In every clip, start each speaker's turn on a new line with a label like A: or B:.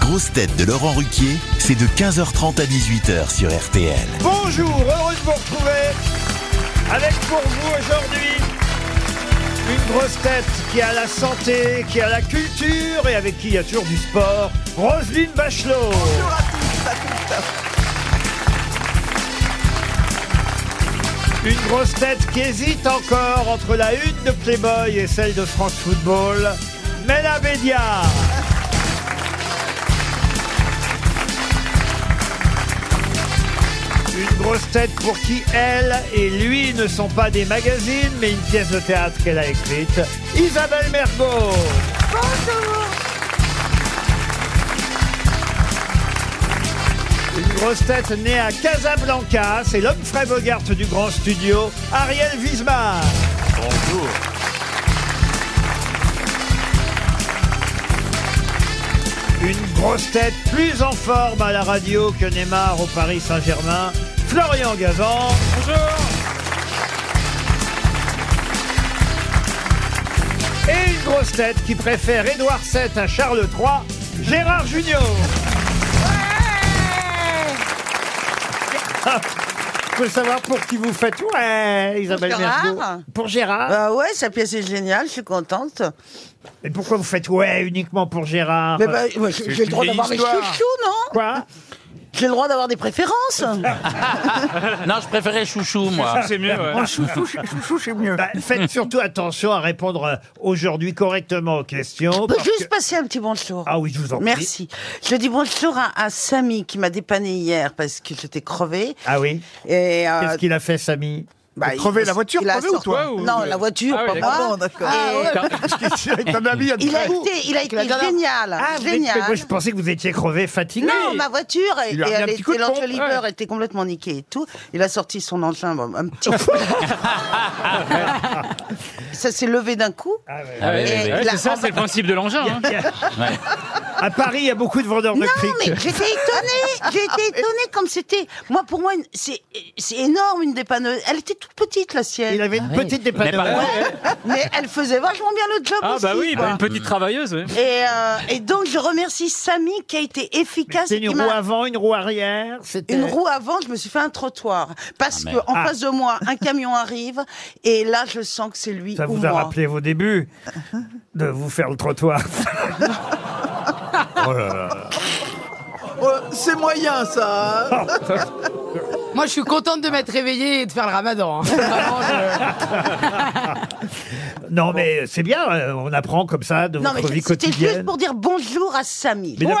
A: grosses têtes de Laurent Ruquier, c'est de 15h30 à 18h sur RTL.
B: Bonjour, heureux de vous retrouver avec pour vous aujourd'hui une grosse tête qui a la santé, qui a la culture et avec qui il y a toujours du sport, Roselyne Bachelot. Une grosse tête qui hésite encore entre la une de Playboy et celle de France Football, Mela Bédia. Une grosse tête pour qui elle et lui ne sont pas des magazines, mais une pièce de théâtre qu'elle a écrite, Isabelle Mergot. Une grosse tête née à Casablanca, c'est l'homme Fray Bogart du grand studio, Ariel Wiesmann.
C: Bonjour.
B: Une grosse tête plus en forme à la radio que Neymar au Paris Saint-Germain, Florian Gazan. Bonjour. Et une grosse tête qui préfère Édouard VII à Charles III, Gérard Junior. Je veux savoir pour qui vous faites ouais, Isabelle
D: Gérard
B: Mergo. Pour Gérard
D: Bah ouais, sa pièce est géniale, je suis contente.
B: Et pourquoi vous faites ouais uniquement pour Gérard
D: Mais bah, ouais, j'ai j'ai le droit d'avoir mes chouchous, non
B: Ah, Quoi
D: J'ai le droit d'avoir des préférences.
C: Ah. Non, je préférais chouchou, moi.
E: C'est mieux, ouais.
D: Oh, chouchou, chouchou, c'est mieux.
B: Bah, faites surtout attention à répondre euh, aujourd'hui correctement aux questions.
D: Peut
B: parce
D: Bah, juste
B: que-
D: passer un petit bonjour.
B: Ah oui, je vous en prie.
D: Merci. Je dis bonjour à, à Samy qui m'a dépanné hier parce que j'étais crevée.
B: Ah oui
D: Et, euh,
B: Qu'est-ce qu'il a fait, Samy
D: bah, il-
F: crevé, la voiture,
D: il a
F: crevé ou
D: sorti-
F: toi, ou-
D: Non, la voiture,
E: Ah oui,
D: pas
E: d'accord.
D: moi. Et
F: Comme la vie,
D: Il a été, il a été génial,
B: mais-
D: Ah, génial.
B: mais moi, je pensais que vous étiez crevé, fatigué.
D: Non, ma voiture, et,
F: Il a
D: et
F: remis un
D: elle
F: petit coup
D: était,
F: de pompe,
D: l'entreliveur était complètement niqué et tout. Il a sorti son engin, bon, un petit coup. Ça s'est levé d'un coup.
B: Ah ouais.
C: Ah ouais,
D: Et
C: ouais, ouais.
E: Ouais,
D: la-
E: c'est ça, c'est le principe de l'engin. hein.
B: À Paris, il y a beaucoup de vendeurs de
D: Non, mais
B: clics.
D: j'étais étonnée,
F: Ah
D: j'étais étonnée comme c'était. Moi, pour moi, une- c'est c'est énorme une dépanneuse. Elle était toute petite la
B: Il
D: sienne,
B: avait une petite
E: Ah Mais
B: dépanneuse.
E: par contre-
D: mais elle faisait vachement bien le job
E: Ah
D: aussi.
E: bah oui, bah,
D: quoi.
E: une petite travailleuse. ouais.
D: Et, euh, et donc je remercie Samy qui a été efficace.
B: C'est
D: et
B: une
D: qui m'a-
B: roue avant, une roue arrière. C'était
D: Une roue avant, je me suis fait un trottoir parce
C: Ah,
D: que en
B: Ah.
D: face de moi, un camion arrive et là, je sens que c'est lui
B: Ça
D: ou
B: vous a
D: moi.
B: rappelé vos débuts de vous faire le trottoir. Oh
G: C'est moyen ça.
H: Moi, je suis contente de m'être réveillée et de faire le ramadan. hein. Vraiment, je-
B: Non, mais c'est bien, euh, on apprend comme ça de
D: Non mais
B: votre vie
D: c'était juste
B: quotidienne.
D: pour dire bonjour à Samy.
B: Mais d'abord,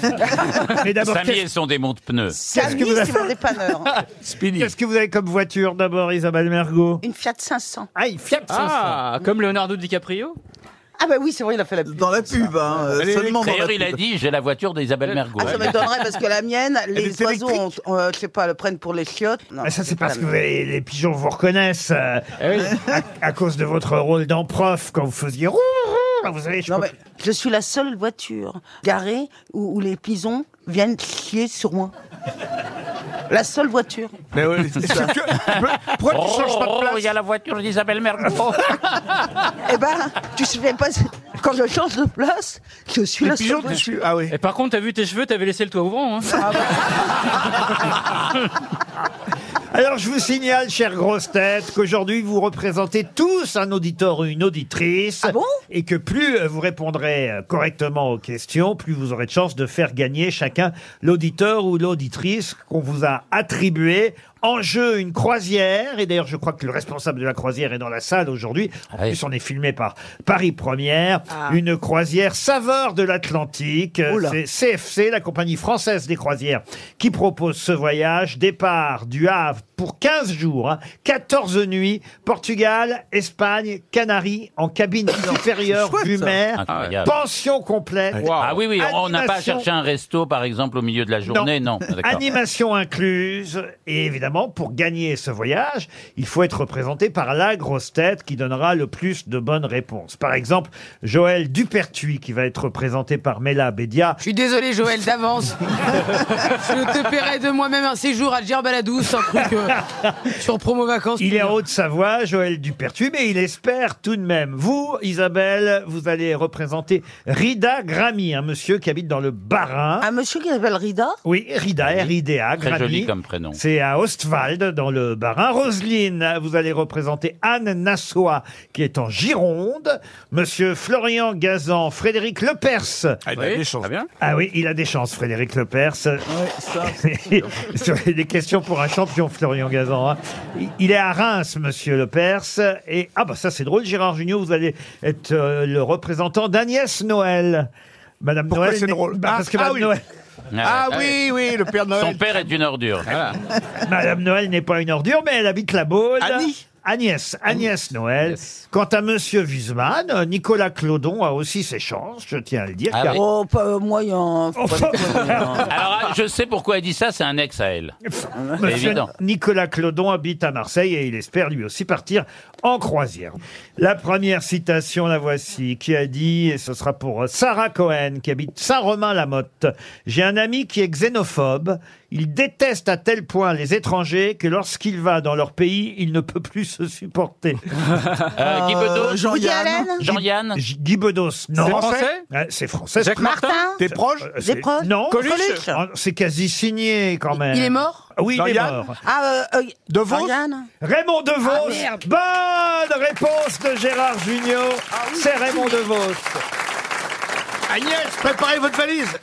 B: qu'est-ce- mais d'abord,
C: Samy
B: qu'est-ce
C: et son démon de pneus.
B: qu'est-ce que
D: Samy,
B: vous avez-
D: c'est mon dépanneur.
C: Speedy.
B: qu'est-ce que vous avez comme voiture d'abord, Isabelle Mergot
D: Une Fiat 500.
B: Ah, une Fiat 500.
E: Ah, comme Leonardo DiCaprio
D: Ah bah oui, c'est vrai, il a fait la pub.
G: Dans la pub, hein. euh,
E: Elle est
G: seulement dans la
C: D'ailleurs, il a
G: pub.
C: dit j'ai la voiture d'Isabelle Mergo.
D: Ah, ça m'étonnerait parce que la mienne, les
G: est
D: oiseaux, ont, ont- je sais pas, le prennent pour les chiottes. Non,
B: Ah, ça, c'est
D: pas
B: parce que
D: la
B: vous
D: mienne.
B: avez- les pigeons vous reconnaissent euh, à, à cause de votre rôle d'en-prof quand vous faisiez roux, roux, Ah, vous savez, je
D: Non
B: peux-
D: mais je suis la seule voiture garée où, où les pigeons viennent chier sur moi. La seule voiture.
G: Mais ouais, c'est ça.
C: Pourquoi tu changes pas de place Oh, Il y a la voiture d'Isabelle
B: Ah,
C: Mergo.
D: Eh ben, tu sais pas, quand je change de place, je suis
G: Les
D: la
G: pigeons
D: seule.
G: dessus. Ah oui.
E: Et par contre, t'as vu tes cheveux, t'avais laissé le toit ouvrant. hein.
H: Ah, bah.
B: Alors, je vous signale, chère grosse tête, qu'aujourd'hui, vous représentez tous un auditeur ou une auditrice.
D: Ah bon
B: Et que plus euh, vous répondrez euh, correctement aux questions, plus vous aurez de chances de faire gagner chacun l'auditeur ou l'auditrice qu'on vous a attribué. En jeu, une croisière. Et d'ailleurs, je crois que le responsable de la croisière est dans la salle aujourd'hui. En
C: Ah oui.
B: plus, on est filmé par Paris Première.
D: Ah.
B: Une croisière saveur de l'Atlantique. Euh,
G: Oula.
B: C'est CFC, la compagnie française des croisières, qui propose ce voyage. Départ du Havre pour 15 jours, hein, 14 nuits, Portugal, Espagne, Canaries, en cabine supérieure
G: chouette,
B: vue
G: ça.
B: mer,
C: Incroyable.
B: pension complète.
C: Ah oui, oui, on n'a pas
B: Animation.
E: ah,
C: cherché un resto, par exemple, au milieu de la journée, non. D'accord.
B: Animation incluse et évidemment évidemment, pour gagner ce voyage, il faut être représenté par la grosse tête qui donnera le plus de bonnes réponses. Par exemple, Joël Dupertuis qui va être représenté par Mela Bédia.
H: Je suis désolé, Joël, d'avance. je te paierai de moi-même un séjour à Djerbaladouce, un truc euh, sur promo vacances.
B: Il est en Haute-Savoie, Joël Dupertuis, mais il espère tout de même. Vous, Isabelle, vous allez représenter Rida Grami, un monsieur qui habite dans le Barin.
D: Un monsieur qui s'appelle Rida
B: Oui, Rida, R-I-D-A,
C: Très
B: Grami.
C: joli comme prénom.
B: C'est à Ostwald, dans le Barin. Roselyne, vous allez représenter Anne Nassoa, qui est en Gironde. Monsieur Florian Gazan, Frédéric Lepers.
F: Ah, il a
E: Oui,
F: des chances.
E: très bien.
B: Ah oui, il a des chances, Frédéric Lepers.
G: ça.
B: C'est des questions pour un champion, Florian Gazan. hein. Il- Il est à Reims, monsieur Le Perse. Et ah bah ça c'est drôle, Gérard Junior, vous allez être euh, le représentant d'Agnès Noël. Madame
F: Pourquoi
B: Noël.
F: c'est
B: n'est-
F: drôle
B: Bah, parce que
F: Ah,
B: Madame
F: oui.
B: Noël,
F: Ah oui, oui, le Père
C: Son
F: Noël.
C: père est une ordure.
B: Madame Noël n'est pas une ordure, mais elle habite la Baule.
F: Annie
B: Agnès, Agnès Noël.
C: Yes.
B: Quant à Monsieur Wiesmann, euh, Nicolas Clodon a aussi ses chances, je tiens à le dire.
C: Ah
B: car- Oh,
C: oui.
D: Oh, pas euh, moyen. faut pas être moyen.
C: Alors, ah, je sais pourquoi elle dit ça, c'est un ex à elle. C'est
B: Monsieur
C: évident.
B: Nicolas Clodon habite à Marseille et il espère lui aussi partir en croisière. La première citation, la voici, qui a dit, et ce sera pour euh, Sarah Cohen, qui habite Saint-Romain-la-Motte. J'ai un ami qui est xénophobe. Il déteste à tel point les étrangers que lorsqu'il va dans leur pays, il ne peut plus se supporter.
C: Euh, Guy Bedos,
G: Euh,
D: Woody
G: Jean-Yann.
D: Allen
C: Jean-Yann,
B: J- Guy Bedos, non.
E: C'est français
B: Euh, C'est français.
E: Jacques Martin.
D: Martin
F: T'es proche
B: Euh, c'est-
D: proches
B: Non.
E: Coluche
B: Oh, C'est quasi signé quand même.
H: Il est mort
B: Oui, il est
F: Jean-Yann
B: mort.
D: Ah, euh, euh,
F: De Vos
D: Jean-Yann
B: Raymond DeVos. Bonne réponse de Gérard Junior. C'est Raymond DeVos.
F: Agnès, préparez votre valise.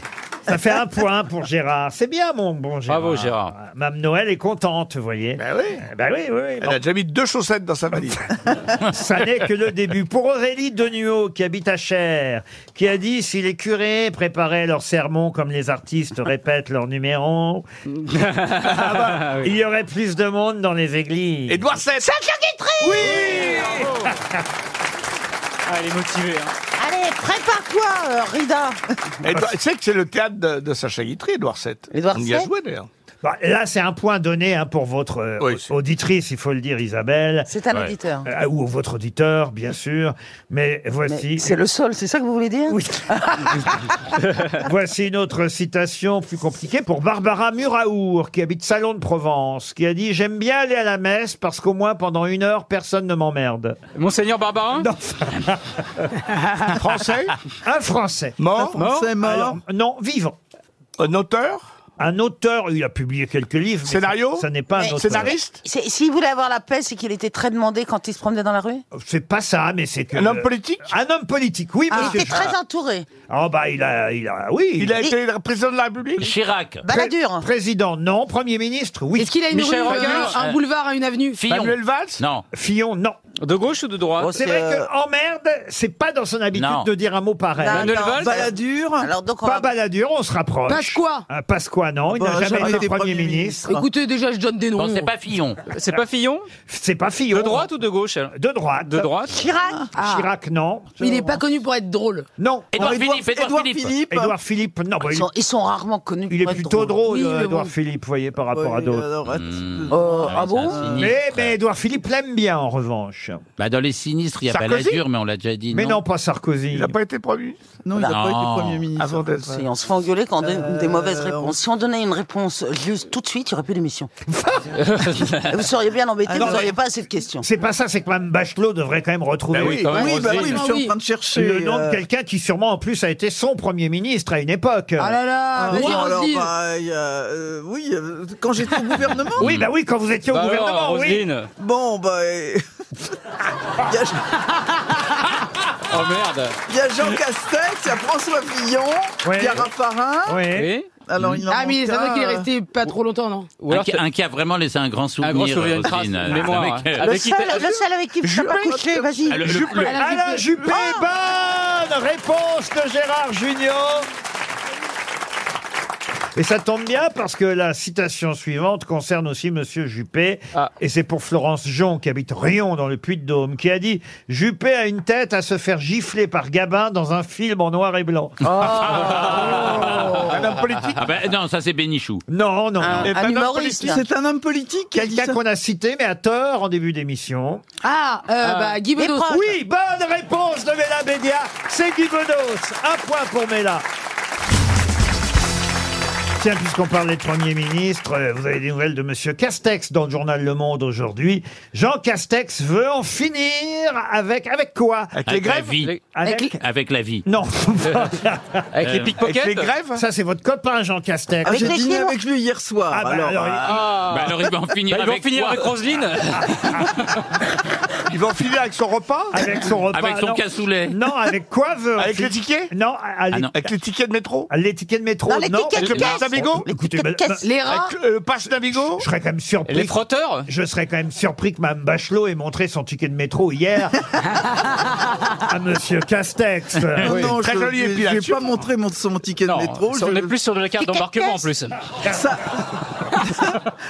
B: Ça fait un point pour Gérard. C'est bien, mon bon Gérard.
E: Bravo, Gérard.
B: Mme Noël est contente, vous voyez.
F: Ben oui.
B: Eh Ben oui, oui, oui.
F: Elle a déjà mis deux chaussettes dans sa valise.
B: Ça n'est que le début. Pour Aurélie Denuot, qui habite à Cher, qui a dit si les curés préparaient leurs sermons comme les artistes répètent leurs numéros, ah bah, il y aurait plus de monde dans les églises.
F: Édouard VII.
E: Ah, elle est motivée. hein.
D: Allez, prépare-toi, euh, Rida
F: Édouard- Tu sais que c'est le théâtre de, de Sacha Guitry, Édouard VII.
D: Édouard
F: On y a
D: VII.
F: joué d'ailleurs.
B: Bah, là, c'est un point donné hein, pour votre euh,
F: Oui, c'est-
B: auditrice, il faut le dire, Isabelle.
D: C'est un
C: Ouais.
D: auditeur.
B: Euh, ou votre auditeur, bien sûr. Mais voici,
D: Mais C'est le sol, c'est ça que vous voulez dire
B: Oui. voici une autre citation plus compliquée pour Barbara Muraour, qui habite Salon de Provence, qui a dit J'aime bien aller à la messe parce qu'au moins pendant une heure, personne ne m'emmerde.
E: Monseigneur Barbarin
B: Non.
F: Français
B: Un Français.
F: Mort
G: Français
B: Alors,
G: mort.
B: non, vivant.
F: Un auteur
B: Un auteur, il a publié quelques livres. mais
F: Scénario
B: ça- Ça n'est pas un
D: Mais-
B: auteur.
F: Scénariste
D: C'est- S'il voulait avoir la paix, c'est qu'il était très demandé quand il se promenait dans la rue
B: C'est pas ça, mais c'est que.
F: Un homme politique
B: Un homme politique,
H: Ah,
B: oui,
D: Ah. Il
B: monsieur.
D: était très entouré.
B: Ah, bah, il a, il a, oui.
F: Il a été président de la République
C: Chirac,
D: Balladur
B: Président, non. Premier ministre, oui.
H: Bah, Est-ce qu'il a une
E: Michel
H: rue,
E: Rocard,
H: euh, un
C: euh,
H: boulevard, une avenue
C: Fillon.
F: Manuel Valls
C: Non,
B: Fillon, non.
E: De gauche ou de droite
B: C'est vrai
H: Euh,
B: que emmerde, c'est pas dans son habitude
C: Non.
B: de dire un mot pareil.
D: Non,
E: Manuel
D: non,
B: bah,
E: Valls
G: Balladur.
D: Bah, Alors donc, on
B: Pas
D: va...
B: Balladur, on se rapproche.
H: Pasqua.
B: Ah, Pasqua, non. Il
G: Bah,
B: n'a jamais été Premier ministre.
H: Écoutez, déjà, je donne des noms.
C: non c'est pas Fillon.
E: C'est pas Fillon
B: C'est pas Fillon.
E: De droite ou de gauche alors
B: De droite.
E: De droite
D: Chirac
H: Ah.
B: Chirac, non.
H: Mais il n'est pas connu pour être drôle.
B: Non.
C: Édouard
G: Édouard-
C: Philippe, Édouard
G: Édouard
C: Philippe.
G: Philippe.
B: Édouard Philippe, non. bah,
D: ils
B: il,
D: sont, ils sont rarement connus.
B: il est
D: pour être
B: plutôt
D: drôles.
B: drôle,
H: Oui, mais
B: Édouard
H: bon.
B: Philippe, vous voyez, par rapport à d'autres.
D: Euh, ah
C: Ouais,
D: bon
C: Hmm. c'est un sinistre.
B: Mais, mais Édouard Philippe l'aime bien, en revanche.
C: Bah, dans les sinistres, il y a
F: Sarkozy
C: Balladur, mais on l'a déjà dit.
B: Mais non, pas Sarkozy.
F: Il n'a pas été premier ministre
G: Non, il n'a pas
C: Non.
G: été Premier ministre.
F: avant d'être.
D: Si on se fait engueuler quand on donne
B: Euh,
D: des mauvaises
G: on-
D: réponses. Si on donnait une réponse juste tout de suite, il n'y aurait plus d'émission. vous seriez bien embêté,
B: non,
D: vous n'auriez
B: mais-
D: pas assez de questions.
B: C'est pas ça, c'est que Mme Bachelot devrait Ben quand même retrouver
E: Ben oui, quand même,
G: Oui, bah oui,
E: Roselyne.
G: je suis en
H: Oui.
G: train de chercher.
B: le nom de
G: euh,
B: quelqu'un qui sûrement en plus a été son Premier ministre à une époque.
H: Ah là là,
G: oui,
H: vas-y,
G: alors,
H: Roselyne.
G: bah, il y a, euh, oui, euh, quand j'étais au gouvernement.
B: Oui, bah oui, quand vous étiez au
E: Bah alors,
B: gouvernement, oui.
E: Roselyne.
G: Bon, bah. euh, Il y, a-
E: Oh merde
G: il y a Jean Castex, il y a François Fillon,
B: Ouais.
G: il y a Raffarin.
B: Oui.
E: Oui
G: Alors, il en
H: Ah, mais
G: manque
H: c'est vrai
G: un,
H: qu'il est
G: euh,
H: resté pas trop longtemps, non
E: Ou
C: un,
E: alors
C: qui, un qui a vraiment laissé un grand souvenir.
E: un grand sourire,
C: Roselyne.
E: une trace, une
C: Ah,
E: mémoire. hein.
C: avec-
E: Avec
D: Le
E: qui
D: seul,
E: t'as-
D: le seul avec qui vous n'êtes pas couché, vas-y.
C: Ah, le- le- le-
H: Alain
B: Alain
H: Juppé.
B: Juppé, bonne réponse de Gérard Junior. Et ça tombe bien parce que la citation suivante concerne aussi Monsieur Juppé.
E: Ah.
B: Et c'est pour Florence Jon, qui habite Rion, dans le Puy-de-Dôme, qui a dit « Juppé a une tête à se faire gifler par Gabin dans un film en noir et blanc Oh.
F: Un homme politique
C: Ah ben non, ça c'est Bénichou.
G: Oh,
B: Non, non,
D: Un,
B: non.
D: un humoriste.
G: C'est un homme politique qui a dit ça.
B: Quelqu'un qu'on a cité, mais à tort, en début d'émission.
H: Ah, euh, bah, Guy Bedos.
D: proches.
B: Oui, bonne réponse de Mela Bédia. C'est Guy Bedos. Un point pour Mela. Tiens, puisqu'on parlait de Premier ministre, euh, vous avez des nouvelles de Monsieur Castex dans le journal Le Monde aujourd'hui. Jean Castex veut en finir avec avec quoi
F: Avec les
C: Avec la
F: grèves
C: vie.
B: Avec
C: Avec la vie.
B: non,
E: Avec les
C: Euh,
E: pickpockets
F: Avec les grèves
B: ça c'est votre copain Jean Castex.
G: Ah,
D: Avec
G: J'ai
D: les
G: dîné
D: clients.
G: avec lui hier soir.
B: Ah, bah,
G: alors,
B: alors,
G: ah,
E: Ah.
C: Bah alors ils vont finir
E: Bah, ils vont
C: avec
E: finir
C: quoi
E: avec Roselyne
F: Ils vont filer avec son repas
B: Avec son repas.
C: Avec son
B: non.
C: cassoulet.
B: Non, avec quoi veut
F: Avec les tickets
B: Ah, Non, à- à-
C: Ah, non.
F: Avec les tickets de métro
B: à les tickets de métro.
D: Non, les tickets
F: Avec le
D: de
F: pass
D: caisse.
F: Navigo
D: Les
B: Écoutez,
D: tickets de
B: bah,
D: caisse.
H: Les rats.
F: Avec euh, le le pass Navigo
B: Je serais quand même surpris.
E: Les frotteurs
B: Je serais quand même surpris que Mme Bachelot ait montré son ticket de métro hier à Monsieur Castex. Ah
G: non, non,
F: Ah Très
G: je-
F: jolie
G: je- Je vais
F: épilation.
G: pas montrer mon, son- mon ticket
E: Non,
G: de métro.
E: on
G: je-
E: est plus sur de la carte
D: Ticket de
E: d'embarquement en
D: caisse.
E: plus.
G: ça,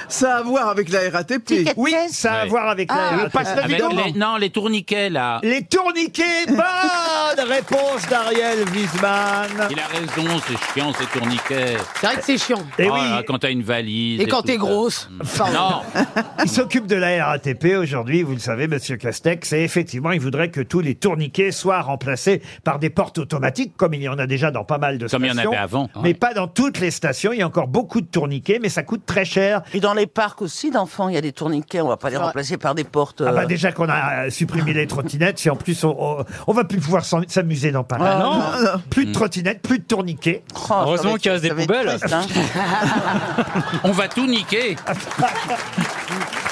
G: ça a à voir avec la RATP.
D: Ticket de
B: Oui,
D: caisse.
B: ça a à
C: Oui.
B: voir avec
C: Ah.
E: Ah.
B: la-
F: Le pass
C: Avec
F: Navigo
C: les- non, les tourniquets là.
B: les tourniquets. Bonne réponse d'Ariel Wiesman.
C: Il a raison, c'est chiant ces tourniquets.
H: C'est vrai que c'est chiant.
C: Oh
B: Et Eh oui,
C: là, quand t'as une valise.
H: Et quand
C: tout
H: t'es
C: ça. Mm.
H: grosse. Oh, Pardon.
C: Non,
B: il s'occupe de la RATP aujourd'hui, vous le savez, Monsieur Castex, et effectivement, il voudrait que tous les tourniquets soient remplacés par des portes automatiques, comme il y en a déjà dans pas mal de
C: Comme il y en
B: stations.
C: avait avant, hein.
B: Mais pas dans toutes les stations, il y a encore beaucoup de tourniquets, mais ça coûte très cher.
D: Puis dans les parcs aussi d'enfants, il y a des tourniquets. On va pas les remplacer par des portes.
B: Ah bah
D: euh,
B: déjà qu'on a euh, supprimé les trottinettes, si en plus on, on, on va plus pouvoir s'en- s'amuser dans Paris.
C: Ah,
G: non, non.
B: Plus de trottinettes, plus de tourniquets.
D: oh, ça va
E: Heureusement
D: être-
E: qu'il reste
D: ça
E: des
D: va être
E: poubelles.
D: triste, hein.
H: hein.
C: on va tout niquer.
B: Ah,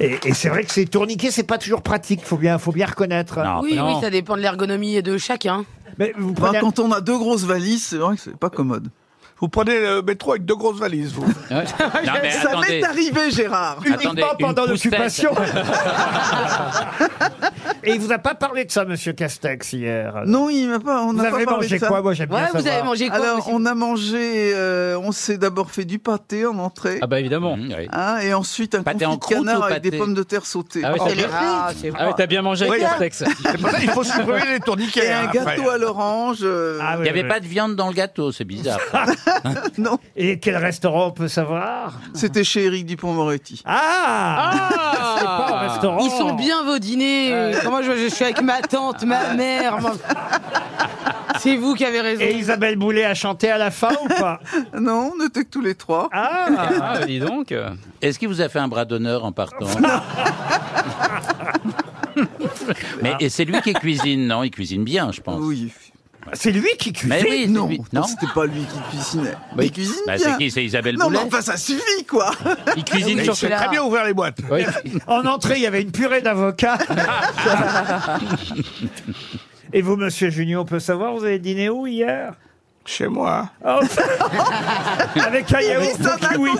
B: Et, et c'est vrai que ces tourniquets, c'est pas toujours pratique. Faut bien, faut bien reconnaître.
C: Non,
H: Oui, oui,
C: non.
H: ça dépend de l'ergonomie de chacun.
B: Ah, Mais vous
G: Enfin,
B: prenez. un-
G: quand on a deux grosses valises, c'est vrai que c'est pas commode.
F: Vous prenez le métro avec deux grosses valises, vous.
C: Non, mais
G: ça
C: attendez.
G: m'est arrivé, Gérard.
C: Attendez,
B: Uniquement
C: une
B: pendant
C: poussette.
B: l'occupation. Et il vous a pas parlé de ça, Monsieur Castex, hier.
G: Non, il m'a pas. On
B: Vous
G: n'a pas
B: avez
G: parlé
B: mangé
G: de ça.
B: quoi Moi, j'aime
H: Ouais,
B: bien
H: vous
B: savoir.
H: avez mangé quoi
G: Alors,
H: aussi
G: on a mangé. euh, on s'est d'abord fait du pâté en entrée.
E: Ah bah évidemment.
C: Mmh, oui.
G: hein, et ensuite un
C: Pâté en
G: confit de
C: croûte
G: canard
C: ou
G: avec des
C: pâté
G: pommes de terre sautées.
E: Ah ouais,
G: Oh,
E: t'as bien,
H: Ah, c'est
E: ah ouais, t'as bien mangé avec
G: Oui,
E: Castex.
F: C'est pour ça qu'il faut supprimer les tourniquets.
G: et un
F: hein,
G: gâteau
F: après.
G: à l'orange. euh,
B: Ah,
C: Il
B: oui,
C: n'y avait
B: oui.
C: pas de viande dans le gâteau, c'est bizarre.
G: Non,
B: Et quel restaurant on peut savoir
G: c'était chez Éric Dupont-Moretti.
B: Ah,
E: Ah
B: Un restaurant.
H: Ils sont bien vos dîners. euh, quand moi, je, je suis avec ma tante, ma
B: Ah.
H: mère. moi- C'est vous qui avez raison.
B: Et Isabelle Boulet a chanté à la fin ou pas
G: Non, on était que tous les trois.
B: Ah
E: Ah, bah, dis donc.
C: Est-ce qu'il vous a fait un bras d'honneur en partant Mais et c'est lui qui cuisine, non Il cuisine bien, je pense.
G: Oui.
B: C'est lui qui cuisine.
C: Mais oui, c'est
G: Non,
C: lui.
G: non,
C: non.
G: c'était pas lui qui cuisinait.
C: Bah,
G: il cuisine
C: bah,
G: bien.
C: C'est qui C'est Isabelle
G: non, mais
C: Boulet
G: enfin, ça suffit, quoi.
E: Il cuisine
F: Mais
E: sur
F: il s'est très bien ouvert les boîtes.
E: Oui.
B: En entrée, il y avait une purée d'avocat. Et vous, monsieur Junior, on peut savoir, vous avez dîné où hier
F: Chez moi.
B: Oh. Avec un yaourt
G: Ça
B: au kiwi.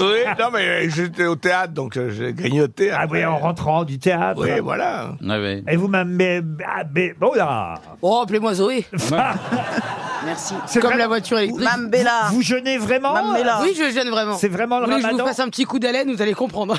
F: Oui, non, mais euh, j'étais au théâtre, donc euh, j'ai grignoté.
B: Ah oui, en rentrant du théâtre.
F: Oui, voilà.
C: Ah oui.
B: Et vous m'avez... ah, bé- Oh là
H: Oh, appelez-moi Zoé.
D: Merci.
B: C'est
H: Comme
B: vrai-
H: la voiture électrique.
D: Mme Bella.
B: Vous jeûnez vraiment
D: Mme Bella.
H: Oui, je gêne euh, vraiment.
B: C'est vraiment le
H: Vous voulez que je
B: ramadan
H: vous fasse un petit coup d'haleine, vous allez comprendre.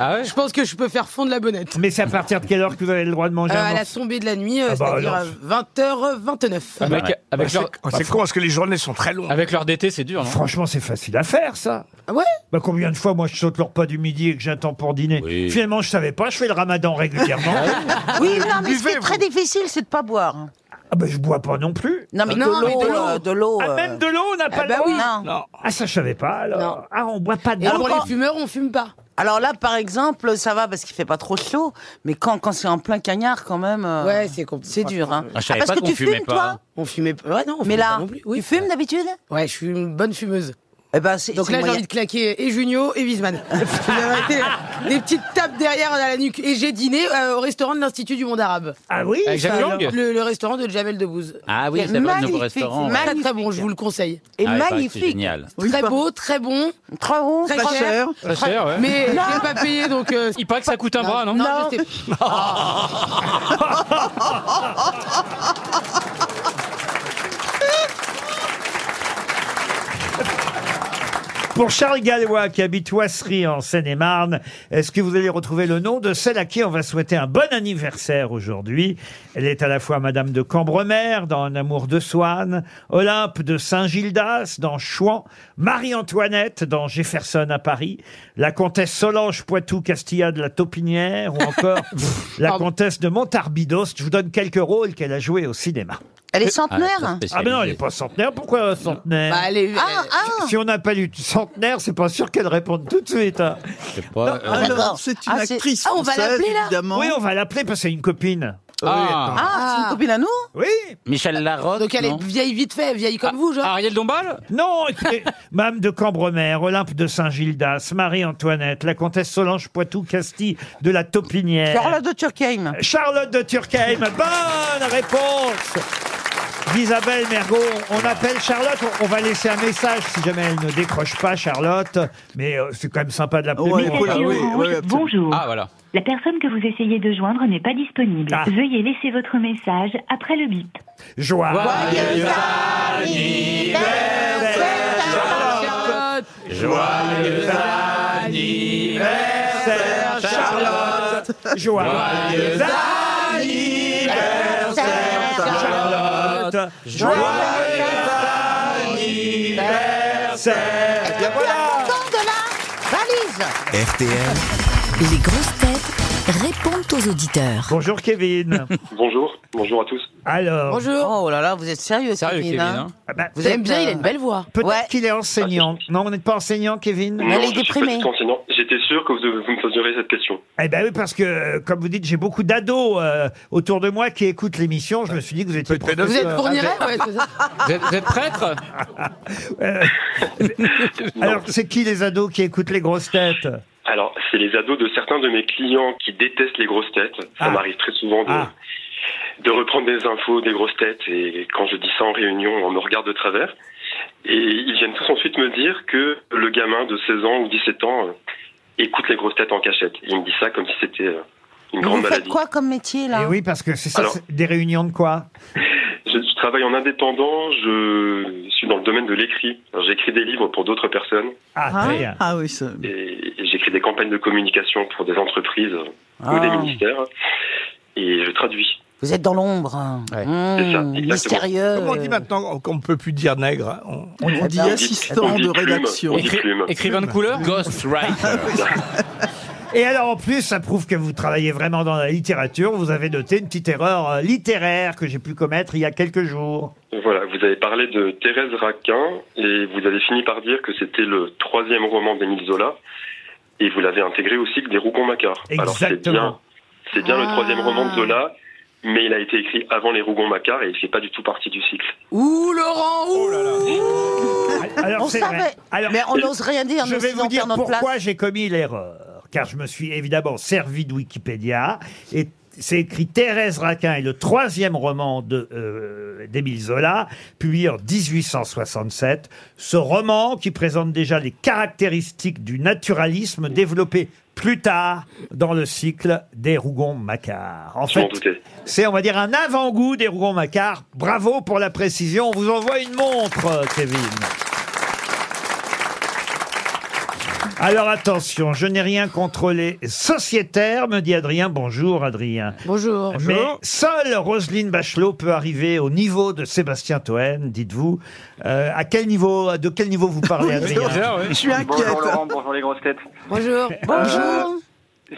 E: Ah ouais
H: je pense que je peux faire fondre la bonnette.
B: Mais c'est à partir de quelle heure que vous avez le droit de manger
H: Euh,
B: un
H: à la
B: morceau
H: tombée de la nuit, euh,
B: Ah bah
H: c'est-à-dire
B: alors.
H: à 20h29.
E: Avec,
C: Ah, ouais.
F: Bah,
E: avec,
F: C'est
E: leur,
F: c'est con parce que les journées sont très longues.
E: avec leur DT, c'est dur, non
B: Franchement, c'est facile à faire, ça.
H: Ah ouais
B: Bah, combien de fois, moi, je saute le repas du midi et que j'attends pour dîner
C: Oui.
B: Finalement, je savais pas, je fais le ramadan régulièrement.
D: Oui, non, mais ce qui
F: Buvez,
D: est très difficile, c'est de pas boire.
B: ah bah, je bois pas non plus.
D: Non, mais
H: Non,
D: de
H: mais de
D: l'eau.
H: l'eau.
D: euh, De l'eau.
B: Ah,
D: euh,
B: même de l'eau, on n'a pas
H: Ah bah
B: le droit
H: oui.
D: Non.
F: Non.
B: Ah, ça, je savais pas, alors.
H: Non.
B: Ah, on boit pas
H: Et
B: d'eau.
H: pour
D: quand-
H: les fumeurs, on fume pas.
D: Alors là, par exemple, ça va parce qu'il fait pas trop chaud, mais quand, quand c'est en plein cagnard, quand même, euh,
H: Ouais, c'est compliqué.
D: c'est dur. Hein.
C: Ah, je savais
D: parce
C: pas
D: que
C: qu'on
D: tu
C: fumait
D: fumes,
C: pas,
D: toi
C: hein.
H: On fumait pas. Ouais, non, on
D: Mais
H: fumait pas
D: là,
H: non plus. Oui.
D: tu fumes d'habitude
H: Ouais, je suis une bonne fumeuse.
D: Eh ben, c'est
H: Donc
D: c'est
H: là, j'ai
D: moyen.
H: envie de claquer et Junio et Wiesman. Vous avez été, euh, des petites tapes derrière à la nuque. Et j'ai dîné euh, au restaurant de l'Institut du Monde Arabe.
B: Ah oui
E: Avec Jacques Lang
H: Le, le restaurant de Jamel Debbouze.
C: Ah oui,
D: C'est
C: c'est vrai, le nouveau
D: magnifique,
C: restaurant.
D: c'est
H: Très
D: Magnifique.
H: très bon, je vous le conseille.
D: Et
C: Ah, il paraît que C'est
D: magnifique.
C: génial.
G: Oui,
H: très
G: pas-
H: beau, très bon,
D: Très bon.
H: très,
G: Pas
H: cher.
G: cher.
E: Très cher, ouais.
H: Mais je l'ai pas payé, donc... euh,
E: Il paraît que ça coûte un bras, non
H: Non, je sais.
B: Pour Charles Gallois, qui habite Oisserie en Seine-et-Marne, est-ce que vous allez retrouver le nom de celle à qui on va souhaiter un bon anniversaire aujourd'hui Elle est à la fois Madame de Cambremer dans Un amour de Swann, Olympe de Saint-Gildas dans Chouan, Marie-Antoinette dans Jefferson à Paris, la comtesse Solange Poitou-Castilla de la Taupinière ou encore la comtesse de Montarbidos. Je vous donne quelques rôles qu'elle a joués au cinéma.
D: Euh, Elle est centenaire
B: Ah mais non, elle n'est pas centenaire. Pourquoi centenaire
H: Bah, elle est-
D: Ah, ah
B: Si on n'a pas lu centenaire, c'est pas sûr qu'elle réponde tout de suite. hein.
D: Ah, D'accord.
C: euh,
G: Alors, c'est une
D: Ah, c'est-
G: actrice
D: Ah, on va
G: française,
D: l'appeler, là
G: évidemment.
B: Oui, on va l'appeler parce que c'est une copine.
E: Ah,
D: Ah, c'est une copine à nous
B: Oui
C: Michel Larocque.
H: Donc elle
C: non
H: est vieille vite fait, vieille comme vous, genre.
E: Ariel Dombal
B: Non, écoutez, Mme de Cambremer, Olympe de Saint-Gildas, Marie-Antoinette, la comtesse Solange Poitou-Castille de la Taupinière,
D: Carola de hein. Turckheim.
B: Charlotte de Turckheim. Bonne réponse d'Isabelle Mergot. On appelle Charlotte, on, on va laisser un message si jamais elle ne décroche pas, Charlotte. Mais euh, c'est quand même sympa de l'appeler.
G: Ouais, cool,
I: Radio
G: oui,
I: Orange,
G: oui, absolument.
I: bonjour.
E: Ah, voilà.
I: La personne que vous essayez de joindre n'est pas disponible.
B: Ah.
I: Veuillez laisser votre message après le bip.
B: Joie.
H: Charlotte.
B: Eh, Anniversaire, Charlotte. Joyeux anniversaire, Charlotte. Joyeux anniversaire. Et voilà.
D: de la valise
A: RTL,
J: Les grosses têtes répondent aux auditeurs.
B: Bonjour Kevin.
K: Bonjour, bonjour à tous.
B: Alors,
H: Bonjour.
D: Oh là là, vous êtes sérieux,
E: Sérieux,
D: Kevin,
E: Kevin,
D: hein
E: hein
B: ah bah,
H: Vous aimez bien,
D: euh,
H: il a une belle voix.
B: peut-être
D: ouais.
B: qu'il est enseignant. Non, on n'est pas enseignant, Kevin.
D: Bah, Elle est
K: je suis pas
D: déprimée.
K: du tout enseignant. J'étais sûr que vous, vous me posiez cette question.
B: Eh ben oui, parce que, euh, comme vous dites, j'ai beaucoup d'ados euh, autour de moi qui écoutent l'émission. Je me suis dit que vous étiez
F: Peut-être
H: Vous
B: professeur.
H: êtes fournirait ouais, c'est ça.
E: Ah, Vous êtes, vous êtes prêtre
B: Euh, Alors, c'est qui les ados qui écoutent les grosses têtes
K: Alors, c'est les ados de certains de mes clients qui détestent les grosses têtes. Ça
B: Ah.
K: m'arrive très souvent de,
B: Ah.
K: de reprendre des infos des grosses têtes et quand je dis ça en réunion, on me regarde de travers. Et ils viennent tous ensuite me dire que le gamin de 16 ans ou 17 ans euh, écoute les grosses têtes en cachette. Ils me disent ça comme si c'était euh,
D: Mais
K: une grande
D: vous faites
K: maladie.
D: quoi comme métier,
B: Eh
D: là
B: oui, parce que c'est ça,
K: Alors-
B: c'est des réunions de quoi
K: Je, je travaille en indépendant, je suis dans le domaine de l'écrit. Alors, J'écris des livres pour d'autres personnes.
B: Ah,
G: Ah,
B: très bien.
G: ah oui, ça...
K: et et j'écris des campagnes de communication pour des entreprises ou des ministères et je traduis.
D: Vous êtes dans l'ombre. hein.
E: Ouais.
D: Mmh,
K: C'est ça, exactement.
D: mystérieux.
F: Comment on dit maintenant qu'on ne peut plus dire nègre hein On-
L: Eh ben,
G: On dit
D: dit-
K: on
G: assistant
K: dit
G: de
K: plume.
G: rédaction.
K: On dit plume.
E: Écrivain de couleur Ghostwriter.
B: Et alors, en plus, ça prouve que vous travaillez vraiment dans la littérature. Vous avez noté une petite erreur euh, littéraire que j'ai pu commettre il y a quelques jours.
K: Voilà, vous avez parlé de Thérèse Raquin et vous avez fini par dire que c'était le troisième roman d'Émile Zola et vous l'avez intégré au cycle des Rougon-Macquart. Alors c'est bien,
B: Exactement.
K: c'est bien le
D: Ah.
K: troisième roman de Zola, mais il a été écrit avant les Rougon-Macquart et il fait pas du tout partie du cycle.
H: Ouh, Laurent, ouh.
B: Oh Alors,
D: On
B: c'est
D: savait,
B: vrai. Alors,
D: mais on n'ose rien dire.
B: je
D: nous,
B: vais
D: sinon
B: vous
D: on
B: dire
D: perd notre
B: pourquoi
D: place.
B: j'ai commis l'erreur. Car je me suis évidemment servi de Wikipédia et c'est écrit Thérèse Raquin est le troisième roman de euh, d'Émile Zola, publié en 1867. Ce roman, qui présente déjà les caractéristiques du naturalisme développé plus tard dans le cycle des Rougon-Macquart. En
K: Je m'en
B: fait,
K: doutais.
B: c'est, on va dire, un avant-goût des Rougon-Macquart. Bravo pour la précision. On vous envoie une montre, euh, Kevin. Alors attention, je n'ai rien contrôlé. Sociétaire, me dit Adrien. Bonjour, Adrien.
H: Bonjour.
B: Mais seule Roselyne Bachelot peut arriver au niveau de Sébastien Toen, dites-vous. Euh, à quel niveau, de quel niveau vous parlez, Adrien
E: Bizarre, ouais.
G: Je suis inquiète.
K: bonjour les grosses têtes. Euh,
H: Bonjour.
D: Bonjour.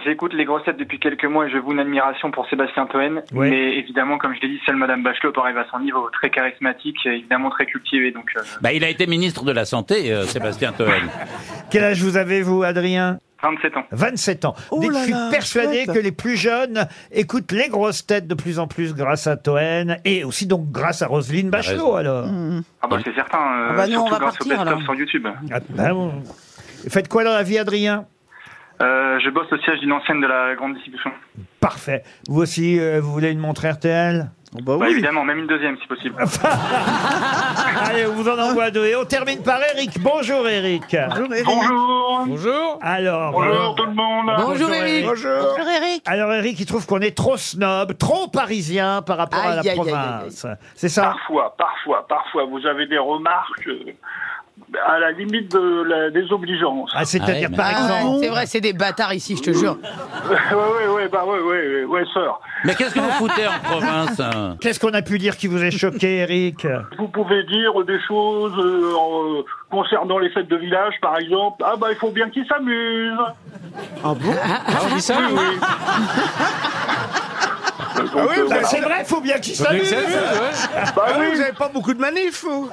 K: J'écoute les grossettes depuis quelques mois et je vous une admiration pour Sébastien Toen.
B: Ouais.
K: Mais évidemment, comme je l'ai dit, seule Madame Bachelot arrive à son niveau, très charismatique et évidemment très cultivée. Donc, euh,
C: Bah, il a été ministre de la Santé, euh, Sébastien Toen.
B: Quel âge vous avez, vous, Adrien
K: 27 ans.
B: 27 ans.
G: Oh
B: Dites,
G: là
B: je suis
G: là,
B: persuadé
G: chouette.
B: que les plus jeunes écoutent les grosses têtes de plus en plus grâce à Toen et aussi donc grâce à Roselyne Bachelot
C: raison.
B: alors.
G: Hmm.
K: Ah bah c'est certain, euh,
D: Hmm. Ah bah nous, on
K: surtout
D: va
K: grâce
D: partir,
K: au
D: alors.
K: best-of sur YouTube.
B: Ah, bah, bon. Faites quoi dans la vie Adrien
K: Euh, je bosse au siège d'une ancienne de la grande distribution.
B: Parfait. Vous aussi, euh, vous voulez une montre RTL
G: Bah
K: Bah,
G: oui,
K: évidemment, même une deuxième si possible.
B: Allez, on vous en envoie deux. Et on termine par Eric. Bonjour Eric.
G: bonjour Eric.
K: Bonjour
E: Bonjour.
B: Alors, euh,
K: Bonjour tout le monde
H: Bonjour, Émilie.
F: Bonjour.
D: Bonjour, Eric.
B: alors Eric, il trouve qu'on est trop snob, trop parisien par rapport à
H: Aïe,
B: la
H: aïe, aïe, aïe, aïe.
M: Ah,
B: province. C'est ça
K: Parfois, parfois, parfois, vous avez des remarques euh,
M: à la limite de la désobligeance.
B: Ah, c'est-à-dire, par exemple.
H: C'est vrai, c'est des bâtards ici, je te jure.
M: ouais, ouais, ouais, bah ouais, ouais, ouais, ouais, sœur.
E: Mais qu'est-ce que vous foutez en province hein
B: Qu'est-ce qu'on a pu dire qui vous a choqué, Eric
M: Vous pouvez dire des choses euh, en, euh, concernant les fêtes de village, par exemple. Ah bah il faut bien qu'ils s'amusent.
G: Ah bon
M: oui, ça, oui.
B: Ah oui, bah, c'est vrai, faut bien qu'il s'amuse.
M: Bah
G: Ah
M: oui.
G: oui, vous n'avez pas beaucoup de manifs, vous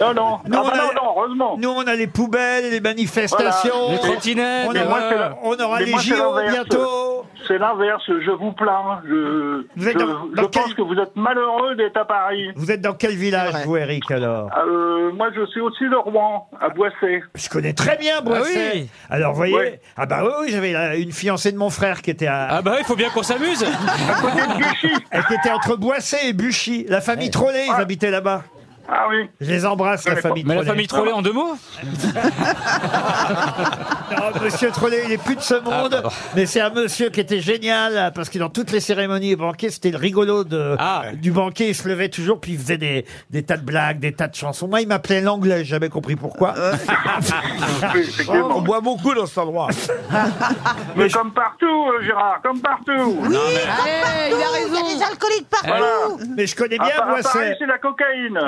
M: Non, non.
B: Nous,
M: Ah
B: on
M: bah
B: a-
M: non, non, heureusement.
B: Nous, on a les poubelles, les manifestations.
M: Voilà.
E: Les trottinettes,
B: On,
E: les-
M: Mais moi, c'est
B: aura,
M: la-
B: on aura
M: mais
B: les
M: moi, c'est
B: JO
M: l'inverse.
B: bientôt.
M: C'est l'inverse, je vous plains. Je,
B: Vous êtes
M: je-
B: dans-
M: je
B: dans quel-
M: pense que vous êtes malheureux d'être à Paris.
B: Vous êtes dans quel village,
G: vrai.
B: vous, Eric, alors
M: Euh, moi, je suis aussi de Rouen, à Boissé.
B: Je connais très bien Boissé.
E: Ah oui.
B: Alors, vous voyez,
M: Ouais.
B: ah bah oui, oui, j'avais euh, une fiancée de mon frère qui était à,
E: Ah bah il faut bien qu'on s'amuse.
B: elle qui était entre Boissé et Buchy. La famille Trollet, ils
M: Ah.
B: habitaient là-bas.
M: Ah oui.
B: Je les embrasse, la
M: Mais
B: famille
E: Mais la
B: Trollet.
E: famille trollée en deux mots
B: Non, monsieur Trollet, il est plus de ce monde,
E: Ah, pardon.
B: mais c'est un monsieur qui était génial, parce que dans toutes les cérémonies et banquets, c'était le rigolo de,
E: Ah.
B: du banquet. Il se levait toujours, puis il faisait des, des tas de blagues, des tas de chansons. Moi, il m'appelait l'anglais, j'ai jamais compris pourquoi.
M: Oui,
G: Oh,
M: effectivement.
G: On boit beaucoup dans cet endroit.
M: mais comme partout, euh, Gérard, comme partout.
H: Allez, il a
D: Il y a des
H: raison.
D: alcooliques partout.
M: Voilà.
B: Mais je connais
M: À,
B: bien
M: Pa- à Paris,
B: Boisset.
M: c'est la cocaïne.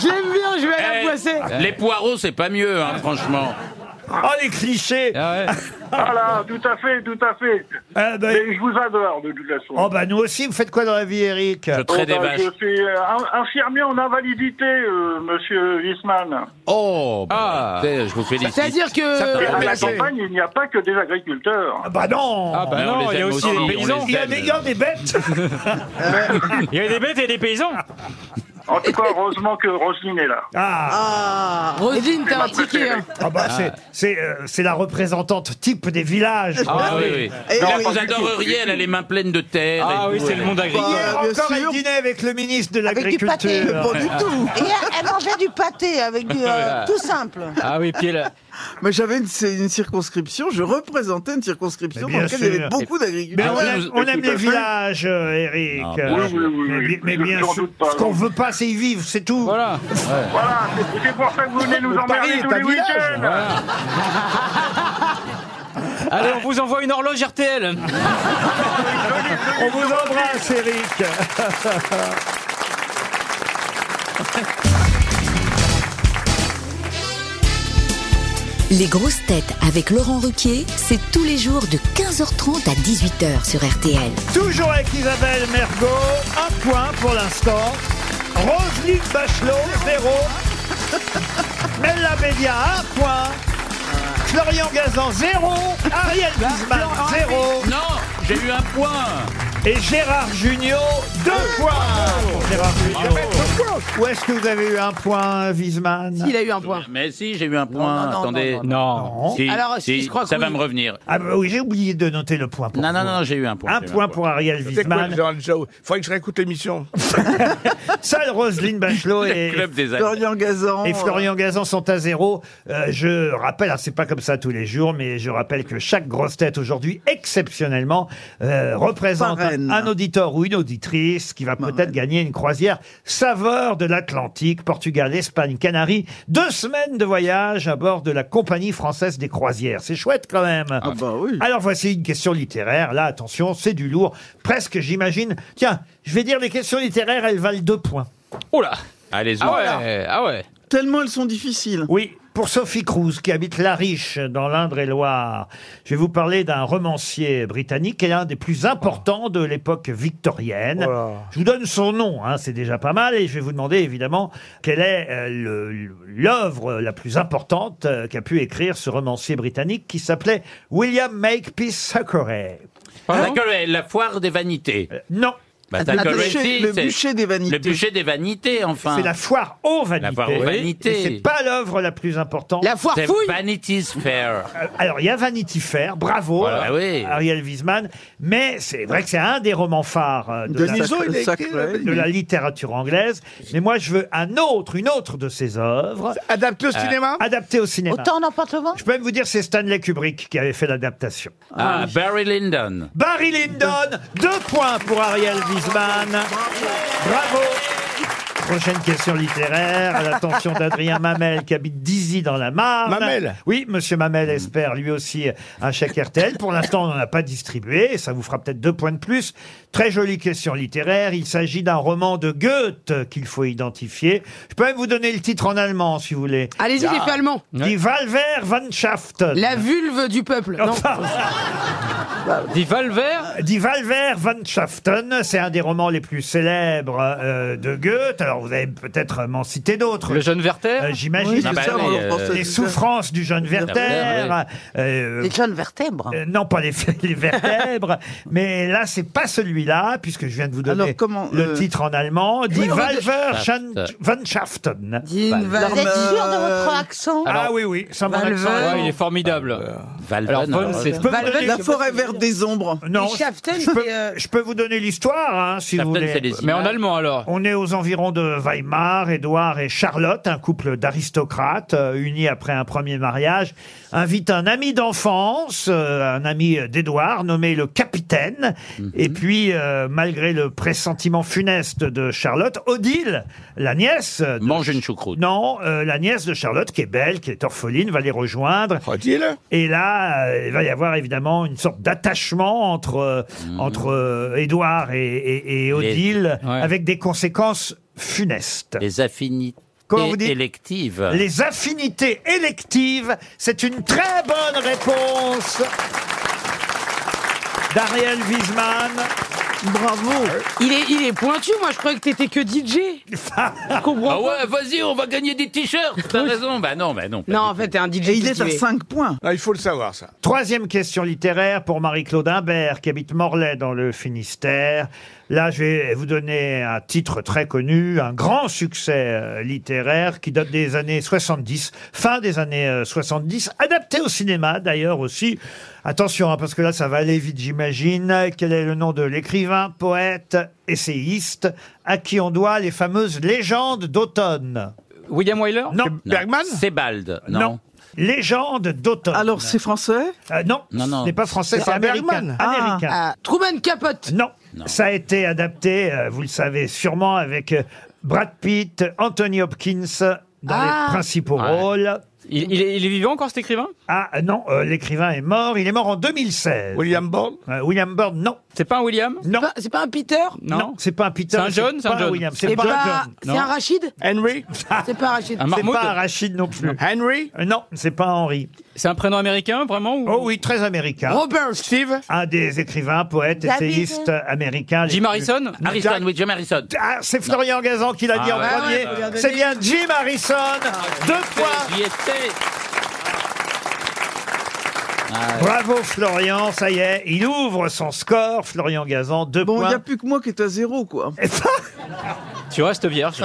H: J'aime bien, je vais aller à
E: Eh,
H: Boissé.
E: Les poireaux c'est pas mieux hein, franchement.
B: Oh, les clichés
E: Ah ouais.
M: Voilà, tout à fait, tout à fait.
B: Ah, bah,
M: Mais je vous adore, de toute façon.
B: Oh bah nous aussi, vous faites quoi dans la vie, Eric
E: Je
M: Oh,
E: traite des
M: bah,
E: vaches.
M: je suis euh, in- infirmier en invalidité, euh, monsieur Wiesmann.
E: Oh
B: Ah.
E: bah, écoutez, je vous félicite.
H: C'est-à-dire
M: Et à
H: que.
M: Ah, la
E: merci.
M: campagne, il n'y a pas que des agriculteurs.
B: Ah bah non
E: Ah bah
C: Mais on
E: non,
C: les
E: il y a
C: aime
E: aussi
C: aussi,
E: les
C: on les
E: paysans.
B: Il y a des, il y a des bêtes
C: Il y a des bêtes et des paysans.
M: En tout cas, heureusement que Roselyne est là.
B: Ah,
D: Ah.
H: Rosine, t'as un ticket. hein.
B: Ah bah c'est- c'est euh, c'est la représentante type des villages.
E: Ah oui,
B: Eh
E: oui.
G: Et
E: Là,
G: oui.
E: vous adoreriez, elle a les mains pleines de terre.
C: Ah
E: et
C: oui,
E: tout,
C: c'est
E: elle-
C: le monde agricole.
G: Bah,
B: Hier
G: bien
B: encore, elle
G: sûr.
B: dînait avec le ministre de
D: Avec du pâté.
B: l'Agriculture.
G: Pas du tout.
D: Et elle, elle mangeait du pâté avec du. euh, tout simple.
E: Ah oui, puis elle-
G: Mais j'avais une, c'est une circonscription, je représentais une circonscription
B: Mais
G: dans
B: bien
G: laquelle
B: sûr.
G: il y avait beaucoup
B: Mais
C: Ah
G: d'agriculteurs.
B: on aime, on aime les villages, euh, Eric.
E: Non,
B: Euh,
M: oui, oui, oui,
B: mais,
M: oui.
B: bi- mais
M: Je-
B: bien
M: j'en
B: sûr,
M: doute pas,
B: ce qu'on
M: non.
B: veut pas, c'est y vivre, c'est tout.
E: Voilà.
M: Voilà, c'est c'est pour ça que vous venez nous emmerder
G: Paris
M: tous
G: est un
M: les
G: village.
M: week-ends.
E: Allez, on vous envoie une horloge RTL.
B: On vous embrasse, Eric.
J: Les grosses têtes avec Laurent Ruquier, c'est tous les jours de 15h30 à 18h sur RTL.
B: Toujours avec Isabelle Mergot, un point pour l'instant. Roselyne Bachelot, zéro. Mella Bédia, un point. Florian Gazan, zéro. Ariel Guzman, zéro.
E: Bah, Non, j'ai eu un point.
B: Et Gérard Junior, deux points. pour Gérard
E: Ah,
B: Junior. Où est-ce que vous avez eu un point, Wiesmann
H: Il a eu un point.
E: Mais si, j'ai eu un point.
H: non, non,
E: Attendez.
H: non,
B: Non.
E: Si,
H: Alors,
E: si,
H: je crois que
E: ça va
H: oui.
E: me revenir.
B: Ah bah oui, j'ai oublié de noter le point pour
E: Non,
B: vous.
E: non, non, j'ai eu un point.
B: Un
E: j'ai eu
B: point pour Ariel
F: C'est quoi,
B: Wiesmann.
F: Gérald Jao Faudrait que je réécoute l'émission.
B: Seule Roselyne Bachelot
E: Le
B: et,
E: club des amis.
G: Florian Gazan. euh.
B: et Florian Gazan sont à zéro. Euh, je rappelle, alors c'est pas comme ça tous les jours, mais je rappelle que chaque grosse tête aujourd'hui, exceptionnellement, euh, représente un,
G: Parraine.
B: un auditeur ou une auditrice qui va peut-être gagner une croisière saveur de l'Atlantique, Portugal, Espagne, Canaries. Deux semaines de voyage à bord de la compagnie française des croisières. C'est chouette quand même.
G: Ah bah oui.
B: Alors voici une question littéraire. Là, attention, c'est du lourd. Presque, j'imagine. Tiens, je vais dire les questions littéraires, elles valent deux points.
E: Oh là Allez-y. Ah ouais, ah ouais.
G: Tellement elles sont difficiles.
B: Oui, pour Sophie Cruz, qui habite La Riche, dans l'Indre-et-Loire, je vais vous parler d'un romancier britannique et l'un des plus importants de l'époque victorienne.
H: Oh
B: Je vous donne son nom, hein, c'est déjà pas mal, et je vais vous demander évidemment quelle est euh, le- l'œuvre la plus importante euh, qu'a pu écrire ce romancier britannique qui s'appelait William Makepeace Hein Thackeray.
E: Ah, Thackeray, la foire des vanités.
B: Euh, Ah non,
E: Bah,
G: Le
E: Thackeray,
G: bûcher,
E: si,
G: le
E: c'est-
G: bûcher des vanités.
E: Le bûcher des vanités, enfin.
B: c'est la foire aux vanités.
E: La foire aux
B: Et
E: vanités.
B: C'est pas l'œuvre la plus importante.
H: La foire
E: C'est
H: fouille.
E: Vanity's Fair.
B: Alors, il y a Vanity Fair, bravo,
E: Voilà, Ah
B: euh,
E: oui.
B: Ariel Wiesman, mais c'est vrai que c'est un des romans phares euh, de,
G: De
B: la,
G: Niso, il a écrit la
B: de la littérature anglaise. Mais moi, je veux un autre, une autre de ses œuvres,
F: Adapté au cinéma
B: adaptée au cinéma.
D: Autant en appartement
B: Je peux même vous dire, c'est Stanley Kubrick qui avait fait l'adaptation.
E: Ah, Barry Lyndon.
B: Barry Lyndon, deux points pour Ariel Wiesman. Bravo. prochaine question littéraire à l'attention d'Adrien Mamel qui habite Dizy dans la Marne.
F: Mamel
B: Oui, monsieur Mamel espère lui aussi un chèque RTL. Pour l'instant, on n'en a pas distribué. Ça vous fera peut-être deux points de plus. Très jolie question littéraire. Il s'agit d'un roman de Goethe qu'il faut identifier. Je peux même vous donner le titre en allemand si vous voulez. Ah.
H: Allez-y, j'ai fait allemand.
B: Die Walverwirtschaft.
H: La vulve du peuple. Non.
B: Die Valver Euh, Die Valver van Schaften, c'est un des romans les plus célèbres euh, de Goethe. Alors vous allez peut-être m'en citer d'autres.
L: Le jeune Werther
B: Euh, J'imagine.
L: Oui, c'est Ah bah ça, oui,
B: les,
L: euh, français, c'est ça.
B: souffrances du jeune Werther.
L: Werther,
B: les jeunes vertèbres Non, pas les, les vertèbres. mais là, c'est pas celui-là, puisque je viens de vous donner le
L: euh,
B: titre en allemand. Die
L: Oui, on va-
B: Valver
L: Schaften.
B: van Schaften.
L: Valver- Vous êtes sûr de votre accent
B: Ah oui, oui. sans mon accent.
L: Ouais, il est formidable. Alors, Von, c'est
B: Je peux vous donner-
G: La forêt verte des ombres.
B: Non, je, peux, je peux vous donner l'histoire, hein, si vous
L: Schaften,
B: voulez.
L: c'est les Mais en images. allemand, alors
B: On est aux environs de Weimar. Édouard et Charlotte, un couple d'aristocrates euh, unis après un premier mariage, invitent un ami d'enfance, euh, un ami d'Édouard, nommé le capitaine. Et puis, euh, malgré le pressentiment funeste de Charlotte, Odile, la nièce... de-
E: Mange une choucroute.
B: Non, euh, la nièce de Charlotte, qui est belle, qui est orpheline, va les rejoindre. Et là, euh, il va y avoir évidemment une sorte d'attachement entre, euh, entre euh, Édouard et, et- et Odile, avec des conséquences funestes.
E: Les affinités
B: Comment vous dites
E: électives.
B: Les affinités électives, c'est une très bonne réponse d'Ariel Wiesman.
H: Bravo. Il est, il est pointu, moi je croyais que t'étais que DJ. Je comprends
E: Ah
H: pas.
E: ouais, vas-y, on va gagner des t-shirts. T'as raison. Bah non, bah non.
H: Non, en fait, t'es un DJ. cultivé.
B: points. il faut le savoir, ça. Troisième question littéraire pour Marie-Claude Imbert, qui habite Morlaix dans le Finistère. Là, je vais vous donner un titre très connu, un grand succès euh, littéraire qui date des années 70, fin des années euh, 70, adapté au cinéma d'ailleurs aussi. Attention, hein, parce que là, ça va aller vite, j'imagine. Quel est le nom de l'écrivain, poète, essayiste, à qui on doit les fameuses légendes d'automne William Wyler Non. Bergman
E: Sebald. Non.
B: non. Légende d'automne. Alors, c'est français Non,
E: Non, non.
B: ce n'est pas français,
E: C'est
B: c'est
E: un
B: américain.
E: Bergman. Ah.
B: américain.
H: Truman Capote.
B: Non. Ça a été adapté, euh, vous le savez sûrement, avec euh, Brad Pitt, Anthony Hopkins dans
L: Ah.
B: les principaux rôles.
L: Il, il est, il est vivant encore cet écrivain
B: Ah non, euh, l'écrivain est mort. Il est mort en 2016. William Bourne Euh, William Bourne, non. C'est pas un William Non.
H: C'est pas un Peter
B: Non, c'est pas un Peter.
L: C'est un John, c'est un
B: pas
L: John.
B: William,
L: Eh
B: C'est pas
L: ben,
B: un John.
H: C'est un Rachid
B: Henry
H: C'est pas un Rachid.
B: C'est pas un Rachid non plus. Henry Non, c'est pas Henry.
L: C'est un prénom américain, vraiment ou-
B: Oh oui, très américain.
H: Robert
B: Steve Un des écrivains, poètes,
L: David.
B: essayistes américains. les
L: Jim
B: plus-
L: Harrison
E: Harrison, oui, Jim Harrison.
B: Ah, c'est Florian Gazan qui l'a dit
E: Ah
B: en
E: ouais.
B: premier.
E: Ah ouais, ouais.
B: c'est bien Jim Harrison. Deux points.
E: J'y étais.
B: Bravo Florian, ça y est, il ouvre son score, Florian Gazan, deux
G: Bon, il
B: points.
G: n'y a plus que moi qui est à zéro, quoi.
L: Tu restes vierge.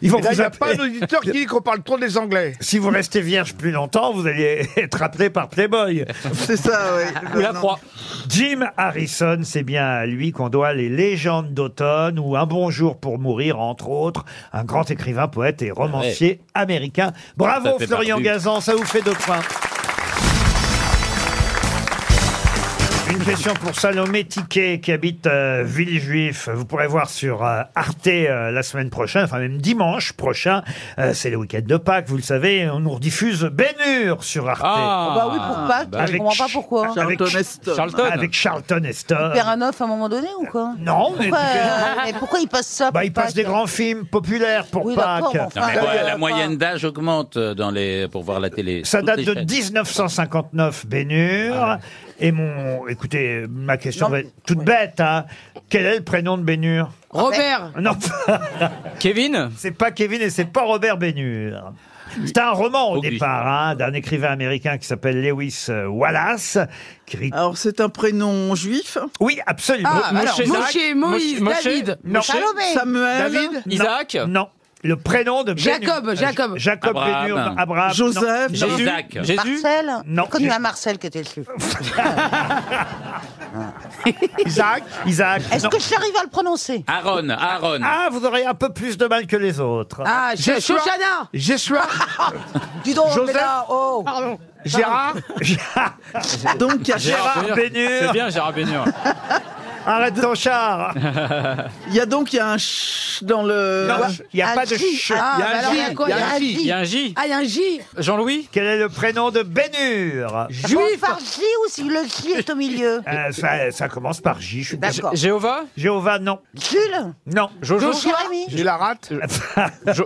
B: Ils vont
F: Et là,
B: vous
F: il n'y a
B: appeler.
F: pas d'auditeur qui dit qu'on parle trop des Anglais.
B: Si vous restez vierge plus longtemps, vous allez être appelé par Playboy.
G: C'est ça, ouais.
B: Ou la proie. Jim Harrison, c'est bien à lui qu'on doit les légendes d'automne ou Un bon jour pour mourir, entre autres. Un grand écrivain, poète et romancier américain. Bravo
L: Ça fait
B: Florian
L: barbu.
B: Gazan, ça vous fait deux points. Une question pour Salomé Tiquet qui habite euh, Villejuif. Vous pourrez voir sur euh, Arte euh, la semaine prochaine, enfin même dimanche prochain. Euh, c'est le week-end de Pâques, vous le savez. et On nous rediffuse Bénure sur Arte.
D: Ah, bah oui, pour Pâques, je comprends pas
B: Ch-
D: pourquoi.
B: Avec
D: Charlton
B: Ch-
D: Heston.
B: Charlton. Avec Charlton Heston.
D: Peranoff à un moment donné ou quoi
B: Non, mais-
D: Pourquoi, euh, mais pourquoi il passe ça
B: Bah,
D: pour
B: il passe
D: Pâques
B: des grands films populaires pour
D: Oui, d'accord,
B: Pâques.
D: mais enfin,
E: Non, mais
D: euh,
E: ouais, la
D: enfin,
E: moyenne d'âge augmente euh, dans les, pour voir la télé.
B: hein. Ça
E: Toutes
B: date
E: les
B: de
E: chaînes.
B: 1959, Bénure.
H: Ah
B: Et mon. Écoutez, ma question
L: Non,
B: va être toute bête. hein. Quel est le prénom de Bénure
H: Robert.
B: Non. Kevin C'est pas Kevin et c'est pas Robert Bénure. C'est un roman au départ hein, d'un écrivain américain qui s'appelle Lewis euh, Wallace. Alors c'est un prénom juif Oui, absolument.
H: Ah, Mo- alors, Moshe, Moshe, Moïse, Moshe, David,
B: Non.
H: Moshe, Salomé, Samuel,
B: David, Non.
L: Isaac
B: Non. Le prénom de Bénure.
H: Jacob, Jacob.
B: Euh, Jacob
L: Abraham.
B: Bénure, Abraham.
L: Joseph,
B: Non.
L: Jésus. Isaac. Jésus
D: Marcel
B: Non.
D: J'ai connu un Marcel qui était juif.
B: Isaac. Isaac.
D: Est-ce
B: non.
D: que j'arrive à le prononcer
E: Aaron, Aaron.
B: Ah, vous aurez un peu plus de mal que les autres.
D: Ah, Sh-
B: Joshua.
D: Shoshana.
B: Joshua.
D: Dis donc,
B: Joseph.
D: mais là, oh
B: Gérard. Donc, il y a Gérard Bénure.
L: C'est bien Gérard Bénure.
B: Arrête ton char
G: Il y a donc il y a un ch dans le.
B: Non, il y a Un pas de Euh, J. ch. Ah, Il y a un bah alors, J, il y a quoi il y a un J. Il y a un J.
H: Ah, il y a un J.
B: Jean-Louis Quel est le prénom de Bénur
D: Juif par J ou si le J est au milieu
B: Euh, ça, ça commence par J, je suis
D: D'accord. Jé-
B: Jéhovah Jéhovah, non.
D: Jules
B: Non.
D: Jojo Jérémy
B: J'ai la rate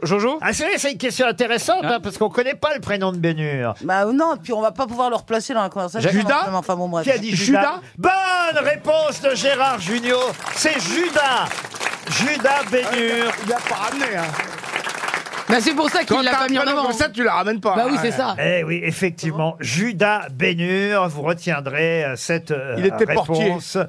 B: Jojo Ah, c'est vrai, c'est une question intéressante, hein, parce qu'on connaît pas le prénom de Bénur.
D: Bah non, puis on va pas pouvoir le replacer dans la conversation.
B: Judas
D: forcément. Enfin bon, bref.
B: Qui a dit Judas Bonne réponse de Gérard Junior. C'est Judas. Judas Bénur.
F: Il l'a pas ramené, hein.
H: Bah, c'est pour ça qu'il
F: Quand
H: l'a
F: t'as
H: pas
F: un
H: mis en
F: prénom
H: avant.
F: comme ça, tu la ramènes pas.
H: Bah oui, c'est ça.
B: Eh oui, effectivement, Judas Bénur, vous retiendrez euh, cette euh,
F: Il était portier.
B: réponse.
H: Hein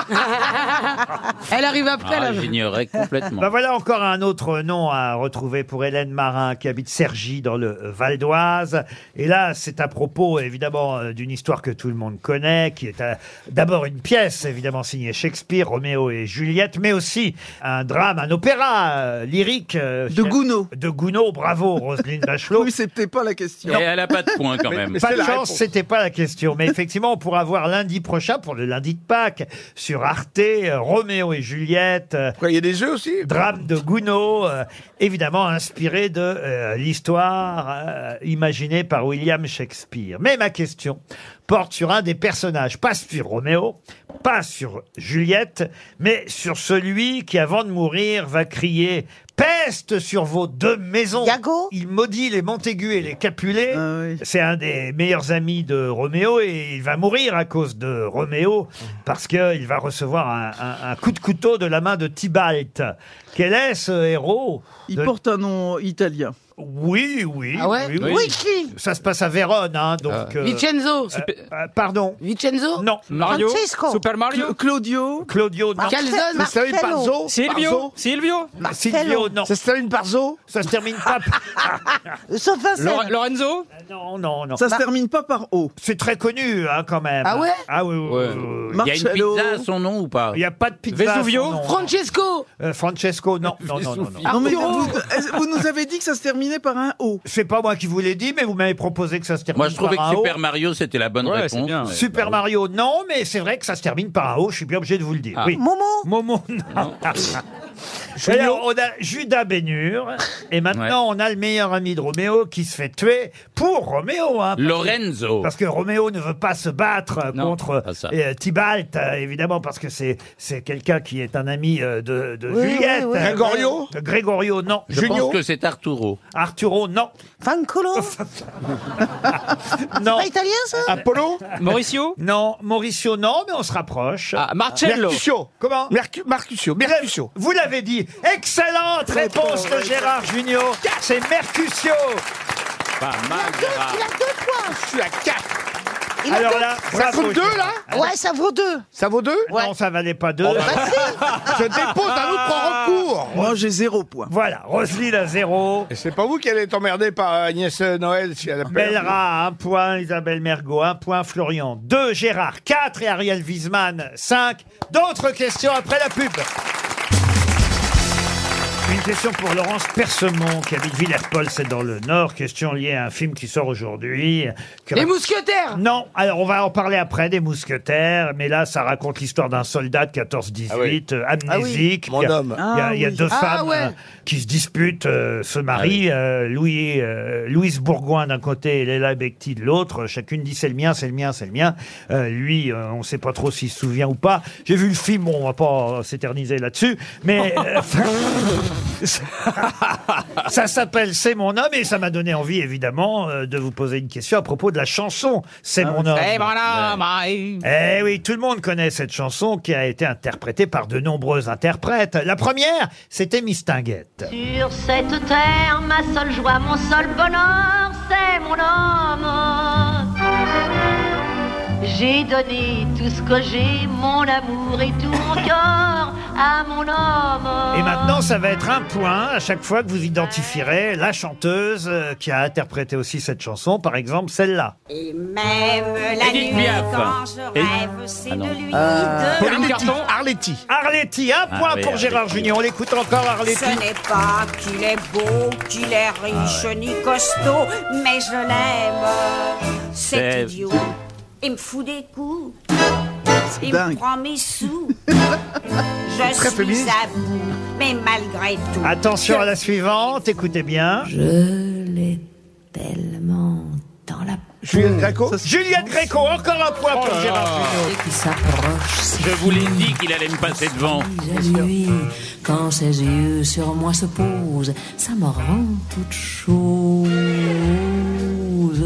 H: Elle arrive après,
E: Ah,
H: là.
E: j'ignorais complètement.
B: Bah voilà encore un autre nom à retrouver pour Hélène Marin qui habite Cergy dans le euh, Val d'Oise. Et là, c'est à propos évidemment euh, d'une histoire que tout le monde connaît, qui est euh, d'abord une pièce évidemment signée Shakespeare, Roméo et Juliette, mais aussi un drame, un opéra euh, lyrique. de Gounod. De Gounod, bravo Roselyne Bachelot. oui,
G: c'était pas la question.
E: Et elle a pas de point quand
B: Mais-
E: même.
B: mais Pas de chance, c'était pas la question. Mais effectivement, on pourra voir lundi prochain, pour le lundi de Pâques, sur Arte, euh, Roméo et Juliette. Il y a des jeux aussi. Drame de Gounod, euh, évidemment inspiré de euh, l'histoire euh, imaginée par William Shakespeare. Mais ma question porte sur un des personnages, pas sur Roméo, pas sur Juliette, mais sur celui qui, avant de mourir, va crier Peste sur vos deux maisons. Il maudit les Montaigu et les Capulet. C'est un des meilleurs amis de Roméo et il va mourir à cause de Roméo parce qu'il va recevoir un, un- un coup de couteau de la main de Tybalt. Quel est ce héros
G: Il
B: de-
G: porte un nom italien.
B: Oui, oui.
G: Ah ouais
B: oui,
G: Oui, qui Ah.
B: Ça se passe à Vérone, hein, donc.
H: Vincenzo.
B: euh, pardon.
H: Vincenzo
B: Non.
L: Mario Francesco. Super Mario
G: Cla- Claudio
B: Claudio. non.
H: Calzone.
F: Ça se termine par
H: Marcello.
F: Zo
L: Silvio Silvio
B: Silvio, non.
F: Ça se termine par Zo
B: Ça se termine pas. Euh,
D: Sauf
L: Lor- Lorenzo
B: Non, non, non.
G: Ça se termine pas par O.
B: C'est très connu, hein, quand même.
G: Ah ouais
B: Ah oui, oui, oui, oui, oui.
E: Il y a une pizza à son nom ou pas
B: Il n'y a pas de pizza. à son nom.
H: Francesco
B: Euh, Francesco, non, non, non, non. non.
G: Non, mais vous, vous nous avez dit que ça se terminait par un O.
B: C'est pas moi qui vous l'ai dit, mais vous m'avez proposé que ça se termine
E: Moi, je trouvais
B: par
E: que
B: un O.
E: Super Mario, c'était la bonne
L: Ouais,
E: réponse.
L: c'est
E: Eh ben
L: bien, ouais.
B: Super Mario, non, mais c'est vrai que ça se termine par un O, je suis bien obligé de vous le dire.
E: Ah.
B: Oui.
D: Momo
B: Momo, non. Alors, on a Judas Bénur, et maintenant on a le meilleur ami de Roméo qui se fait tuer pour Roméo. hein, parce que-
E: Lorenzo.
B: Parce que Roméo ne veut pas se battre euh,
E: Non,
B: contre
E: pas ça.
B: euh, Tybalt, euh, évidemment, parce que c'est c'est quelqu'un qui est un ami euh, de, de
D: Oui,
B: Juliette.
D: oui, oui. Gregorio
B: Euh, Gregorio, non.
E: Je pense que c'est Arturo.
B: Arturo, non.
D: Fancolo
B: Non.
D: Pas italien ça
B: Apollo
L: Mauricio
B: Non, Mauricio, non, mais on se rapproche.
L: Ah, Marcello
F: Mercutio.
B: Comment
F: Mercu- Mercutio. Mercutio.
B: Vous l'avez dit. Excellente réponse de Gérard Junior. C'est Mercutio.
E: Pas mal, Gérard.
D: Il a deux points
F: Je suis à 4.
D: Il a
B: Alors
D: deux-
B: là,
F: Ça
B: bravo,
F: compte deux, là
D: Ouais, ça vaut deux
F: Ça vaut deux
B: Non, ça valait pas deux.
F: Je dépose un autre en recours.
G: Moi, j'ai zéro point.
B: Voilà, Roselyne à zéro.
F: Et c'est pas vous qui allez être emmerdé par Agnès Noël si elle appelle.
B: Belra, un point. Isabelle Mergot, un point. Florian, deux. Gérard, quatre. Et Ariel Wiesman, cinq. D'autres questions après la pub. Une question pour Laurence Persemont, qui habite Villers-Paul, c'est dans le Nord. Question liée à un film qui sort aujourd'hui. Que
H: Les mousquetaires
B: Non, alors on va en parler après des mousquetaires, mais là ça raconte l'histoire d'un soldat de 14-18,
F: Ah oui.
B: euh, amnésique.
F: Mon
B: Il y a-
F: homme.
B: Il y a, il y a
G: Ah oui.
B: deux
H: Ah
B: femmes
H: ouais.
B: euh, qui se disputent, euh, se marient, euh, Louis, euh, Louise Bourgoin d'un côté et Léla Becti de l'autre. Chacune dit c'est le mien, c'est le mien, c'est le mien. Euh, lui, euh, on ne sait pas trop s'il se souvient ou pas. J'ai vu le film, bon, on va pas euh, s'éterniser là-dessus, mais euh, ça s'appelle C'est mon homme et ça m'a donné envie évidemment euh, de vous poser une question à propos de la chanson Ah C'est mon homme.
H: Eh ben là, Marie.
B: Eh oui, tout le monde connaît cette chanson qui a été interprétée par de nombreux interprètes. La première, c'était Miss Tinguette.
N: Sur cette terre, ma seule joie, mon seul bonheur, c'est mon homme. J'ai donné tout ce que j'ai, mon amour et tout mon cœur à mon homme.
B: Et maintenant, ça va être un point à chaque fois que vous identifierez la chanteuse euh, qui a interprété aussi cette chanson, par exemple celle-là.
O: Et même la
E: Edith
O: nuit
E: Piaf.
O: quand je
E: Et-
O: rêve, c'est
E: Ah non.
O: de lui
B: Euh,
O: de
L: Pauline Carton
F: Arletty.
B: Arletty, un
E: Ah
B: point
E: oui,
B: pour Gérard
E: Arletty.
B: Junior. On l'écoute encore, Arletty.
O: Ce n'est pas qu'il est beau, qu'il est riche, ni costaud, mais je l'aime. C'est
I: Eh.
O: Eh.
E: C'est-
O: idiot. Il me fout des coups.
G: c'est
O: il me
G: dingue.
O: prend mes sous.
G: Très
O: Je suis
B: féministe.
O: à bout, mais malgré tout.
B: Attention à la suivante, écoutez bien.
O: Je l'ai
B: Juliette Gréco Juliette Gréco, encore un point
E: Oh
P: Ah.
B: pour
E: là
B: Gérard
E: là.
B: Jugnot.
E: Je vous l'ai dit qu'il allait me passer devant.
P: à lui, quand ses yeux sur moi se posent, ça me rend toute chose.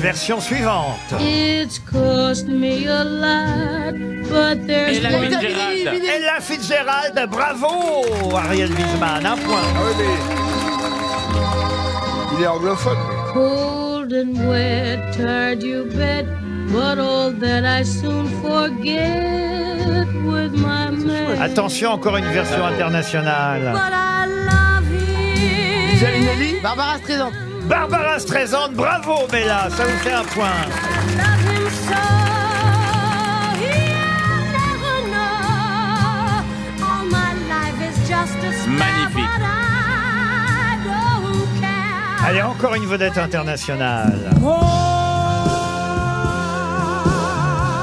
B: Version suivante.
Q: It's cost me a lot, but there's
B: Ella Fitzgerald. Ella Fitzgerald, bravo Ariel Wiesman, un point.
F: Il est anglophone.
Q: cold and wet, tired you bet, but all that I soon forget with my man.
B: Attention, encore une version
Q: But
B: internationale.
Q: I love him.
H: Barbara Streisand.
B: Barbara Streisand, bravo Bella, ça vous fait un point.
Q: Love him so, he'll never know. All my life is just a spell,
B: Magnifique.
Q: but I don't care.
B: Allez, encore une vedette internationale.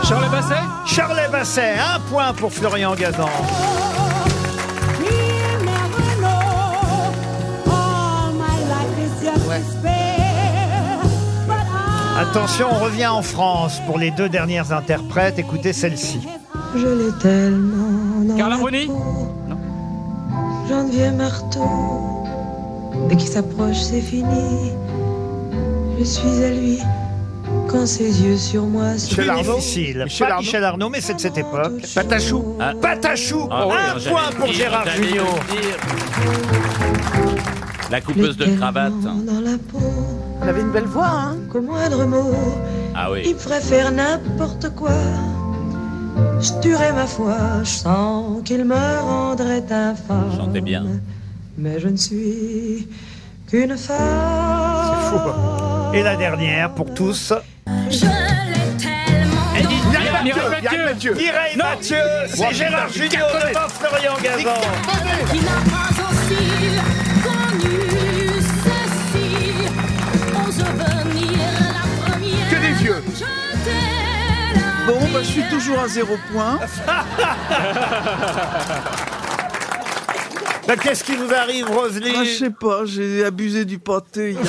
B: Charles Basset Charles Basset, un point pour Florian Gazan. Attention, on revient en France pour les deux dernières interprètes. Écoutez celle-ci.
Q: Je l'ai tellement dans
L: Carla
Q: la
L: Bruni
Q: peau. Geneviève Marteau Dès qu'il s'approche c'est fini Je suis à lui Quand ses yeux sur moi se
B: Plus
Q: Arnaud
B: difficile. Pas Michel Arnaud, mais c'est de cette époque. Patachou. Patachou.
E: Ah oui,
B: un
E: j'allais
B: point
E: le
B: pour
E: dire,
B: Gérard
E: j'allais le
B: Junior.
E: La coupeuse de cravate.
Q: dans la peau Elle avait une belle voix hein Qu'au moindre mot
E: Ah oui.
Q: Il préfère n'importe quoi Je tuerai ma foi Je sens qu'il me rendrait infâme
E: Chantez bien.
Q: Mais je ne suis qu'une femme
B: hein. Et la dernière pour tous.
Q: Je l'ai tellement
B: Mireille
F: Yann Mathieu.
B: Mireille
F: Non.
B: Mathieu,
F: Wow,
B: c'est Gérard
F: putain,
B: Junior
F: cartonné.
B: devant Florian Gazan.
Q: Qui n'a pas aussi connu ceci Ose venir la première
G: Que des vieux.
Q: Je t'ai la
G: Bon, bah, je suis toujours à zéro point.
B: Bah, Qu'est-ce qui vous arrive, Roselyne
G: Ah, Je sais pas, j'ai abusé du pâté. hier.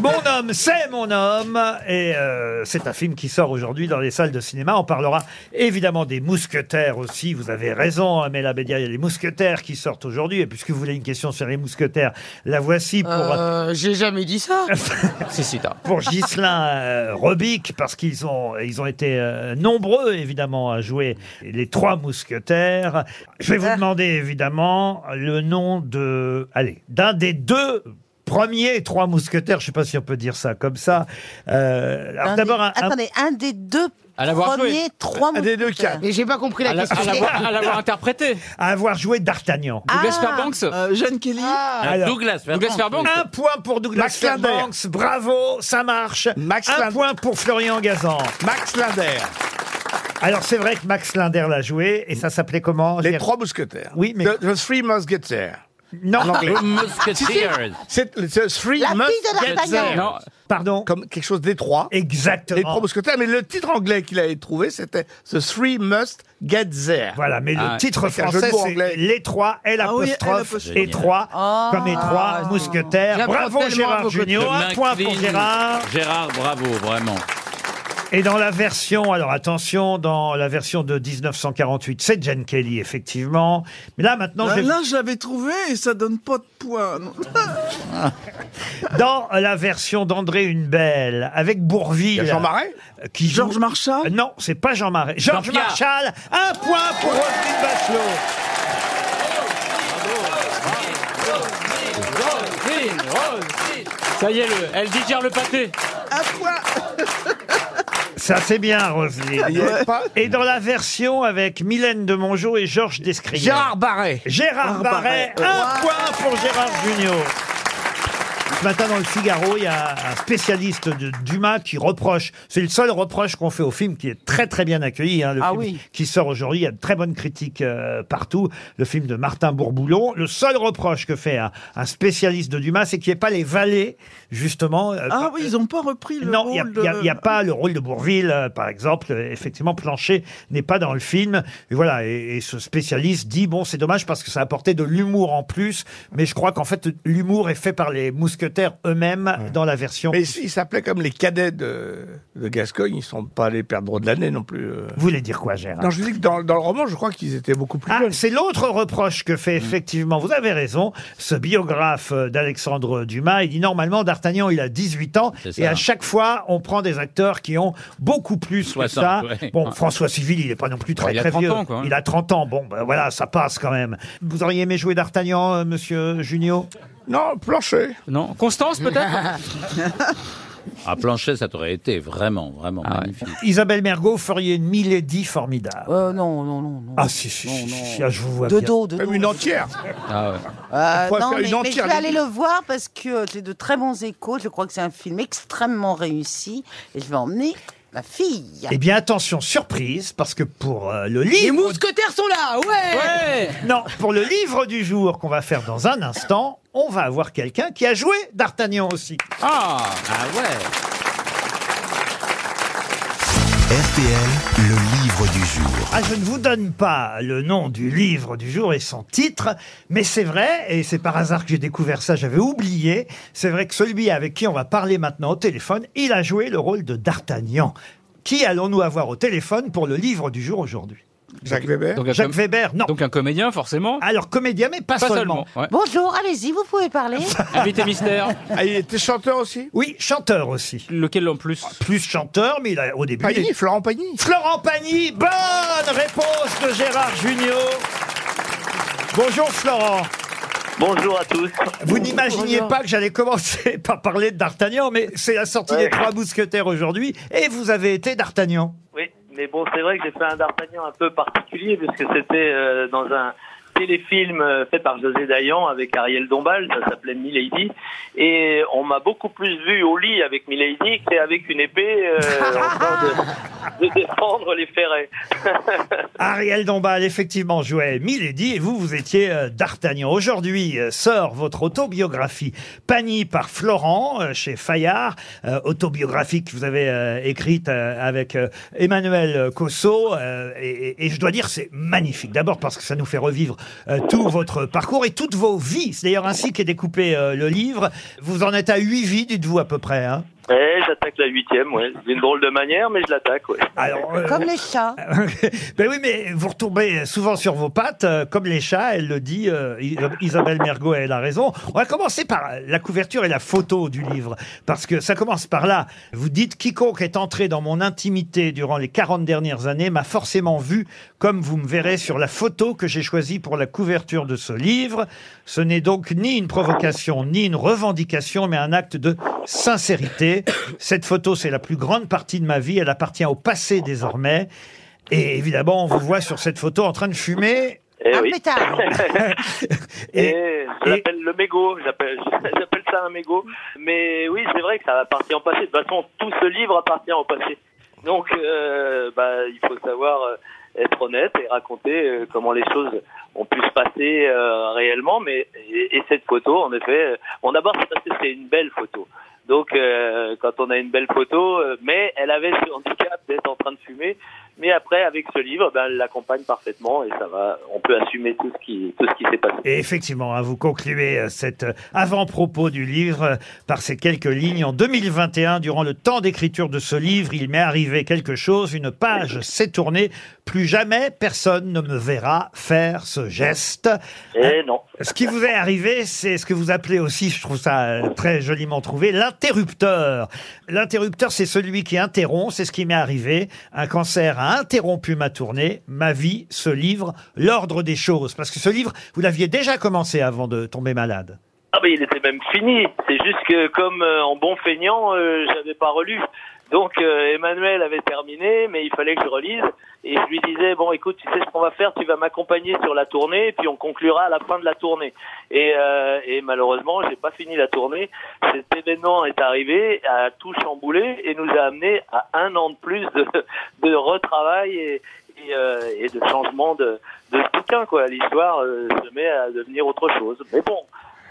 B: Mon homme, c'est mon homme. Et euh, c'est un film qui sort aujourd'hui dans les salles de cinéma. On parlera évidemment des mousquetaires aussi. Vous avez raison, Améla Bédia. Il y a les mousquetaires qui sortent aujourd'hui. Et puisque vous voulez une question sur les mousquetaires, la voici pour...
H: Euh, J'ai jamais dit ça.
B: si, si, pour Ghislain euh, Robic, parce qu'ils ont, ils ont été euh, nombreux, évidemment, à jouer les trois mousquetaires. Je vais vous
D: Ah.
B: demander, évidemment, le nom de, allez, d'un des deux premiers trois mousquetaires. Je sais pas si on peut dire ça comme ça. Euh, alors
D: Un
B: d'abord,
D: des-
B: un- un-
D: Attendez, un des deux
B: À l'avoir
D: premiers
B: joué.
D: trois
B: Un des deux
D: mousquetaires.
B: quatre.
H: Mais j'ai pas compris la
B: À la-
H: question.
B: à l'avoir-
L: À l'avoir interprété.
B: à avoir joué d'Artagnan.
L: Douglas Fairbanks.
G: Jeanne euh, Kelly.
B: Alors,
E: Douglas Fairbanks.
L: Douglas Fairbanks.
B: Un point pour Douglas
L: Max Linder.
B: Fairbanks. Bravo, ça marche. un point pour Florian Gazan. Max Linder. Alors c'est vrai que Max Linder l'a joué et ça s'appelait comment
F: Les
B: Gérard
F: trois mousquetaires.
B: Oh, Oui, mais
F: The, the Three Musketeers.
B: non.
F: En anglais.
E: Musketeers.
F: C'est The Three
D: La fille de
F: Musketeers.
D: D'Artagnan.
F: Non.
B: Pardon.
F: Comme quelque chose des trois.
B: Exactement.
F: Les trois mousquetaires. Mais le titre anglais qu'il avait trouvé, c'était The Three Must Get There.
B: Voilà, mais
F: Ah,
B: le titre
F: Avec un jeu de
B: français
F: mots
B: c'est
F: anglais.
B: les trois, L
G: Ah oui, L
B: apostrophe,
G: apostrophe.
B: et trois,
G: Ah.
B: comme les trois mousquetaires.
G: J'apprends
B: Bravo
G: tellement à
B: Gérard
G: vos côtés.
B: Junior, un
E: Le
B: point pour
E: McLean.
B: Gérard.
E: Gérard, bravo, vraiment.
B: Et dans la version, alors attention, dans la version de 1948, c'est Jen Kelly, effectivement. Mais là, maintenant,
G: Là,
B: j'ai-
G: là, je l'avais trouvé et ça donne pas de points. non.
B: dans la version d'André Hunebelle, avec Bourville.
F: Il y a Jean Marais
B: euh, qui Georges
G: Marchal
B: Non, c'est pas Jean Marais. Georges
E: Jean-Pierre.
B: Marchal, un point pour Roselyne Bachelot.
L: Rosine, Rosine. Ça y est, le- elle digère le pâté.
B: Ça, c'est bien, Roselyne.
F: Il y avait pas-
B: Et dans la version avec Mylène de Mongeau et Georges Descrières.
F: Gérard Barret.
B: Gérard
F: Gérard
B: Barret,
F: Barret,
B: un point pour Gérard Junior. Ce matin, dans le Figaro, il y a un spécialiste de Dumas qui reproche. C'est le seul reproche qu'on fait au film qui est très très bien accueilli. hein, le
D: Ah
B: film
D: oui.
B: Qui sort aujourd'hui. Il y a de très bonnes critiques euh, partout. Le film de Martin Bourboulon. Le seul reproche que fait un, un spécialiste de Dumas, c'est qu'il n'y ait pas les valets, justement. euh,
G: Ah
B: par-
G: oui, ils ont pas repris le
B: non, il
G: rôle
B: n'y a,
G: de-
B: il y a- il y a pas le rôle de Bourville, euh, par exemple. Euh, Effectivement, Plancher n'est pas dans le film. Et voilà, et, et ce spécialiste dit bon, c'est dommage parce que ça apportait de l'humour en plus, mais je crois qu'en fait, l'humour est fait par les mousquetaires eux-mêmes dans la version.
F: Mais ils s'appelaient comme les cadets de, de Gascogne, ils sont pas les perdreaux de l'année non plus. euh.
B: Vous voulez dire quoi, Gérard
F: Non, je dis que dans, dans le roman, je crois qu'ils étaient beaucoup plus
B: Ah,
F: jeunes. Mmh.
B: c'est l'autre reproche que fait effectivement, vous avez raison, ce biographe euh, d'Alexandre Dumas. Il dit normalement, D'Artagnan, il a 18 ans.
E: C'est ça.
B: Et à chaque fois, on prend des acteurs qui ont beaucoup plus que
E: 60,
B: ça.
E: ouais.
B: Bon, François Civil, il n'est pas non plus très,
E: il a
B: très
E: 30
B: vieux.
E: ans, quoi, hein.
B: Il a 30 ans. Bon, ben voilà, ça passe quand même. Vous auriez aimé jouer D'Artagnan, euh, monsieur Junio
F: Non, plancher.
L: Non, Constance peut-être
E: À plancher, ça t'aurait été vraiment, vraiment magnifique.
B: Isabelle Mergot, vous feriez une Milady formidable.
D: Euh, non, non, non, non.
B: Ah, si, si, si, si, si, ah, je vous vois
D: De
B: bien.
D: dos, de
F: Même
D: dos.
F: une entière.
D: Euh,
F: On pourrait faire
D: non, mais,
F: une
D: mais je
F: entière
D: vais aller
F: Lady.
D: le voir parce que j'ai de très bons échos. Je crois que c'est un film extrêmement réussi et je vais emmener ma fille.
B: Eh bien, attention, surprise, parce que pour euh, le
H: Les
B: livre.
H: mousquetaires sont là, ouais
B: Non, pour le livre du jour qu'on va faire dans un instant, on va avoir quelqu'un qui a joué D'Artagnan aussi.
E: Ah, ah ouais.
A: RTL, le livre du jour.
B: Ah, je ne vous donne pas le nom du livre du jour et son titre, mais c'est vrai, et c'est par hasard que j'ai découvert ça, j'avais oublié, c'est vrai que celui avec qui on va parler maintenant au téléphone, il a joué le rôle de D'Artagnan. Qui allons-nous avoir au téléphone pour le livre du jour aujourd'hui
F: Jacques Weber.
L: Donc un
B: Jacques
L: com-
B: Weber, non.
L: Donc un comédien forcément
B: Alors comédien, mais pas,
L: Pas
B: seulement.
L: seulement. ouais.
D: Bonjour, allez-y, vous pouvez parler.
L: Invité mystère.
F: Ah, il était chanteur aussi
B: Oui, chanteur aussi.
L: Lequel en plus
B: Plus chanteur, mais il a, au début... il
F: Pagny,
B: est-
F: Florent Pagny.
B: Florent Pagny, bonne réponse de Gérard Junior. Bonjour Florent.
R: Bonjour à tous.
B: Vous n'imaginiez pas que j'allais commencer par parler de D'Artagnan, mais c'est la sortie des Trois Mousquetaires aujourd'hui, et vous avez été D'Artagnan.
R: Oui, mais bon, c'est vrai que j'ai fait un D'Artagnan un peu particulier puisque c'était euh, dans un téléfilm euh, fait par José Dayan avec Ariel Dombal, ça s'appelait Milady, et on m'a beaucoup plus vu au lit avec Milady qu'avec une épée euh, en train de, de défendre les ferrets.
B: Ariel Dombal, effectivement, jouait Milady, et vous, vous étiez euh, D'Artagnan. Aujourd'hui euh, sort votre autobiographie, Pagny par Florent, euh, chez Fayard, euh, autobiographie que vous avez euh, écrite euh, avec euh, Emmanuel Cosso, euh, et, et- et je dois dire, c'est magnifique. D'abord parce que ça nous fait revivre euh, tout votre parcours et toutes vos vies. C'est d'ailleurs ainsi qu'est découpé euh, le livre. Vous en êtes à huit vies, dites-vous à peu près. Hein
R: Et Eh, j'attaque la huitième, ouais, d'une drôle de manière, mais je l'attaque, ouais.
B: Alors, euh,
D: Comme les chats.
B: ben oui, mais vous retombez souvent sur vos pattes, euh, comme les chats, elle le dit, euh, I- Isabelle Mergot, elle a raison. On va commencer par la couverture et la photo du livre, parce que ça commence par là. Vous dites, quiconque est entré dans mon intimité durant les 40 dernières années m'a forcément vu, comme vous me verrez sur la photo que j'ai choisie pour la couverture de ce livre. Ce n'est donc ni une provocation, ni une revendication, mais un acte de sincérité. Cette photo, c'est la plus grande partie de ma vie, elle appartient au passé désormais. Et évidemment, on vous voit sur cette photo en train de fumer.
R: Eh
D: Un
R: oui.
D: pétard.
R: Et, Eh, je l'appelle le mégot, j'appelle j'appelle ça un mégot. Mais oui, c'est vrai que ça appartient au passé. De toute façon, tout ce livre appartient au passé. Donc, euh, bah, il faut savoir euh, être honnête et raconter euh, comment les choses ont pu se passer euh, réellement. Mais et, et cette photo, en effet, euh, bon, d'abord c'est parce que c'est une belle photo. Donc, euh, quand on a une belle photo, euh, mais elle avait ce handicap d'être en train de fumer. Mais après, avec ce livre, ben, elle l'accompagne parfaitement et ça va. On peut assumer tout ce qui tout ce qui s'est passé.
B: Et effectivement, hein, vous concluez euh, cet euh, avant-propos du livre euh, par ces quelques lignes. En 2021, durant le temps d'écriture de ce livre, il m'est arrivé quelque chose, une page s'est tournée. Plus jamais personne ne me verra faire ce geste.
R: Eh non.
B: Ce qui vous est arrivé, c'est ce que vous appelez aussi, je trouve ça euh, très joliment trouvé, l'interrupteur. L'interrupteur, c'est celui qui interrompt, c'est ce qui m'est arrivé. Un cancer a interrompu ma tournée, ma vie, ce livre, l'ordre des choses. Parce que ce livre, vous l'aviez déjà commencé avant de tomber malade.
R: Ah ben il était même fini. C'est juste que comme euh, en bon feignant, euh, j'avais pas relu. Donc euh, Emmanuel avait terminé, mais il fallait que je relise. Et je lui disais, bon écoute, tu sais ce qu'on va faire, tu vas m'accompagner sur la tournée, et puis on conclura à la fin de la tournée. Et, euh, et malheureusement, j'ai pas fini la tournée. Cet événement est arrivé, a tout chamboulé, et nous a amené à un an de plus de, de retravail et, et, euh, et de changement de, de ce bouquin. quoi. L'histoire euh, se met à devenir autre chose. Mais bon,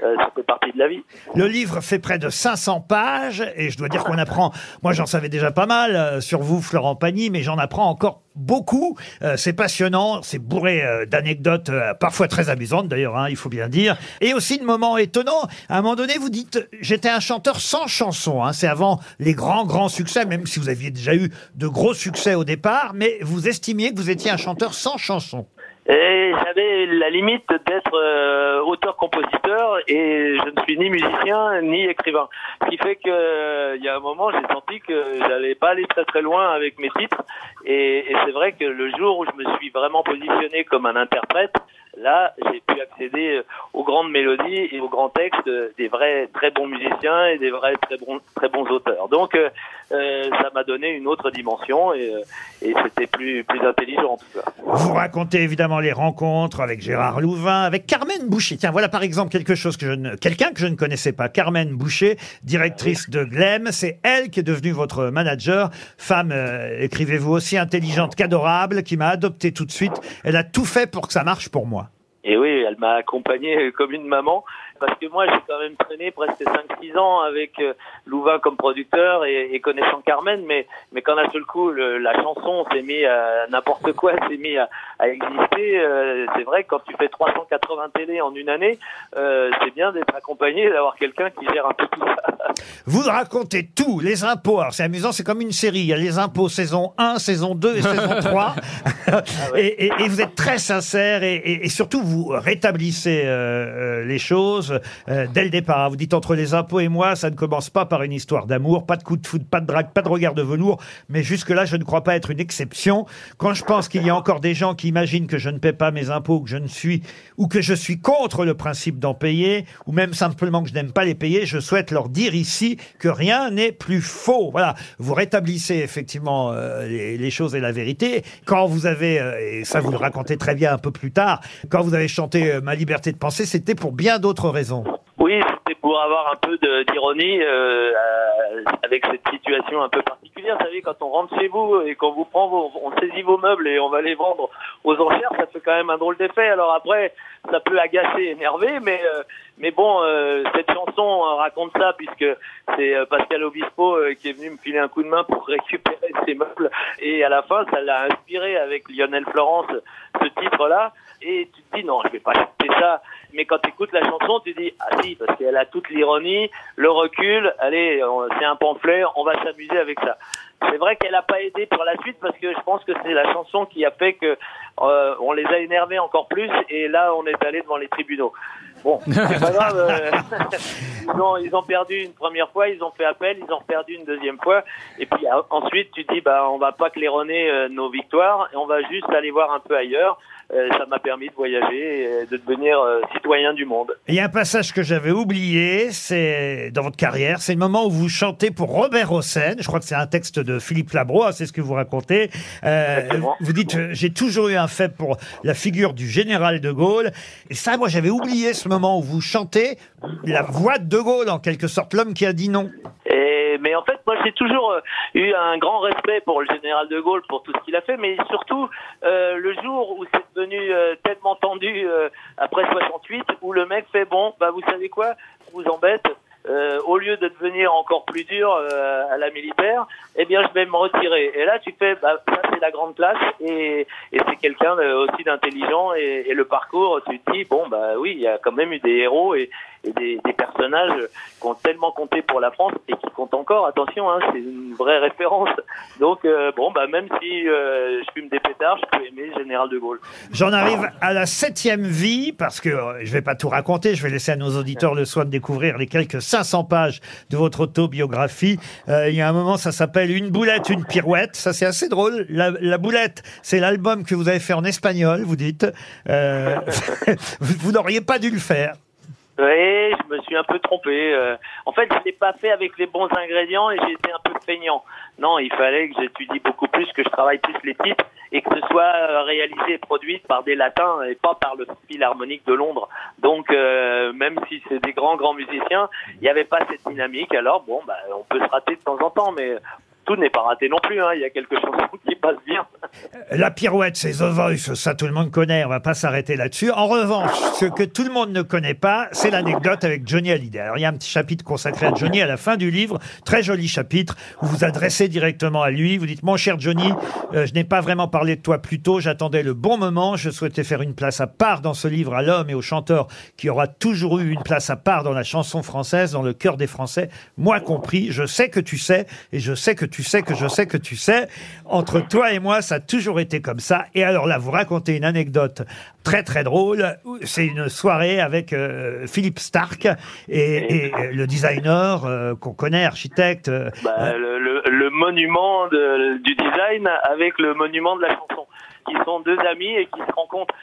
R: euh, ça fait partie de la vie.
B: Le livre fait près de 500 pages et je dois dire qu'on apprend, moi j'en savais déjà pas mal euh, sur vous Florent Pagny, mais j'en apprends encore beaucoup. Euh, c'est passionnant, c'est bourré euh, d'anecdotes euh, parfois très amusantes d'ailleurs, hein, il faut bien dire, et aussi de moments étonnants. À un moment donné, vous dites, j'étais un chanteur sans chanson, hein, c'est avant les grands grands succès, même si vous aviez déjà eu de gros succès au départ, mais vous estimiez que vous étiez un chanteur sans chanson.
R: Et j'avais la limite d'être euh, auteur-compositeur et je ne suis ni musicien ni écrivain. Ce qui fait que euh, il y a un moment j'ai senti que j'allais pas aller très très loin avec mes titres et, et c'est vrai que le jour où je me suis vraiment positionné comme un interprète, là j'ai pu accéder euh, aux grandes mélodies et aux grands textes euh, des vrais très bons musiciens et des vrais très bons très bons auteurs. Donc euh, euh, ça m'a donné une autre dimension et, euh, et c'était plus plus intelligent en tout cas.
B: Vous racontez évidemment les rencontres avec Gérard Louvain, avec Carmen Boucher. Tiens, voilà par exemple quelque chose que je ne, quelqu'un que je ne connaissais pas. Carmen Boucher, directrice de Glem. C'est elle qui est devenue votre manager. Femme, euh, écrivez-vous aussi intelligente qu'adorable, qui m'a adopté tout de suite. Elle a tout fait pour que ça marche pour moi.
R: Et oui, elle m'a accompagné comme une maman, parce que moi j'ai quand même traîné presque 5-6 ans avec euh, Louvain comme producteur et, et connaissant Carmen, mais, mais quand d'un seul coup le- la chanson s'est mise à n'importe quoi, s'est mise à, à exister, euh, c'est vrai que quand tu fais 380 télés en une année, euh, c'est bien d'être accompagné, d'avoir quelqu'un qui gère un peu tout ça.
B: Vous racontez tout, les impôts. Alors c'est amusant, c'est comme une série. Il y a les impôts saison 1, saison 2 et saison 3. et, et- et vous êtes très sincère et, et- et surtout vous rétablissez euh, euh, les choses euh, dès le départ. Vous dites entre les impôts et moi, ça ne commence pas par une histoire d'amour, pas de coup de foudre, pas de drague, pas de regard de velours. Mais jusque-là, je ne crois pas être une exception. Quand je pense qu'il y a encore des gens qui imaginent que je ne paie pas mes impôts, que je ne suis ou que je suis contre le principe d'en payer, ou même simplement que je n'aime pas les payer, je souhaite leur dire ici que rien n'est plus faux. Voilà, vous rétablissez effectivement euh, les, les choses et la vérité. Quand vous avez, euh, et ça vous le racontez très bien un peu plus tard, quand vous avez chanté euh, Ma liberté de penser, c'était pour bien d'autres raisons.
R: Oui, c'était pour avoir un peu de- d'ironie euh, euh, avec cette situation un peu particulière. Vous savez, quand on rentre chez vous et qu'on vous prend, vos- on saisit vos meubles et on va les vendre aux enchères, ça fait quand même un drôle d'effet. Alors après, ça peut agacer, énerver, mais euh, mais bon, euh, cette chanson euh, raconte ça puisque c'est euh, Pascal Obispo euh, qui est venu me filer un coup de main pour récupérer ses meubles et à la fin, ça l'a inspiré avec Lionel Florence ce titre-là et tu te dis non, je vais pas chanter ça. Mais quand tu écoutes la chanson, tu dis ah si, parce qu'elle a toute l'ironie, le recul. Allez, on- c'est un pamphlet, on va s'amuser avec ça. C'est vrai qu'elle a pas aidé pour la suite parce que je pense que c'est la chanson qui a fait que euh, on les a énervés encore plus et là on est allé devant les tribunaux. Bon, c'est pas grave. euh, ils, ont, ils ont perdu une première fois, ils ont fait appel, ils ont perdu une deuxième fois. Et puis a- ensuite, tu te dis, bah, on va pas claironner euh, nos victoires, et on va juste aller voir un peu ailleurs. Euh, ça m'a permis de voyager et de devenir euh, citoyen du monde.
B: Il y a un passage que j'avais oublié, c'est dans votre carrière, c'est le moment où vous chantez pour Robert Hossein. Je crois que c'est un texte de Philippe Labro, hein, c'est ce que vous racontez. Euh, vous dites euh, j'ai toujours eu un fait pour la figure du général de Gaulle. Et ça, moi, j'avais oublié ce moment où vous chantez la voix de de Gaulle, en quelque sorte, l'homme qui a dit non.
R: Et, mais en fait, moi, j'ai toujours euh, eu un grand respect pour le général de Gaulle, pour tout ce qu'il a fait, mais surtout euh, le jour où c'est devenu euh, tellement tendu euh, après 68, où le mec fait bon, bah vous savez quoi, je vous embête. euh, au lieu de devenir encore plus dur euh, à la militaire, eh bien je vais me retirer. Et là tu fais, bah, ça c'est la grande classe et, et c'est quelqu'un euh, aussi d'intelligent et, et le parcours, tu te dis bon bah oui, il y a quand même eu des héros et, et des, des personnages qui ont tellement compté pour la France et qui comptent encore. Attention, hein, c'est une vraie référence. Donc euh, bon bah même si euh, je fume des pétards, je peux aimer le général de Gaulle.
B: J'en arrive à la septième vie, parce que euh, je vais pas tout raconter, je vais laisser à nos auditeurs le soin de découvrir les quelques 500 pages de votre autobiographie. Euh, il y a un moment, ça s'appelle Une boulette, une pirouette. Ça, c'est assez drôle. La, la boulette, c'est l'album que vous avez fait en espagnol, vous dites. Euh, vous vous n'auriez pas dû le faire.
R: Oui, je me suis un peu trompé. euh. en fait, je l'ai pas fait avec les bons ingrédients et j'ai été un peu feignant. Non, il fallait que j'étudie beaucoup plus, que je travaille plus les titres et que ce soit euh, réalisé et produit par des latins et pas par le Philharmonique de Londres. Donc, euh, même si c'est des grands, grands musiciens, il n'y avait pas cette dynamique. Alors, bon, bah, on peut se rater de temps en temps, mais tout n'est pas raté non plus. hein. Il y a quelques chansons qui passent bien.
B: La pirouette, c'est The Voice, ça tout le monde connaît, on va pas s'arrêter là-dessus. En revanche, ce que tout le monde ne connaît pas, c'est l'anecdote avec Johnny Hallyday. Alors il y a un petit chapitre consacré à Johnny à la fin du livre, très joli chapitre, vous vous adressez directement à lui, vous dites « Mon cher Johnny, euh, je n'ai pas vraiment parlé de toi plus tôt, j'attendais le bon moment, je souhaitais faire une place à part dans ce livre à l'homme et au chanteur qui aura toujours eu une place à part dans la chanson française, dans le cœur des Français, moi compris, je sais que tu sais, et je sais que tu sais que je sais que tu sais. Entre toi et moi, ça a toujours été comme ça. Et alors là, vous racontez une anecdote très très drôle. C'est une soirée avec euh, Philippe Stark et, et, euh, le designer euh, qu'on connaît, architecte. euh,
R: Bah, le, le- le monument de- du design avec le monument de la chanson, qui sont deux amis et qui se rencontrent.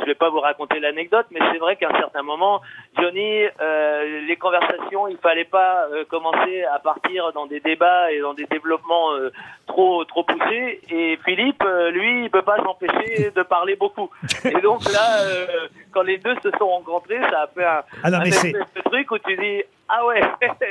R: Je vais pas vous raconter l'anecdote, mais c'est vrai qu'à un certain moment, Johnny, euh, les conversations, il fallait pas euh, commencer à partir dans des débats et dans des développements euh, trop trop poussés. Et Philippe, euh, lui, il peut pas s'empêcher de parler beaucoup. Et donc là, euh, quand les deux se sont rencontrés, ça a fait un,
B: Ah non,
R: un
B: mais c'est-
R: espèce ce truc où tu dis ah ouais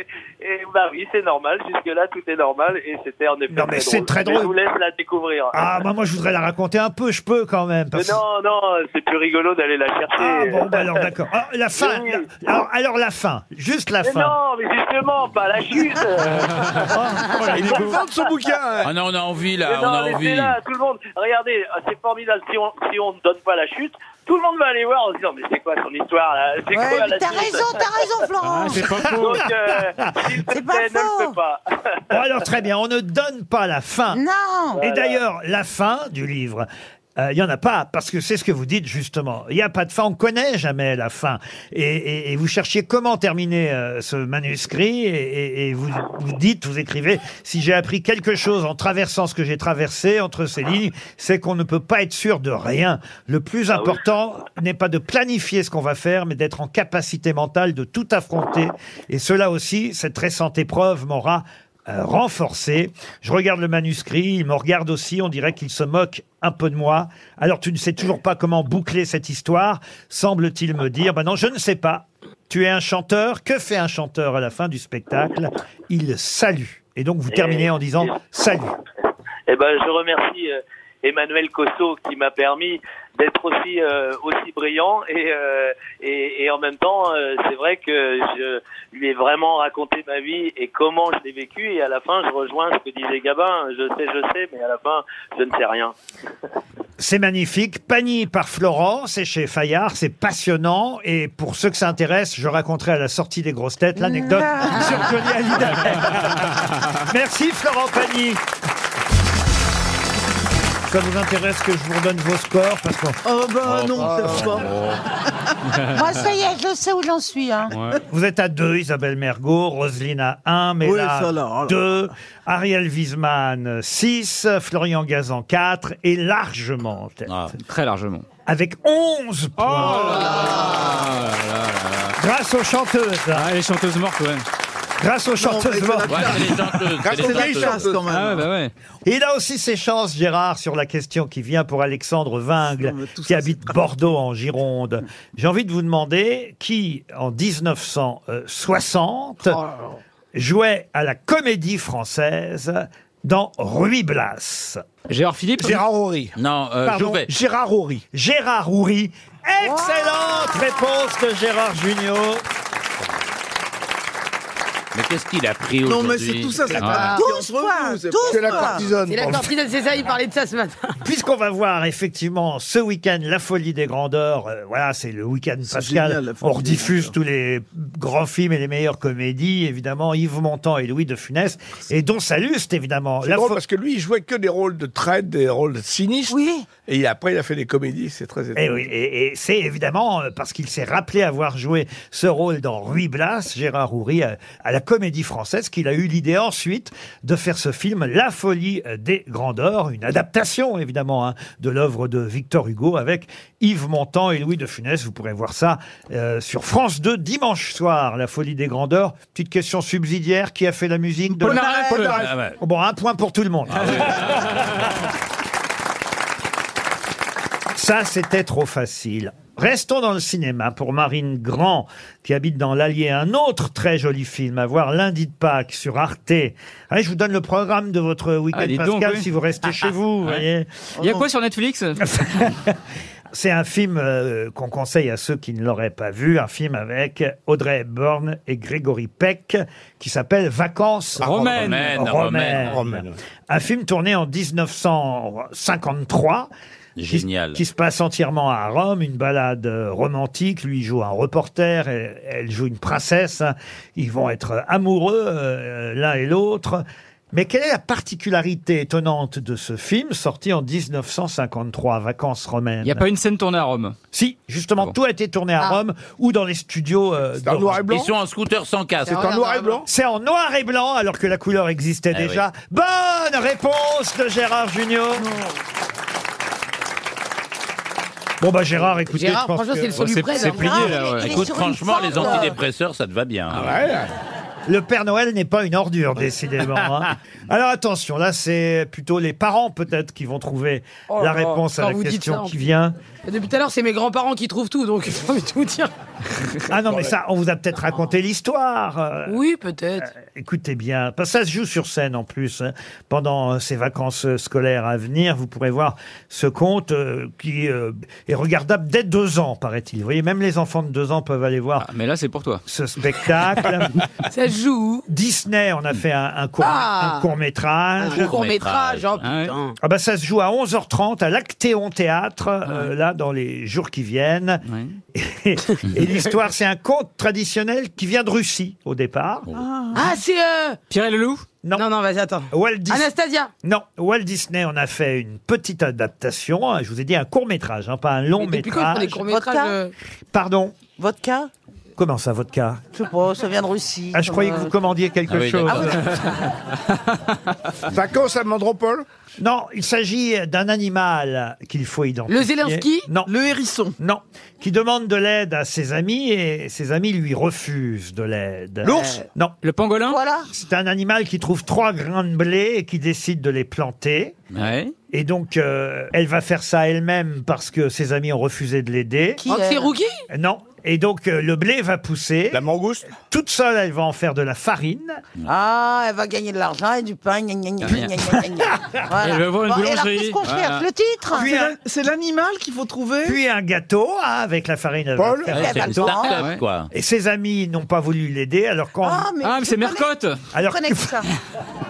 R: et bah oui c'est normal jusque là tout est normal et c'était en effet
B: Non, mais c'est très drôle.
R: je vous laisse la découvrir
B: Ah, bah, moi je voudrais la raconter un peu, je peux quand même.
R: Mais
B: parce-
R: non non c'est plus rigolo d'aller la chercher
B: Ah bon, bah alors d'accord. Ah, la fin,
R: Oui.
B: la- alors, alors la fin, juste la
R: mais
B: fin.
R: non mais justement pas la chute
B: Oh,
E: il est beau.
R: son bouquin
E: Ah non, on a envie
R: Mais non,
E: là, on a
R: laissez-la,
E: envie.
R: tout le monde. Regardez, ah, c'est formidable. Si on si on ne donne pas la chute, tout le monde va aller voir en se disant mais c'est quoi son histoire là C'est
O: Ouais,
R: quoi
O: mais
R: la
O: t'as
R: chute
O: raison, t'as raison, Florent. Ah, c'est pas faux.
R: Donc, euh, s'il te plaît, ne le fais pas.
B: Bon, alors très bien, on ne donne pas la fin.
D: Non.
B: Et d'ailleurs, la fin du livre. euh, Il y n'y en a pas, parce que c'est ce que vous dites justement. Il n'y a pas de fin, on connaît jamais la fin. Et, et- et vous cherchiez comment terminer euh, ce manuscrit, et, et- et vous, vous dites, vous écrivez, si j'ai appris quelque chose en traversant ce que j'ai traversé entre ces lignes, c'est qu'on ne peut pas être sûr de rien. Le plus important n'est pas de planifier ce qu'on va faire, mais d'être en capacité mentale de tout affronter. Et cela aussi, cette récente épreuve m'aura euh, renforcé. Je regarde le manuscrit, il me regarde aussi, on dirait qu'il se moque un peu de moi. Alors tu ne sais toujours pas comment boucler cette histoire, semble-t-il me dire. Ben non, je ne sais pas. Tu es un chanteur, que fait un chanteur à la fin du spectacle Il salue. Et donc vous terminez en disant salut.
R: Eh ben, je remercie euh, Emmanuel Cosso qui m'a permis d'être aussi euh, aussi brillant et, euh, et et en même temps, euh, c'est vrai que je lui ai vraiment raconté ma vie et comment je l'ai vécu et à la fin, je rejoins ce que disait Gabin. Je sais, je sais, mais à la fin, je ne sais rien.
B: C'est magnifique. Panier par Florent, c'est chez Fayard, c'est passionnant. Et pour ceux que ça intéresse, je raconterai à la sortie des grosses têtes l'anecdote
I: Ah.
B: sur Johnny Hallyday. Merci Florent Pagny. Ça vous intéresse que je vous redonne vos scores parce qu'on...
G: Oh bah non,
B: ça va.
D: Moi, ça y est, je sais où j'en suis. Hein.
B: Vous êtes à 2, Isabelle Mergot, Roselyne à 1, Mela
G: ça, là, oh là.
B: 2, Ariel Wiesman 6, Florian Gazan 4 et largement en tête.
H: Ah.
L: Très largement.
B: Avec 11 points. Grâce aux chanteuses.
L: Ah, les chanteuses mortes, ouais.
B: Grâce aux chanteuses mortes.
L: Grâce aux vieilles chanteuses. Ah ouais, bah ouais.
B: Et il a aussi ses chances, Gérard, sur la question qui vient pour Alexandre Vingle, qui habite Bordeaux en Gironde. J'ai envie de vous demander qui, en 1960, jouait à la comédie française dans Ruy Blas.
L: Gérard Philippe
B: Gérard Horry.
E: Non, euh,
B: Pardon,
E: Jouvet.
B: Gérard Horry. Gérard Horry. Excellente réponse de Gérard Junior.
E: Mais qu'est-ce qu'il a pris
G: Non,
E: aujourd'hui Ah.
G: mais c'est tout ça, c'est
H: Ah,
F: Ah,
G: pas-
E: Ouais.
G: Douze points, douze points.
H: C'est la cortisone, c'est ça, il parlait de ça ce matin.
B: Puisqu'on va voir effectivement ce week-end la folie des grandeurs, euh, voilà, c'est le week-end Pascal.
G: génial, La Folie
B: on
G: des
B: rediffuse tous les grands films et les meilleures comédies, évidemment Yves Montand et Louis de Funès, et dont Saluste évidemment.
F: C'est
B: La
F: drôle
B: fo-
F: parce que lui, il jouait que des rôles de traite, des rôles sinistres. Et il- après, il a fait des comédies, c'est très étonnant.
B: Eh oui, et, et c'est évidemment euh, parce qu'il s'est rappelé avoir joué ce rôle dans Ruy Blas, Gérard Houry, à, à la comédie française qu'il a eu l'idée ensuite de faire ce film La folie euh, des grandeurs, une adaptation évidemment hein, de l'œuvre de Victor Hugo avec Yves Montand et Louis de Funès. Vous pourrez voir ça euh, sur France 2 dimanche soir, La folie des grandeurs. Petite question subsidiaire, qui a fait la musique de
F: Polnareff. Polnareff.
B: Ah ouais. Bon, un point pour tout le monde. Ça, c'était trop facile. Restons dans le cinéma pour Marine Grand, qui habite dans l'Allier. Un autre très joli film à voir lundi de Pâques sur Arte. Allez, je vous donne le programme de votre week-end
L: Ah, dites donc,
B: Pascal
L: oui.
B: si vous restez chez vous. vous
L: Ouais.
B: voyez.
L: Il y a quoi sur Netflix
B: C'est un film euh, qu'on conseille à ceux qui ne l'auraient pas vu, un film avec Audrey Hepburn et Grégory Peck qui s'appelle Vacances
L: Romaines.
B: Romaines.
L: Romaines.
B: Romaines. Un film tourné en 1953.
E: Génial.
B: Qui se passe entièrement à Rome, une balade euh, romantique. Lui il joue un reporter, elle, elle joue une princesse. hein. Ils vont être amoureux euh, l'un et l'autre. Mais quelle est la particularité étonnante de ce film sorti en 1953, Vacances romaines
L: Il n'y a pas une scène tournée à Rome Ah
B: Si, justement, tout a été tourné à Rome ou dans les studios. euh,
E: en
B: d'Orange.
E: noir et blanc Ils sont en scooter sans casque. Ah, C'est en noir
R: hein.
E: et blanc
B: C'est en noir et blanc, alors que la couleur existait
E: Eh
B: déjà. Bonne réponse de Gérard Junior. Bon bah Gérard, écoutez,
H: Gérard,
B: je pense
H: franchement,
B: que-
H: c'est le soluble.
E: C'est c'est plié là. ouais.
H: Il est
E: Écoute,
H: sur une
E: franchement, les
H: forme, là.
E: antidépresseurs, ça te va bien.
B: Ah Le Père Noël n'est pas une ordure, décidément. hein. Alors attention, là, c'est plutôt les parents peut-être qui vont trouver
H: Oh
B: la
H: là,
B: réponse
H: quand
B: à la
H: vous dites ça,
B: question
H: en
B: qui
H: plus.
B: vient.
H: Depuis tout à l'heure, c'est mes grands-parents qui trouvent tout, donc j'ai envie de vous dire.
B: Ah non, mais ça, on vous a peut-être raconté l'histoire. euh,
H: Oui, peut-être.
B: Écoutez bien, parce que ça se joue sur scène en plus. hein. Pendant euh, ces vacances euh, scolaires à venir, vous pourrez voir ce conte euh, qui euh, est regardable dès deux ans, paraît-il. Vous voyez, même les enfants de deux ans peuvent aller voir
L: Ah, Mais là, c'est pour toi.
B: ce spectacle.
H: Ça se joue.
B: Disney, on a fait un, court,
H: Ah
B: métrage.
H: Un court-métrage, oh putain.
B: Ah bah ça se joue à 11h30 à l'Actéon Théâtre, euh, là dans les jours qui viennent. Et, et l'histoire, c'est un conte traditionnel qui vient de Russie au départ.
H: Ah, c'est. Euh...
L: Oh. Pierre et le loup
B: Non,
H: non, non, vas-y, attends.
B: Walt Dis-
H: Anastasia
B: Non, Walt Disney en a fait une petite adaptation. Je vous ai dit un court métrage, hein, pas un long
H: Mais depuis quand ils font des
B: métrage.
H: courts-métrages
D: Vodka
H: euh,
B: Pardon
D: Vodka
B: Comment ça, vodka
D: Je sais pas, ça vient de Russie.
B: Ah, je croyais que
L: Euh,
B: vous commandiez quelque
L: Ah
B: chose.
F: Vacances à Mandropole
B: Non, il s'agit d'un animal qu'il faut identifier.
H: Le Zelensky
B: Non. Le hérisson Non. Qui demande de l'aide à ses amis et ses amis lui refusent de l'aide. Euh,
L: L'ours
B: Non.
L: Le pangolin
B: C'est un animal qui trouve trois grains de blé et qui décide de les planter.
L: Ouais.
B: Et donc, euh, elle va faire ça elle-même parce que ses amis ont refusé de l'aider.
H: Oh, c'est Rookie
B: Non. Et donc, euh, le blé va pousser. La mangouste Toute seule, elle va en faire de la farine.
D: Ah, elle va gagner de l'argent et du pain. gna, gna, gna,
B: Ah, merde.
D: gna, gna, gna, gna. Voilà.
B: Elle va voir une
D: Bon, et alors,
B: boulangerie.
D: qu'est-ce qu'on
B: Voilà.
D: cherche Le titre
B: Puis un-
G: C'est l'animal qu'il faut trouver.
B: Puis un gâteau hein, avec la farine. elle va
G: Paul
B: faire
G: Ouais,
B: un
G: c'est
B: gâteau.
G: une start-up, Ouais.
E: quoi.
B: Et ses amis n'ont pas voulu l'aider alors quand.
D: Ah, mais Ah, mais je c'est connais- Mercotte.
B: Alors
D: Je connais tout ça.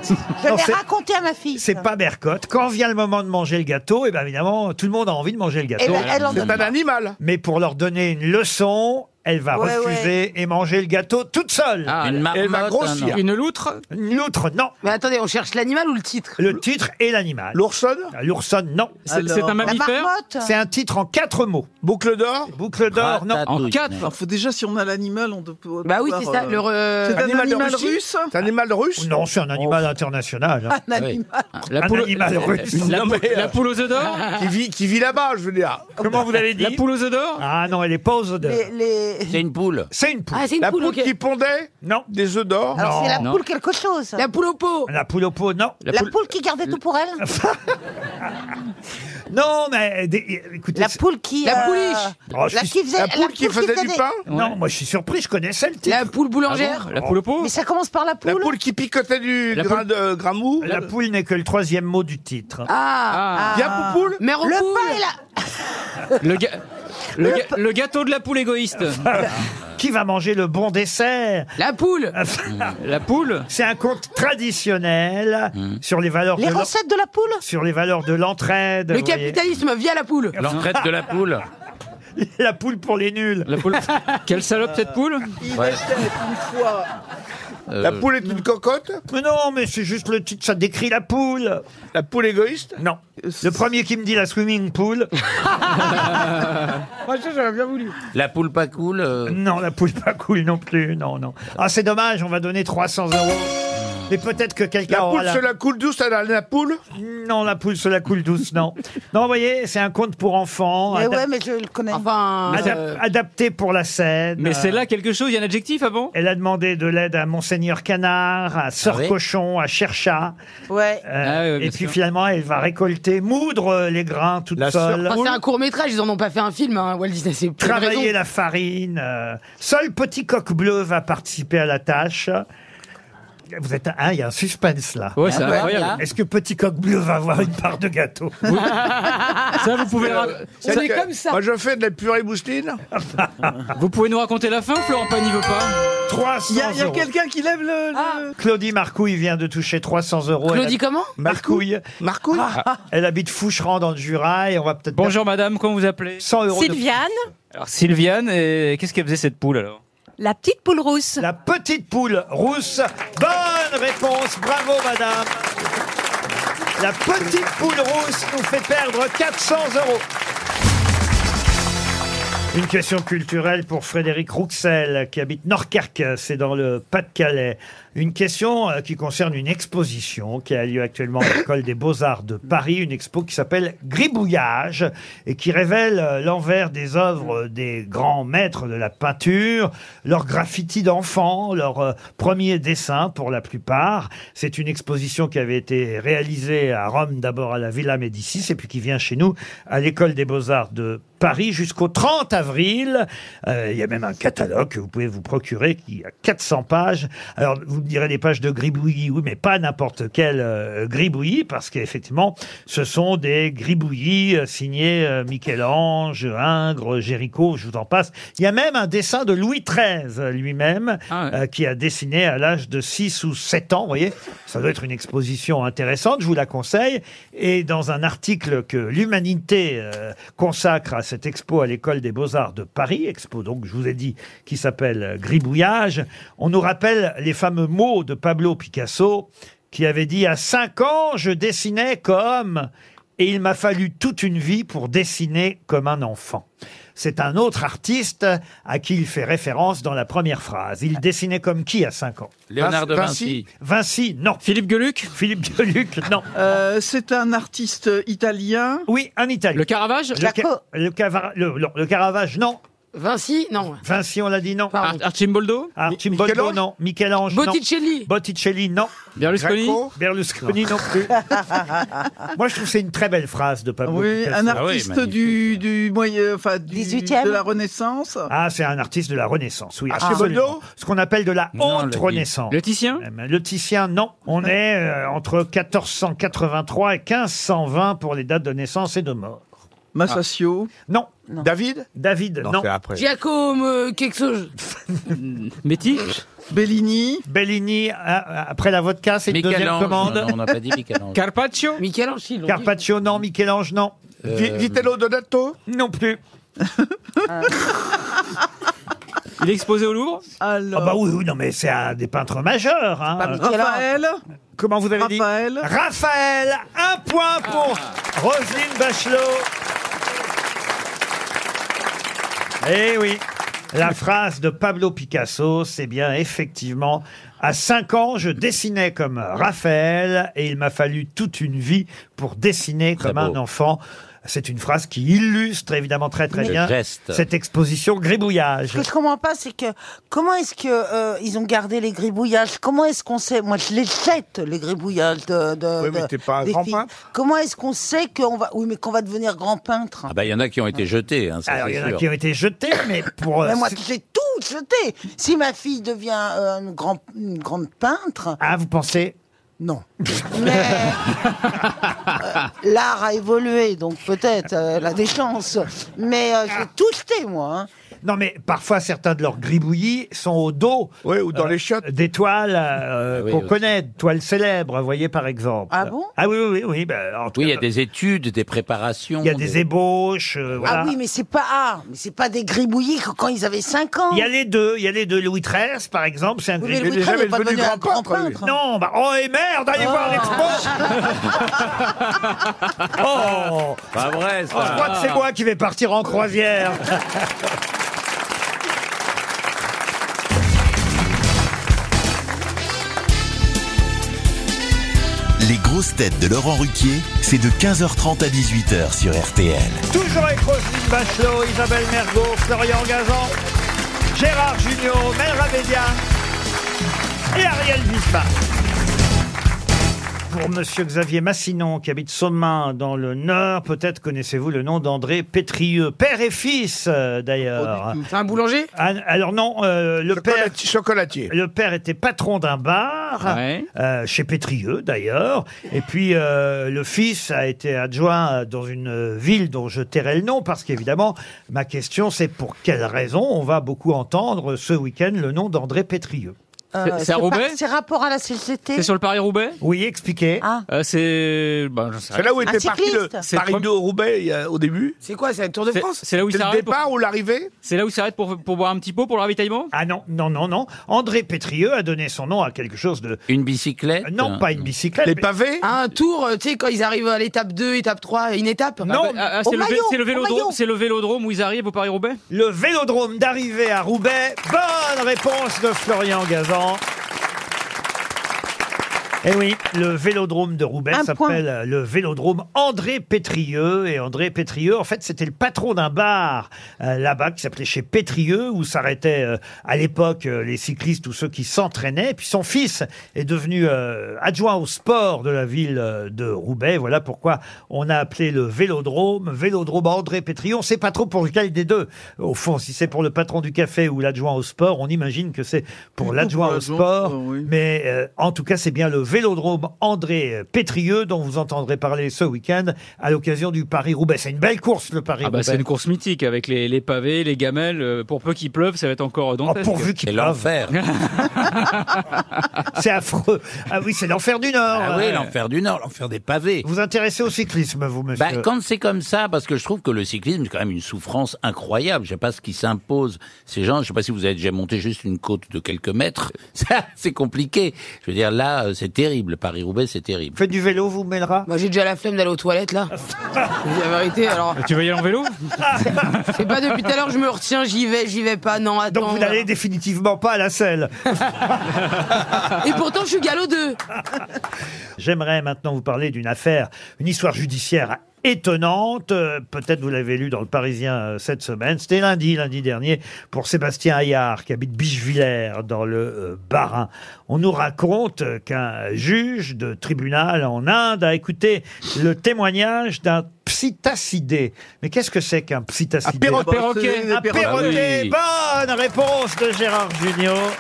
D: Je
B: Non,
D: l'ai
B: c'est-
D: raconté à ma fille.
B: c'est
D: ça.
B: pas Bercotte. Quand vient le moment de manger le gâteau, et bien évidemment, tout le monde a envie de manger le gâteau.
D: Eh ben, elle en C'est donne un pas.
B: animal. Mais pour leur donner une leçon, elle va
D: Ouais,
B: refuser et manger le gâteau toute seule.
E: Ah, Une marmotte,
B: elle va grossir.
L: Une loutre
B: Une loutre, non.
H: Mais attendez, on cherche l'animal ou le titre
B: Le titre et l'animal. L'oursonne L'oursonne, non.
L: C'est- c'est un mammifère
D: marmotte
B: C'est un titre en quatre mots. Boucle d'or Boucle d'or, non.
L: En quatre
G: Alors, faut déjà, si on a l'animal, on doit pouvoir.
H: Bah oui, c'est
G: pouvoir,
H: ça,
G: euh,
H: le re-
G: C'est un
H: Animal
G: animal,
H: de Russie
G: russe
F: C'est un animal russe
B: Non, c'est un animal international. hein.
D: Un
H: Ah
D: animal.
L: La
B: Un
L: poule-
B: animal russe.
L: La,
F: Non, mais, euh,
L: la poule aux œufs d'or
F: qui vit, qui vit là-bas, je veux dire.
B: Comment vous l'avez dit
L: La poule aux œufs d'or
B: Ah non, elle est pas aux odeurs.
D: Les- les-
E: C'est une poule.
B: C'est une poule.
H: Ah, c'est une
F: La
H: poule,
F: poule
H: ok.
F: qui pondait
B: Non.
F: des œufs d'or.
D: Alors, c'est la
L: non.
D: poule quelque chose. La,
H: La poule au pot
B: La poule au pot, non.
L: La
D: poule qui gardait tout pour elle.
B: Non, mais des- écoutez.
D: La
B: c'est-
D: poule qui.
H: La
D: euh,
H: pouliche
B: Oh, je
D: La,
B: suis-
D: qui faisait,
F: La poule qui faisait du
D: faisait-
F: pain
B: Non, moi je suis surpris, je connaissais le titre. Ah Oh.
H: La poule boulangère
L: La poule au pot
D: Mais ça commence par la
F: La
D: poule.
F: poule qui picotait du
L: La
F: grain
L: poule-
F: de euh, grain mou
B: La poule n'est que le troisième mot du titre.
H: Ah,
L: Ah.
F: Bien poupoule
H: Mère aux
D: Le
H: poules
D: pain et la.
L: Le, ga- le ga- le gâteau de la poule égoïste.
B: Qui va manger le bon dessert
H: La poule Mm.
L: la poule
B: C'est un conte traditionnel sur les valeurs
D: Les
B: de l'en-
D: recettes de la poule
B: sur les valeurs de l'entraide.
H: Le
B: vous voyez.
H: capitalisme via la poule
E: L'entraide de la poule.
B: La poule pour les nuls.
L: La poule. Quelle salope cette poule
G: Il était une fois
H: Euh.
F: La poule est une cocotte
B: Mais non, mais c'est juste le titre, ça décrit la poule.
F: La poule égoïste
B: Non. Le premier qui me dit la swimming pool.
G: Moi, ça, j'aurais bien voulu.
B: La poule pas cool euh. Non, la poule pas cool non plus, non, non. Ah, c'est dommage, on va donner 300 euros. Mais peut-être que quelqu'un
F: La
B: aura
F: poule se la coule douce, elle a la poule
B: Non, la poule se la coule douce, non. non, vous voyez, c'est un conte pour enfants.
D: Mais
B: adap-
D: Eh ouais, mais je le connais.
G: Ah.
H: Enfin,
B: adap-
G: Euh.
B: Adapté pour la scène.
L: Mais c'est
B: Euh,
L: là quelque chose, il y a un adjectif avant
B: Elle a demandé de l'aide à Monseigneur Canard, à Sœur
L: Ah oui
B: Cochon, à Chercha.
D: Ouais.
L: Ah oui, oui,
B: et
L: bien
B: puis
L: sûr.
B: finalement, elle va récolter, moudre euh, les grains toute seule.
H: Enfin, c'est un court métrage, ils en ont pas fait un film, hein, Walt Disney. C'est pour une
B: Travailler
H: raison.
B: la farine. euh, seul petit coq bleu va participer à la tâche. Vous êtes un, ah, il y a un suspense là.
L: Ouais, c'est Ah ouais, incroyable. là.
B: Est-ce que petit coq bleu va avoir une part de gâteau
L: Ça, vous pouvez. le rac-
F: C'est
L: Ça-
F: que- Euh, Moi, je fais de la purée mousseline.
L: Vous pouvez nous raconter la fin, Florent Pagny veut pas
B: 300
G: Il y a, il y a
B: euros.
G: quelqu'un qui lève le.
H: Ah.
G: le-
B: Claudie Marcouille vient de toucher 300 euros.
H: Claudie
B: Elle hab-
H: comment
B: Marcouille.
G: Marcouille
B: Ah. Elle habite Foucheran dans le Jura et on va peut-être.
L: Bonjour madame, comment vous appelez
B: 100 euros. de-
S: Sylviane,
L: Alors Sylviane, et qu'est-ce qu'elle faisait cette poule alors
S: la petite poule rousse.
B: La petite poule rousse. Bonne réponse. Bravo, madame. La petite poule rousse nous fait perdre 400 euros. Une question culturelle pour Frédéric Rouxel, qui habite Norcarque, c'est dans le Pas-de-Calais. Une question euh, qui concerne une exposition qui a lieu actuellement à l'École des Beaux-Arts de Paris, une expo qui s'appelle Gribouillage et qui révèle euh, l'envers des œuvres des grands maîtres de la peinture, leurs graffitis d'enfants, leurs euh, premiers dessins pour la plupart. C'est une exposition qui avait été réalisée à Rome, d'abord à la Villa Médicis, et puis qui vient chez nous à l'École des Beaux-Arts de Paris jusqu'au 30 avril. Euh, il y a même un catalogue que vous pouvez vous procurer qui a 400 pages. Alors, vous me direz des pages de gribouillis, oui, mais pas n'importe quel euh, gribouillis, parce qu'effectivement, ce sont des gribouillis euh, signés euh, Michel-Ange, Ingres, Géricault, je vous en passe. Il y a même un dessin de Louis XIII euh, lui-même, euh, qui a dessiné à l'âge de 6 ou 7 ans, vous voyez. Ça doit être une exposition intéressante, je vous la conseille. Et dans un article que l'Humanité euh, consacre à cette expo à l'École des Beaux-Arts de Paris, expo donc, je vous ai dit, qui s'appelle euh, Gribouillage, on nous rappelle les fameux mots de Pablo Picasso qui avait dit « À 5 ans, je dessinais comme... » Et il m'a fallu toute une vie pour dessiner comme un enfant. C'est un autre artiste à qui il fait référence dans la première phrase. Il dessinait comme qui à 5 ans
E: Léonard de Vinci.
B: Vinci, non. Philippe Geluc Philippe Geluc, non.
G: Euh, c'est un artiste italien.
B: Oui, un italien.
L: Le Caravage
B: Le, ca- le cavara- le- non, le Caravage, non.
H: Vinci, non.
B: Vinci, on l'a dit, non. Ah.
L: Ar- Archimboldo
B: Archimboldo,
L: Michel-Ange
B: non. Michel-Ange, non.
H: Botticelli.
B: Botticelli, non.
L: Berlusconi Greco
B: Berlusconi, non plus. Moi, je trouve que c'est une très belle phrase de Pablo
G: Ah Oui, un
B: Picasso.
L: Ah
G: artiste du, du moyen, enfin, du- de la Renaissance.
B: Ah, c'est un artiste de la Renaissance, oui.
G: Ah,
B: absolument.
G: Archimboldo
B: Ce qu'on appelle de la
L: Non,
B: haute
L: le-
B: Renaissance.
L: le Titien
B: Même. Le Titien, non. On est euh, entre 1483 et 1520 pour les dates de naissance et de mort. Ah.
G: Massacio.
B: Non.
F: David
B: David, non.
H: Giacomo, euh, quelque chose.
L: Métis
G: Bellini.
B: Bellini, ah, après la vodka, c'est une deuxième commande.
E: Non, non, on n'a pas dit Michel-Ange.
L: Carpaccio
H: Michel-Ange, ils l'ont dit.
B: Carpaccio, non. Michel-Ange, non.
E: Euh,
F: Vi- Vitello Donato
B: Non plus.
L: Il est exposé au Louvre
B: Ah
G: Alors.
B: bah oui, oui, non, mais c'est un des peintres majeurs. hein.
D: Pas Michel-Ange.
G: Raphaël.
B: Comment
F: Ah,
B: vous avez dit
G: Raphaël.
B: Raphaël, un point pour Roselyne Bachelot. Eh oui, la phrase de Pablo Picasso, c'est bien effectivement à 5 ans, je dessinais comme Raphaël et il m'a fallu toute une vie pour dessiner comme un enfant. C'est une phrase qui illustre évidemment très très
D: Le
B: bien
E: geste.
B: cette exposition gribouillage.
D: Ce que je comprends pas, c'est que comment est-ce que euh, ils ont gardé les gribouillages Comment est-ce qu'on sait Moi, je les jette les gribouillages de. de
F: Oui, mais
D: de-
F: t'es pas un
D: des
F: grand
D: filles.
F: peintre
D: Comment est-ce qu'on sait qu'on va Oui, mais qu'on va devenir grand peintre
E: Ah bah, il y en a qui ont été jetés, hein, ça,
B: Alors il y
E: c'est
B: en a
E: sûr.
B: qui ont été jetés, mais pour... euh,
D: Mais moi,
B: c'est-
D: j'ai tout jeté. Si ma fille devient euh, une, grand- une grande peintre,
B: Ah, vous pensez
D: non. Mais euh,
I: Ah,
D: l'art a évolué, donc peut-être euh, elle a des chances. Mais euh, j'ai tout jeté, moi. hein.
B: Non, mais parfois, certains de leurs gribouillis sont au dos. ou dans les chiottes. Des toiles euh, qu'on connaît, toiles célèbres, vous voyez, par exemple. Ah bon Ah oui, oui, oui. oui, bah, en tout
E: Oui, il y
B: cas,
E: a des études, des préparations.
B: il y a des ébauches. euh, voilà.
D: Ah oui, mais c'est pas ah, mais c'est pas des gribouillis que quand ils avaient 5 ans.
B: Il y a les deux, il y a les deux. Louis XIII, par exemple, c'est un
D: mais Louis Il est XIII n'est jamais pas devenu devenu grand un grand peintre, peintre. lui. Ah.
B: Non, bah, oh, et merde, allez voir l'expo Oh
E: Pas vrai, ça.
B: Oh, Je crois que c'est moi qui vais partir en croisière
A: Les grosses têtes de Laurent Ruquier, c'est de 15h30 à 18h sur RTL.
B: Toujours avec Roselyne Bachelot, Isabelle Mergot, Florian Gazan, Gérard Junior, Mel Ravédia et Ariel Wiesbach. Pour Monsieur Xavier Massinon, qui habite Sommin dans le Nord, peut-être connaissez-vous le nom d'André Pétrieux, père et fils euh, d'ailleurs.
H: Un boulanger
B: Ah, alors non, euh, le père chocolatier. Le père était patron d'un bar euh, chez Pétrieux d'ailleurs, et puis euh, le fils a été adjoint dans une euh, ville dont je tairai le nom parce qu'évidemment ma question c'est pour quelle raison on va beaucoup entendre ce week-end le nom d'André Pétrieux.
D: Euh, par- C'est rapport à la CGT.
E: Paris-Roubaix
B: Oui, expliquez.
H: Ah.
E: Euh, c'est. ben, j'en sais
F: C'est
E: rien.
F: là où était parti le
E: C'est
F: Paris
E: le
F: 2 Roubaix il y a- au début
H: C'est quoi, c'est la Tour de
E: C'est-
H: France
E: C'est là où il
F: C'est le
E: s'arrête.
F: départ
E: pour...
F: ou l'arrivée
E: C'est là où il s'arrête pour, pour boire un petit pot pour le ravitaillement
B: Ah non, non, non, non. André Pétrieux a donné son nom à quelque chose de...
E: Une bicyclette
B: Non, pas une bicyclette. mais-
H: À un tour, euh, tu sais, quand ils arrivent à l'étape 2, étape 3, une étape
E: Ah, bah, ah, c'est,
H: Au
E: le vé-
H: maillot,
E: c'est le
H: au
E: vélodrome,
H: maillot.
E: c'est le vélodrome où ils arrivent au Paris-Roubaix
B: Le vélodrome d'arrivée à Roubaix. Bonne réponse de Florian Gazan. Eh oui, le vélodrome de Roubaix
D: Un
B: s'appelle le vélodrome André Pétrieux. Et André Pétrieux, en fait, c'était le patron d'un bar euh, là-bas qui s'appelait chez Pétrieux, où s'arrêtaient euh, à l'époque euh, les cyclistes ou ceux qui s'entraînaient. Et Puis son fils est devenu euh, adjoint au sport de la ville euh, de Roubaix. Voilà pourquoi on a appelé le vélodrome Vélodrome André Pétrieux. On sait pas trop pour lequel des deux. Au fond, si c'est pour le patron du café ou l'adjoint au sport, on imagine que c'est pour l'adjoint au sport. Mais euh, en tout cas, c'est bien le vélodrome André Pétrieux dont vous entendrez parler ce week-end à l'occasion du Paris-Roubaix. C'est une belle course, le
E: Ah bah,
B: Paris-Roubaix.
E: c'est une course mythique avec les, les pavés, les gamelles. euh, Pour peu qu'il pleuve, ça va être encore dantesque.
B: pourvu qu'il Et pleuve. l'enfer. c'est affreux. Ah oui, c'est l'enfer du Nord.
E: Ah oui,
B: Ouais.
E: l'enfer du Nord, l'enfer des pavés.
B: Vous intéressez au cyclisme, vous, monsieur
E: Bah, quand c'est comme ça, parce que je trouve que le cyclisme, c'est quand même une souffrance incroyable. Je sais pas ce qui s'impose. Ces gens, je sais pas si vous avez déjà monté juste une côte de quelques mètres. Ça, c'est compliqué. Je veux dire, là, euh, c'est terrible. Paris-Roubaix, c'est terrible.
B: Faites du vélo, vous, Mélra
H: Moi, Bah, j'ai déjà la flemme d'aller aux toilettes, là. Je vous dis la vérité, alors.
E: Ah, Tu vas y aller en vélo
H: C'est pas depuis tout à l'heure, je me retiens, j'y vais, j'y vais pas, non, attends.
B: Donc vous n'allez définitivement pas à la selle.
H: Et pourtant, je suis galop 2.
B: J'aimerais maintenant vous parler d'une affaire, une histoire judiciaire étonnante. Euh, Peut-être vous l'avez lu dans le Parisien euh, cette semaine. C'était lundi, lundi dernier, pour Sébastien Hayard, qui habite Bichevillers, dans le euh, Bas-Rhin. On nous raconte euh, qu'un juge de tribunal en Inde a écouté le témoignage d'un psittacidé. Mais qu'est-ce que c'est qu'un psittacidé
F: Un perroquet.
B: Un
F: Ah bah, Des perroquets.
B: perroquet. Bonne réponse de Gérard Junior.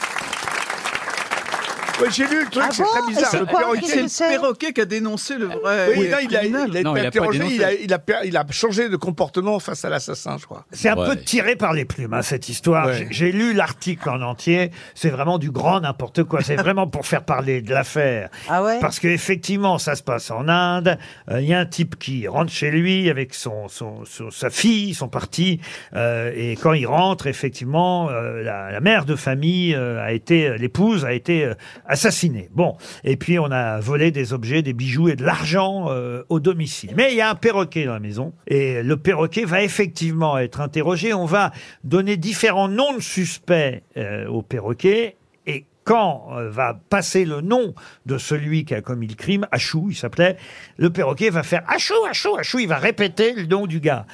F: Ouais, j'ai lu le truc,
G: Ah
F: c'est
G: bon
F: très bizarre.
G: Et c'est
F: Le
G: quoi
F: perroquet,
G: Qu'est-ce que c'est perroquet qui a dénoncé le vrai.
F: Oui, non, il a, il a
G: criminel.
F: été interrogé, il a, il a per- il a changé de comportement face à l'assassin, je crois.
B: C'est un peu tiré par les plumes, hein, cette histoire. J'ai- J'ai lu l'article en entier. C'est vraiment du grand n'importe quoi. C'est vraiment pour faire parler de l'affaire.
D: Ah ouais
B: Parce qu'effectivement, ça se passe en Inde. Euh, Il y a un type qui rentre chez lui avec son, son- son- sa fille, son parti. Euh, et quand il rentre, effectivement, euh, la, la mère de famille euh, a été, l'épouse a été euh, assassinée. Bon. Et puis, on a volé des objets, des bijoux et de l'argent euh, au domicile. Mais il y a un perroquet dans la maison. Et le perroquet va effectivement être interrogé. On va donner différents noms de suspects euh, au perroquet. Et quand euh, va passer le nom de celui qui a commis le crime, Achou, il s'appelait, le perroquet va faire Achou, Achou, Achou, il va répéter le nom du gars.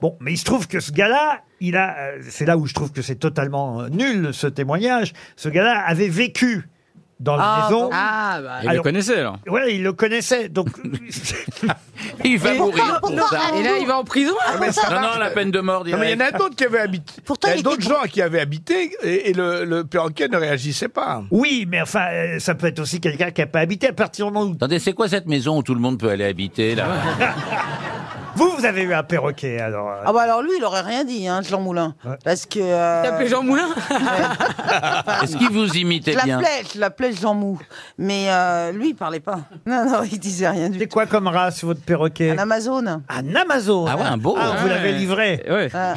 B: Bon, mais il se trouve que ce gars-là, il a, euh, c'est là où je trouve que c'est totalement euh, nul ce témoignage, ce gars-là avait vécu dans la maison.
H: Ah, bah.
E: Il le connaissait, alors.
B: Ouais, il le connaissait, donc...
E: Il va mourir pour ça.
H: Et là, il va en prison hein,
F: Ah, mais ça
E: non,
F: marche.
E: non, la peine de mort.
F: Non, mais il y en a
E: directe.
F: d'autres qui avaient habité. il y a d'autres gens qui avaient habité et, et le, le perroquet ne réagissait pas.
B: Oui, mais enfin, euh, ça peut être aussi quelqu'un qui n'a pas habité à partir du moment où...
E: Attendez, c'est quoi cette maison où tout le monde peut aller habiter là
B: Vous, vous avez eu un perroquet, alors. euh,
D: Ah bah alors lui, il aurait rien dit, hein, Jean Moulin. Parce que... euh,
H: T'appelais Jean Moulin
E: Est-ce qu'il vous imite
D: Je
E: bien
D: l'appelais, je l'appelais Jean Mou. Mais euh, lui, il parlait pas. Non, non, il disait rien du tout.
B: C'est quoi comme race, votre perroquet
D: Un Amazon.
B: Un Amazon
E: Ah ouais, un beau.
B: Ah, vous
E: Ouais.
B: l'avez livré
L: Ouais.
I: Euh,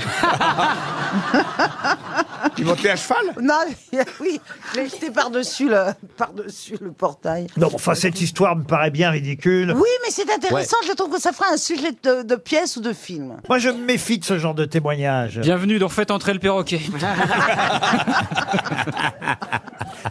F: Il montait à cheval
D: Non, oui, je l'ai jeté par-dessus le, par-dessus le portail.
B: Non, mais enfin, cette histoire me paraît bien ridicule.
D: Oui, mais c'est intéressant, je trouve que ça fera un sujet de, de pièce ou de film.
B: Moi, je me méfie de ce genre de témoignage.
L: Bienvenue dans Faites entrer le perroquet.
B: Ah,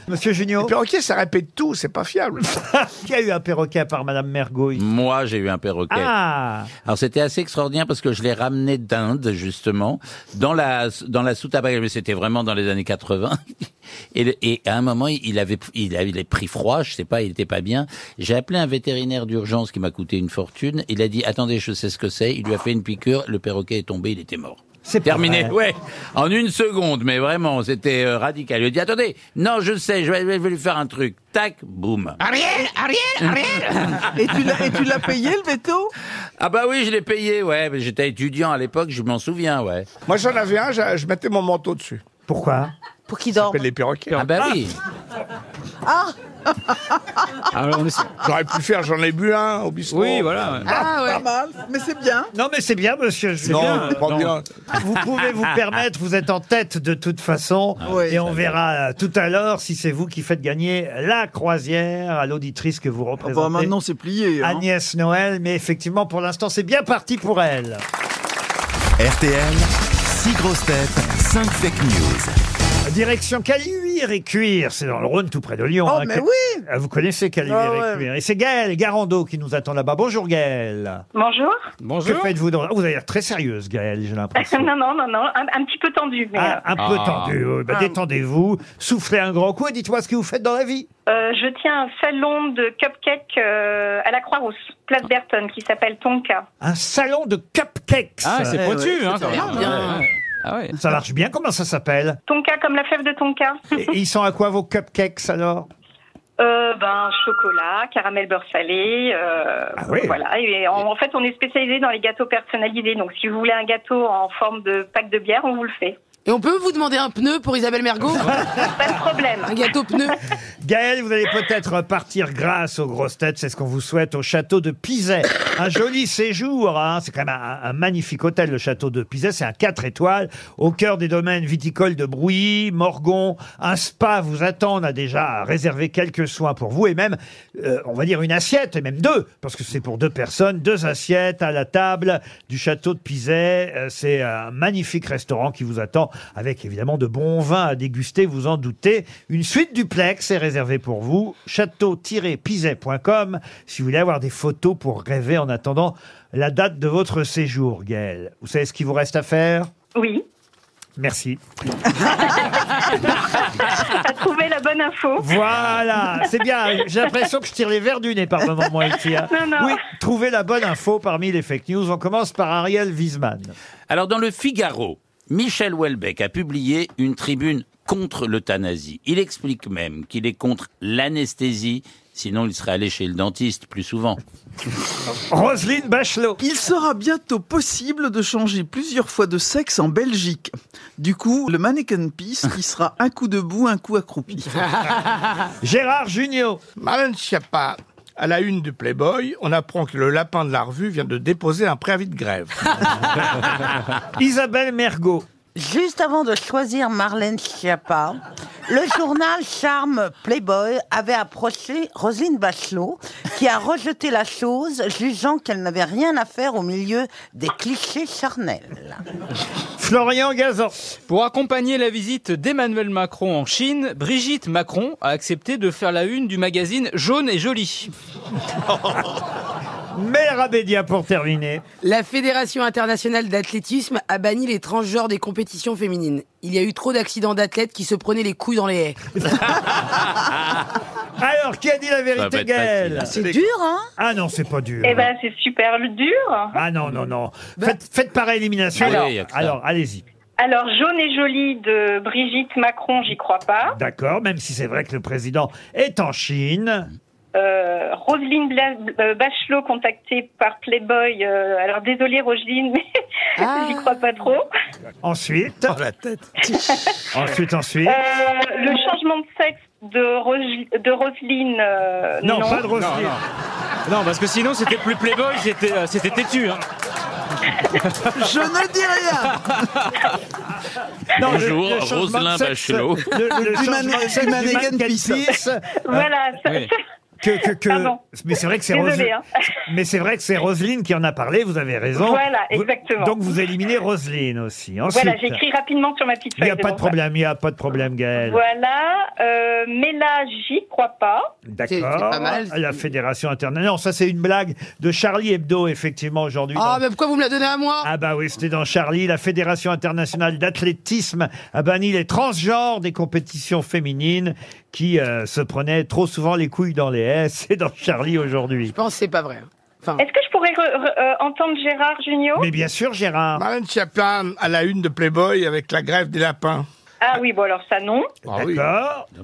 B: Monsieur Junio
F: Le perroquet, ça répète tout, c'est pas fiable.
B: Qui a eu un perroquet par Madame Mergot ici
E: Moi, j'ai eu un perroquet.
B: Ah
E: Alors c'était assez extraordinaire parce que je l'ai ramené d'Inde justement dans la dans la soute à bagages. Mais c'était vraiment dans les années 80. Et, le- et à un moment, il avait il avait il avait pris froid. Je sais pas, il était pas bien. J'ai appelé un vétérinaire d'urgence qui m'a coûté une fortune. Il a dit attendez, je sais ce que c'est. Il lui a fait une piqûre. Le perroquet est tombé. Il était mort.
B: C'est pas
E: terminé.
B: vrai.
E: Ouais, en une seconde, mais vraiment, c'était euh, radical. Il lui a dit attendez, non, je sais, je vais, je vais lui faire un truc. Tac, boum.
O: Ariel, Ariel, Ariel
D: Et tu l'as, et tu l'as payé, le veto
E: Ah bah oui, je l'ai payé, ouais. mais J'étais étudiant à l'époque, je m'en souviens, ouais.
F: Moi, j'en avais un, j'a- je mettais mon manteau dessus.
B: Pourquoi
D: Pour qu'il dorme.
F: Appelle les perroquets.
E: Ah bah oui.
D: Ah
H: Ah.
G: Ah,
B: Ah,
F: J'aurais pu le faire, j'en ai bu un au bistrot.
L: Oui, voilà.
D: Ah
Q: Pas
D: ouais
Q: mal, mais c'est bien.
B: Non, mais c'est bien, monsieur Junio.
F: Non, je prends
L: non. Ah,
F: bien.
B: Vous pouvez vous permettre, vous êtes en tête de toute façon.
D: oui.
B: et on verra euh, tout à l'heure si c'est vous qui faites gagner la croisière à l'auditrice que vous
G: Ah bah,
B: représentez.
G: maintenant, c'est plié. hein.
B: Agnès Noël, mais effectivement, pour l'instant, c'est bien parti pour elle.
A: RTL, 6 grosses têtes, 5 fake news.
B: Direction Caluire et Cuire, c'est dans le Rhône, tout près de Lyon.
D: Oh, mais
B: Cal-
D: oui
B: Ah, Vous connaissez Caluire
D: Ah,
B: et
D: ouais.
B: Cuire. Et c'est Gaëlle Garando qui nous attend là-bas. Bonjour Gaëlle.
S: Bonjour.
B: Que
L: Bonjour.
B: faites-vous dans... Vous avez l'air très sérieuse, Gaëlle, j'ai l'impression.
S: non, non, non, non, un, un petit peu tendu. Mais, euh,
B: Ah, un peu
L: Ah.
B: tendu. oui. Bah, Détendez-vous, soufflez un grand coup et dites-moi ce que vous faites dans la vie.
S: euh, je tiens un salon de cupcakes euh, à la Croix-Rousse, place
B: Ah.
S: Berton, qui s'appelle Tonka.
B: Un salon de cupcakes.
L: Ah,
B: Euh,
S: Eh
L: c'est
G: ouais,
L: pointu,
G: Eh ouais,
L: hein,
G: c'est
L: quand
G: bien,
L: même.
E: bien.
L: Ouais. Ah ouais.
B: Ça marche bien, comment ça s'appelle
S: Tonka comme la fève de Tonka.
B: Et et ils sont à quoi vos cupcakes alors
S: Euh, ben, chocolat, caramel beurre salé, euh,
B: Ah oui.
S: voilà. Et en, en fait, on est spécialisé dans les gâteaux personnalisés. Donc, si vous voulez un gâteau en forme de pack de bière, on vous le fait.
H: Et on peut vous demander un pneu pour Isabelle Mergot
S: Pas de problème.
H: Un gâteau pneu
B: Gaël, vous allez peut-être partir grâce aux grosses têtes, c'est ce qu'on vous souhaite, au château de Pizet. Un joli séjour, hein. c'est quand même un, un magnifique hôtel, le château de Pizet, c'est un 4 étoiles, au cœur des domaines viticoles de Brouilly, Morgon, un spa vous attend, on a déjà réservé quelques soins pour vous, et même, euh, on va dire une assiette, et même deux, parce que c'est pour deux personnes, deux assiettes à la table du château de Pizet, Euh, c'est un magnifique restaurant qui vous attend, avec évidemment de bons vins à déguster, vous en doutez. Une suite duplex est réservée pour vous. Château-pizet.com si vous voulez avoir des photos pour rêver en attendant la date de votre séjour, Gaël. Vous savez ce qu'il vous reste à faire
S: Oui.
B: Merci.
H: Ah.
S: T'as trouvé la bonne info.
B: Voilà, c'est bien. J'ai l'impression que je tire les verres du nez par moment, moi, ici. hein.
S: Non, non.
B: Oui, trouvez la bonne info parmi les fake news. On commence par Ariel Wiesman.
E: Alors dans le Figaro, Michel Houellebecq a publié une tribune contre l'euthanasie. Il explique même qu'il est contre l'anesthésie, sinon il serait allé chez le dentiste plus souvent.
B: Roselyne Bachelot.
G: Il sera bientôt possible de changer plusieurs fois de sexe en Belgique. Du coup, le mannequin piece qui sera un coup debout, un coup accroupi.
B: Gérard Junior.
F: Marlène Schiappa, à la une du Playboy, on apprend que le lapin de la revue vient de déposer un préavis de grève.
B: Ah. Isabelle Mergot.
D: Juste avant de choisir Marlène Schiappa, le journal Charme Playboy avait approché Roselyne Bachelot, qui a rejeté la chose, jugeant qu'elle n'avait rien à faire au milieu des clichés charnels.
B: Florian Gazan.
L: Pour accompagner la visite d'Emmanuel Macron en Chine, Brigitte Macron a accepté de faire la une du magazine Jaune et Jolie.
B: Mère Abédia pour terminer.
H: La Fédération internationale d'athlétisme a banni les transgenres des compétitions féminines. Il y a eu trop d'accidents d'athlètes qui se prenaient les couilles dans les haies.
B: Alors, qui a dit
E: Ah,
B: la
E: Ça va
B: vérité,
E: être
B: Gaël
E: facile.
D: C'est dur, hein
B: Ah non, c'est pas dur.
S: Eh ben, c'est super dur.
B: Ah non, non, non.
H: Ben.
B: Faites, faites par élimination.
E: Oui,
B: Alors,
E: y a que ça.
B: alors, allez-y.
S: Alors, jaune et jolie de Brigitte Macron, j'y crois pas.
B: D'accord, même si c'est vrai que le président est en Chine.
S: Euh, Roselyne Bla- euh, Bachelot contactée par Playboy. euh, alors désolée Roselyne, mais j'y crois pas trop.
B: Ensuite.
E: Oh,
B: la tête. ensuite, ensuite.
S: Euh, le changement de sexe de, Roj- de Roselyne. euh, non,
L: Non, non. Non, parce que sinon c'était plus Playboy, c'était euh, c'était têtu. hein.
G: Je ne dis rien
E: Bonjour,
B: changement de
E: Roselyne
B: sexe-
E: Bachelot.
B: Le, le
G: Du
B: changement
G: mané-
B: de sexe
G: du
B: du
G: mannequin
B: mannequin
G: de pisse.
B: pisse.
S: Voilà,
E: Ah
B: Hein
S: ça-
B: Que, que, que-
S: Pardon.
B: Mais c'est vrai que c'est
S: Désolée, hein.
B: Roselyne. Mais c'est vrai que c'est Roselyne qui en a parlé. Vous avez raison.
S: Voilà,
B: Vous-
S: exactement.
B: donc vous éliminez Roselyne aussi. Ensuite,
S: Voilà, j'écris rapidement sur ma petite
B: Il
S: feuille.
B: n'y a
S: c'est
B: pas de
S: pour ça.
B: problème. Il n'y a pas de problème, Gaël.
S: Voilà, euh, mais là, j'y crois pas.
B: D'accord. La Fédération internationale. Non, ça c'est une blague de Charlie Hebdo, effectivement, aujourd'hui.
H: Ah,
B: dans-
H: mais pourquoi vous me la donnez à moi
B: Ah bah oui, c'était dans Charlie. La Fédération internationale d'athlétisme a banni les transgenres des compétitions féminines qui euh, se prenaient trop souvent les couilles dans les haies. C'est dans Charlie aujourd'hui.
H: Je pense que c'est pas vrai. hein. Enfin,
S: Est-ce que je pourrais re- re- euh, entendre Gérard Junior
B: Mais bien sûr, Gérard.
F: Marlène Schiappa à la une de Playboy avec la grève des lapins.
S: Ah oui, bon alors ça non.
B: D'accord.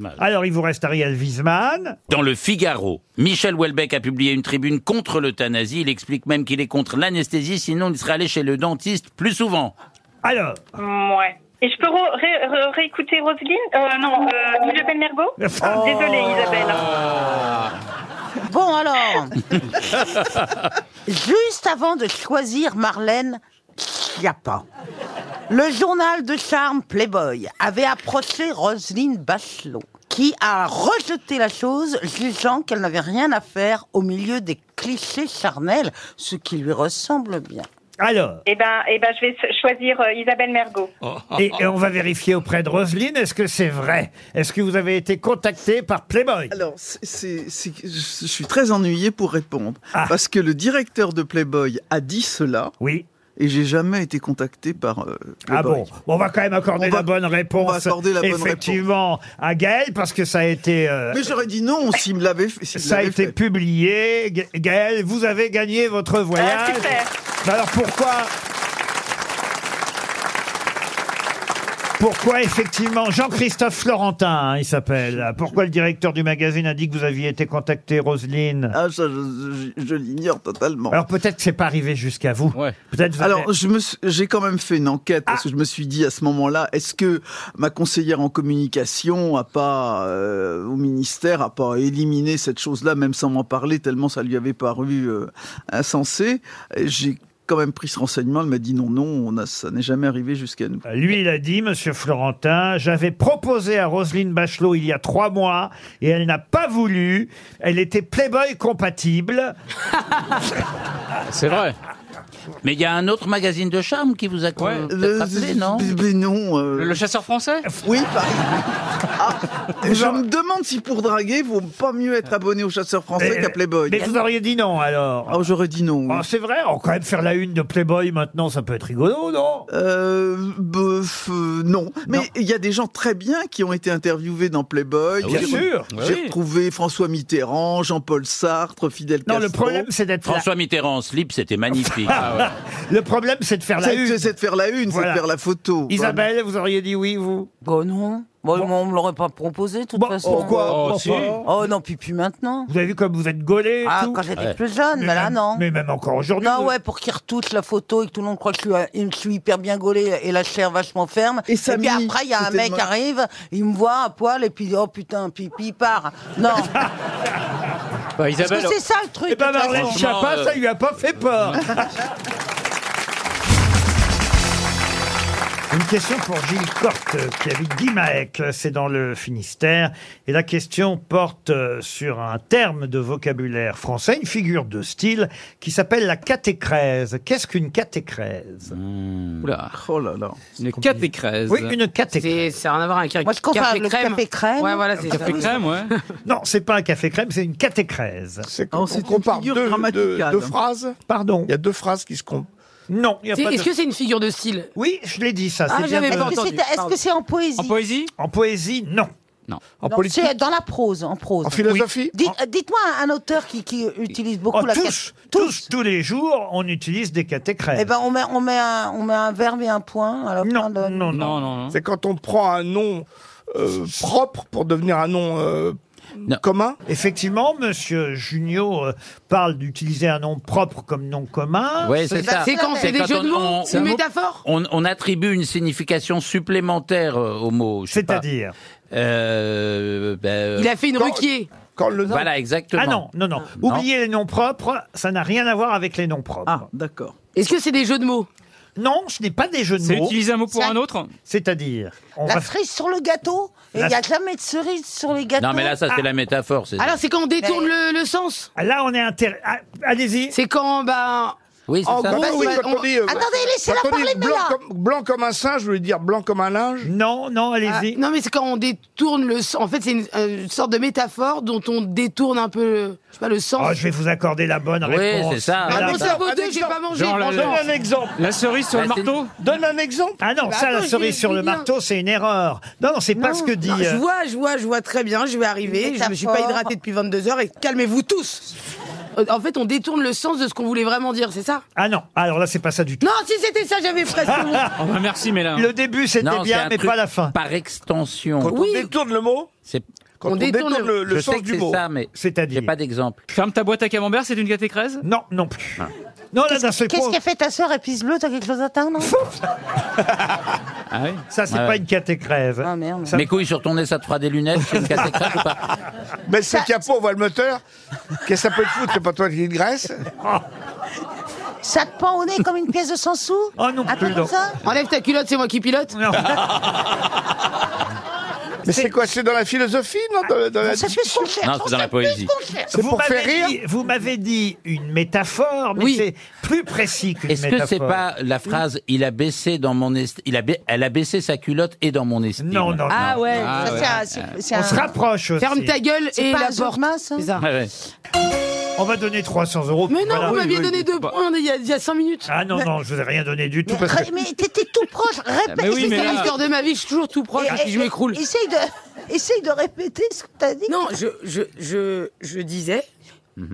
B: Ah. Alors il vous reste Ariel Wiesman.
E: Dans le Figaro, Michel Houellebecq a publié une tribune contre l'euthanasie. Il explique même qu'il est contre l'anesthésie, sinon il serait allé chez le dentiste plus souvent.
B: Alors,
S: Ouais. Et je peux re- ré- re- réécouter Roselyne euh, Non, euh, Isabelle Mergo Désolée Isabelle.
G: Ah.
D: Bon alors, juste avant de choisir Marlène Schiappa, le journal de charme Playboy avait approché Roselyne Bachelot, qui a rejeté la chose, jugeant qu'elle n'avait rien à faire au milieu des clichés charnels, ce qui lui ressemble bien.
B: alors.
S: Eh ben, eh ben, je vais choisir euh, Isabelle Mergo.
B: Et, et on va vérifier auprès de Roselyne, est-ce que c'est vrai Est-ce que vous avez été contacté par Playboy
G: Alors, c'est- c'est- c'est- je je suis très ennuyé pour répondre. Parce que le directeur de Playboy a dit cela.
B: Ah. Oui.
G: Et j'ai jamais été contacté par euh,
B: Ah bon,
G: Playboy.
B: Bon, On va quand même accorder la bonne réponse.
G: on va accorder la bonne réponse.
B: effectivement à Gaël parce que ça a été. euh,
G: Mais j'aurais dit non s'il me l'avait fait. s'il me
B: ça a
G: l'avait
B: été
G: fait.
B: publié. Ga- Gaël, vous avez gagné votre voyage.
G: super.
B: Mais alors pourquoi Pourquoi effectivement Jean-Christophe Florentin, hein, il s'appelle. Pourquoi le directeur du magazine a dit que vous aviez été contacté, Roselyne
G: Ah, ça, je, je- je l'ignore totalement.
B: Alors peut-être que c'est pas arrivé jusqu'à vous. Peut-être vous avez- Ah.
G: Alors, je me suis- j'ai quand même fait une enquête parce que je me suis dit à ce moment-là, est-ce que ma conseillère en communication a pas euh, au ministère a pas éliminé cette chose-là, même sans m'en parler, tellement ça lui avait paru euh, insensé. Et J'ai quand même pris ce renseignement. Elle m'a dit non, non, on a, ça n'est jamais arrivé jusqu'à nous.
B: Lui, il a dit, Monsieur Florentin, j'avais proposé à Roselyne Bachelot il y a trois mois et elle n'a pas voulu. Elle était Playboy compatible.
E: C'est vrai. Mais il y a un autre magazine de charme qui vous a con- peut-être
B: Euh,
E: appelé, non
G: Mais non.
E: Le
L: chasseur français
G: Oui, par exemple.
B: Euh,
G: Ah, je me demande si pour draguer, vaut pas mieux être abonné au chasseur français
B: Mais- euh,
G: qu'à Playboy.
B: Mais vous auriez dit non alors.
G: Ah, j'aurais dit non. oui.
B: Ah, c'est vrai, on va quand même faire la une de Playboy maintenant, ça peut être rigolo, non
G: Euh, bof, euh, non. Mais il y a des gens très bien qui ont été interviewés dans Playboy.
B: Ah oui,
G: J'ai-
B: bien sûr.
G: J'ai
B: Oui.
G: retrouvé François Mitterrand, Jean-Paul Sartre, Fidel Castro.
B: le problème, c'est d'être là.
E: François Mitterrand en slip, c'était magnifique.
B: Ah, Le problème, c'est de faire la
G: C'est-
B: une.
G: c'est- c'est de faire la une, c'est de faire la photo.
B: Isabelle, vous auriez dit oui, vous
D: Bon Bah non, Bon, on me l'aurait pas proposé de toute façon.
B: pourquoi Oh, Pourquoi si.
D: Oh non, puis plus maintenant.
B: Vous avez vu comme vous êtes gaulé et
D: Ah,
B: tout
D: quand j'étais plus jeune, mais, là
B: même-
D: non.
B: Mais même encore aujourd'hui. euh.
D: Non,
B: vous-
D: ouais, pour qu'ils retouchent la photo et que tout le monde croit que je suis, euh, je suis hyper bien gaulée et la chair vachement ferme. Et,
G: Samy,
D: puis après, il y a un
G: c'était
D: mec
G: de
D: qui
G: moi.
D: arrive, il me voit à poil et puis oh putain, puis, puis il part. Non.
L: Bah,
D: Parce que
L: Isabelle.
D: c'est ça le truc.
B: Eh ben,
D: de toute
B: Marlène
D: façon.
B: Schiappa, ça lui a pas fait peur. Une question pour Gilles Corte, euh, qui habite Guimaec, euh, c'est dans le Finistère. Et la question porte euh, sur un terme de vocabulaire français, une figure de style, qui s'appelle la catécrèse. Qu'est-ce qu'une catécrèse
L: Oula.
G: Oh là là.
L: euh, Une catécrèse.
B: Oui, une catécrèse.
H: c'est- ça n'a rien à voir avec un
D: Moi, je comprends le café crème.
H: Ouais, voilà, c'est ça.
L: Café crème, ouais.
B: Non, c'est pas un café crème, c'est une catécrèse. C'est
D: Ah,
G: quand Oh, on c'est une compare figure deux- deux- grammaticale. deux
B: phrases Pardon.
F: Il y a deux phrases qui se comptent.
B: Non, il n'y a
H: C'est-
B: pas de...
H: Est-ce que c'est une figure de style
B: Oui, je l'ai dit ça.
H: Ah,
B: c'est bien
H: j'avais
B: de-
H: pas
D: Est-ce que
H: entendu.
D: c'est- Est-ce que c'est en poésie
L: En poésie
B: En poésie, non.
L: Non.
F: En
D: Non,
F: politique
D: C'est dans la prose, en prose.
F: En philosophie
D: Dites- euh, Dites-moi un auteur qui, qui utilise beaucoup
B: Oh,
D: la cat-
B: tous, tous, tous les jours, on utilise des catécrèses.
D: Eh ben, on met, on met un, on met un verbe et un point à la fin de...
B: non, non.
L: non, non.
F: C'est quand on prend un nom euh, propre pour devenir un nom euh,
B: commun Effectivement, Monsieur Junio euh, parle d'utiliser un nom propre comme nom commun.
E: Ouais, c'est ça.
H: C'est quand c'est des jeux de mots,
E: on-
H: une métaphore
E: on, on attribue une signification supplémentaire euh, au mot.
B: C'est-à-dire
H: Il a fait une ruquier.
E: Euh, ben, Voilà, exactement.
B: Ah non, non, non. Oubliez les noms propres, ça n'a rien à voir avec les noms propres. Ah,
G: d'accord.
H: Est-ce que c'est des jeux de mots
B: Non, ce n'est pas des jeux de mots.
L: C'est utiliser un mot pour un autre
B: C'est-à-dire on
D: La
B: va-
D: cerise sur le gâteau Et il
B: La-
D: n'y a jamais de cerise sur les gâteaux
E: Non, mais là, ça, c'est
B: Ah.
E: la métaphore. c'est-
H: Alors c'est quand on détourne le, le sens.
B: Là on est inter. Allez-y.
H: C'est quand ben.
E: Oui,
F: En gros, oui,
H: on-
F: quand on dit, euh, quand on dit blanc, comme, blanc comme un singe, je voulais dire blanc comme un linge.
B: Non, non,
H: Ah, non, mais c'est quand on détourne le sens. En fait, c'est une, euh, une sorte de métaphore dont on détourne un peu, le- je sais pas, le sens.
B: Oh, je vais vous accorder la bonne
E: Oui,
B: réponse.
E: c'est ça.
B: Mais
H: Ah,
B: là-
H: bon, ça vaut deux, j'ai pas mangé.
B: Genre la-
H: franchement.
B: Donne un exemple.
L: La cerise sur le
B: Bah, c'est-
L: marteau
F: Donne un exemple.
B: Ah non,
H: Bah
B: ça, la
H: attends,
B: cerise
H: je-
B: sur
H: je
B: le
H: viens.
B: marteau, c'est une erreur. Non, non, c'est pas ce que dit.
H: Non, je
B: euh,
H: vois, je vois, je vois très bien, je vais arriver, je me suis pas
D: Métaphore.
H: hydratée depuis 22 heures et calmez-vous tous. Euh, En fait, on détourne le sens de ce qu'on voulait vraiment dire, c'est ça
B: Ah non, alors là, c'est pas ça du tout.
H: Non, si c'était ça, j'avais presque.
L: Oh, bah, merci, Mélin.
B: Le début, c'était
E: Non, c'est
B: bien,
E: un
B: mais
E: truc
B: pas la fin.
E: Par extension.
F: Quand on détourne le mot,
E: C'est
F: quand on, détourne, le, le
E: je
F: sens
E: sais que
F: du
E: c'est
F: mot.
E: ça, mais j'ai pas d'exemple.
L: Ferme ta boîte à camembert, c'est une gâtée crèse
B: Non, non plus. Non, là, d'un seul coup,
D: Qu'est-ce qu'a fait ta sœur épice bleue T'as quelque chose à teindre
B: ça, c'est
E: Ah Ouais,
B: pas
E: ouais.
B: une catécrève.
D: Ah merde.
E: Mes couilles sur ton nez, ça te fera des lunettes, c'est une gâtée crève ou pas
F: Mais ce capot, on voit le moteur. Qu'est-ce que ça peut te foutre C'est pas toi qui le graisse
D: Ça te pend au nez comme une pièce de 100 sous
B: Oh non
D: Un
B: plus,
D: truc comme
B: non.
D: ça
H: Enlève ta culotte, c'est moi qui pilote. Ah,
F: Mais c'est quoi C'est dans la philosophie, non dans, dans la...
D: Ça fait ce qu'on cherche.
E: Non, c'est dans la poésie.
F: C'est
B: Vous
F: pour
B: m'avez
F: faire rire
B: dit- Vous m'avez dit une métaphore, mais c'est plus précis qu'une
E: Est-ce
B: métaphore.
E: que c'est pas la phrase il a baissé dans mon est... il a ba- elle a baissé sa culotte et dans mon estime
B: Non, non,
H: Ah ouais.
E: Ah
D: Ça,
E: ouais.
D: c'est un- c'est- c'est
B: On
D: un-
B: se rapproche aussi.
H: Ferme ta gueule
D: C'est
H: et
D: pas
H: la
D: un jeu de
H: porte.
D: masse, hein
H: C'est ça.
E: Ouais, ouais.
B: On va donner 300 euros.
H: Mais non,
B: Voilà.
H: vous m'aviez
L: oui,
H: donné
L: oui. bah.
H: deux points il y a- il y a 5 minutes.
B: Ah non, non, je vous ai rien donné du tout. Parce que...
D: Mais t'étais tout proche,
H: Ah,
D: répète
L: Mais oui,
H: C'est
L: mais là-
H: l'histoire de ma vie, je suis toujours tout proche,
D: Et-
H: je
D: et-
H: m'écroule.
D: Essaye de, essaye de répéter ce que t'as dit. Mhm.
H: Non, je, je, je, je disais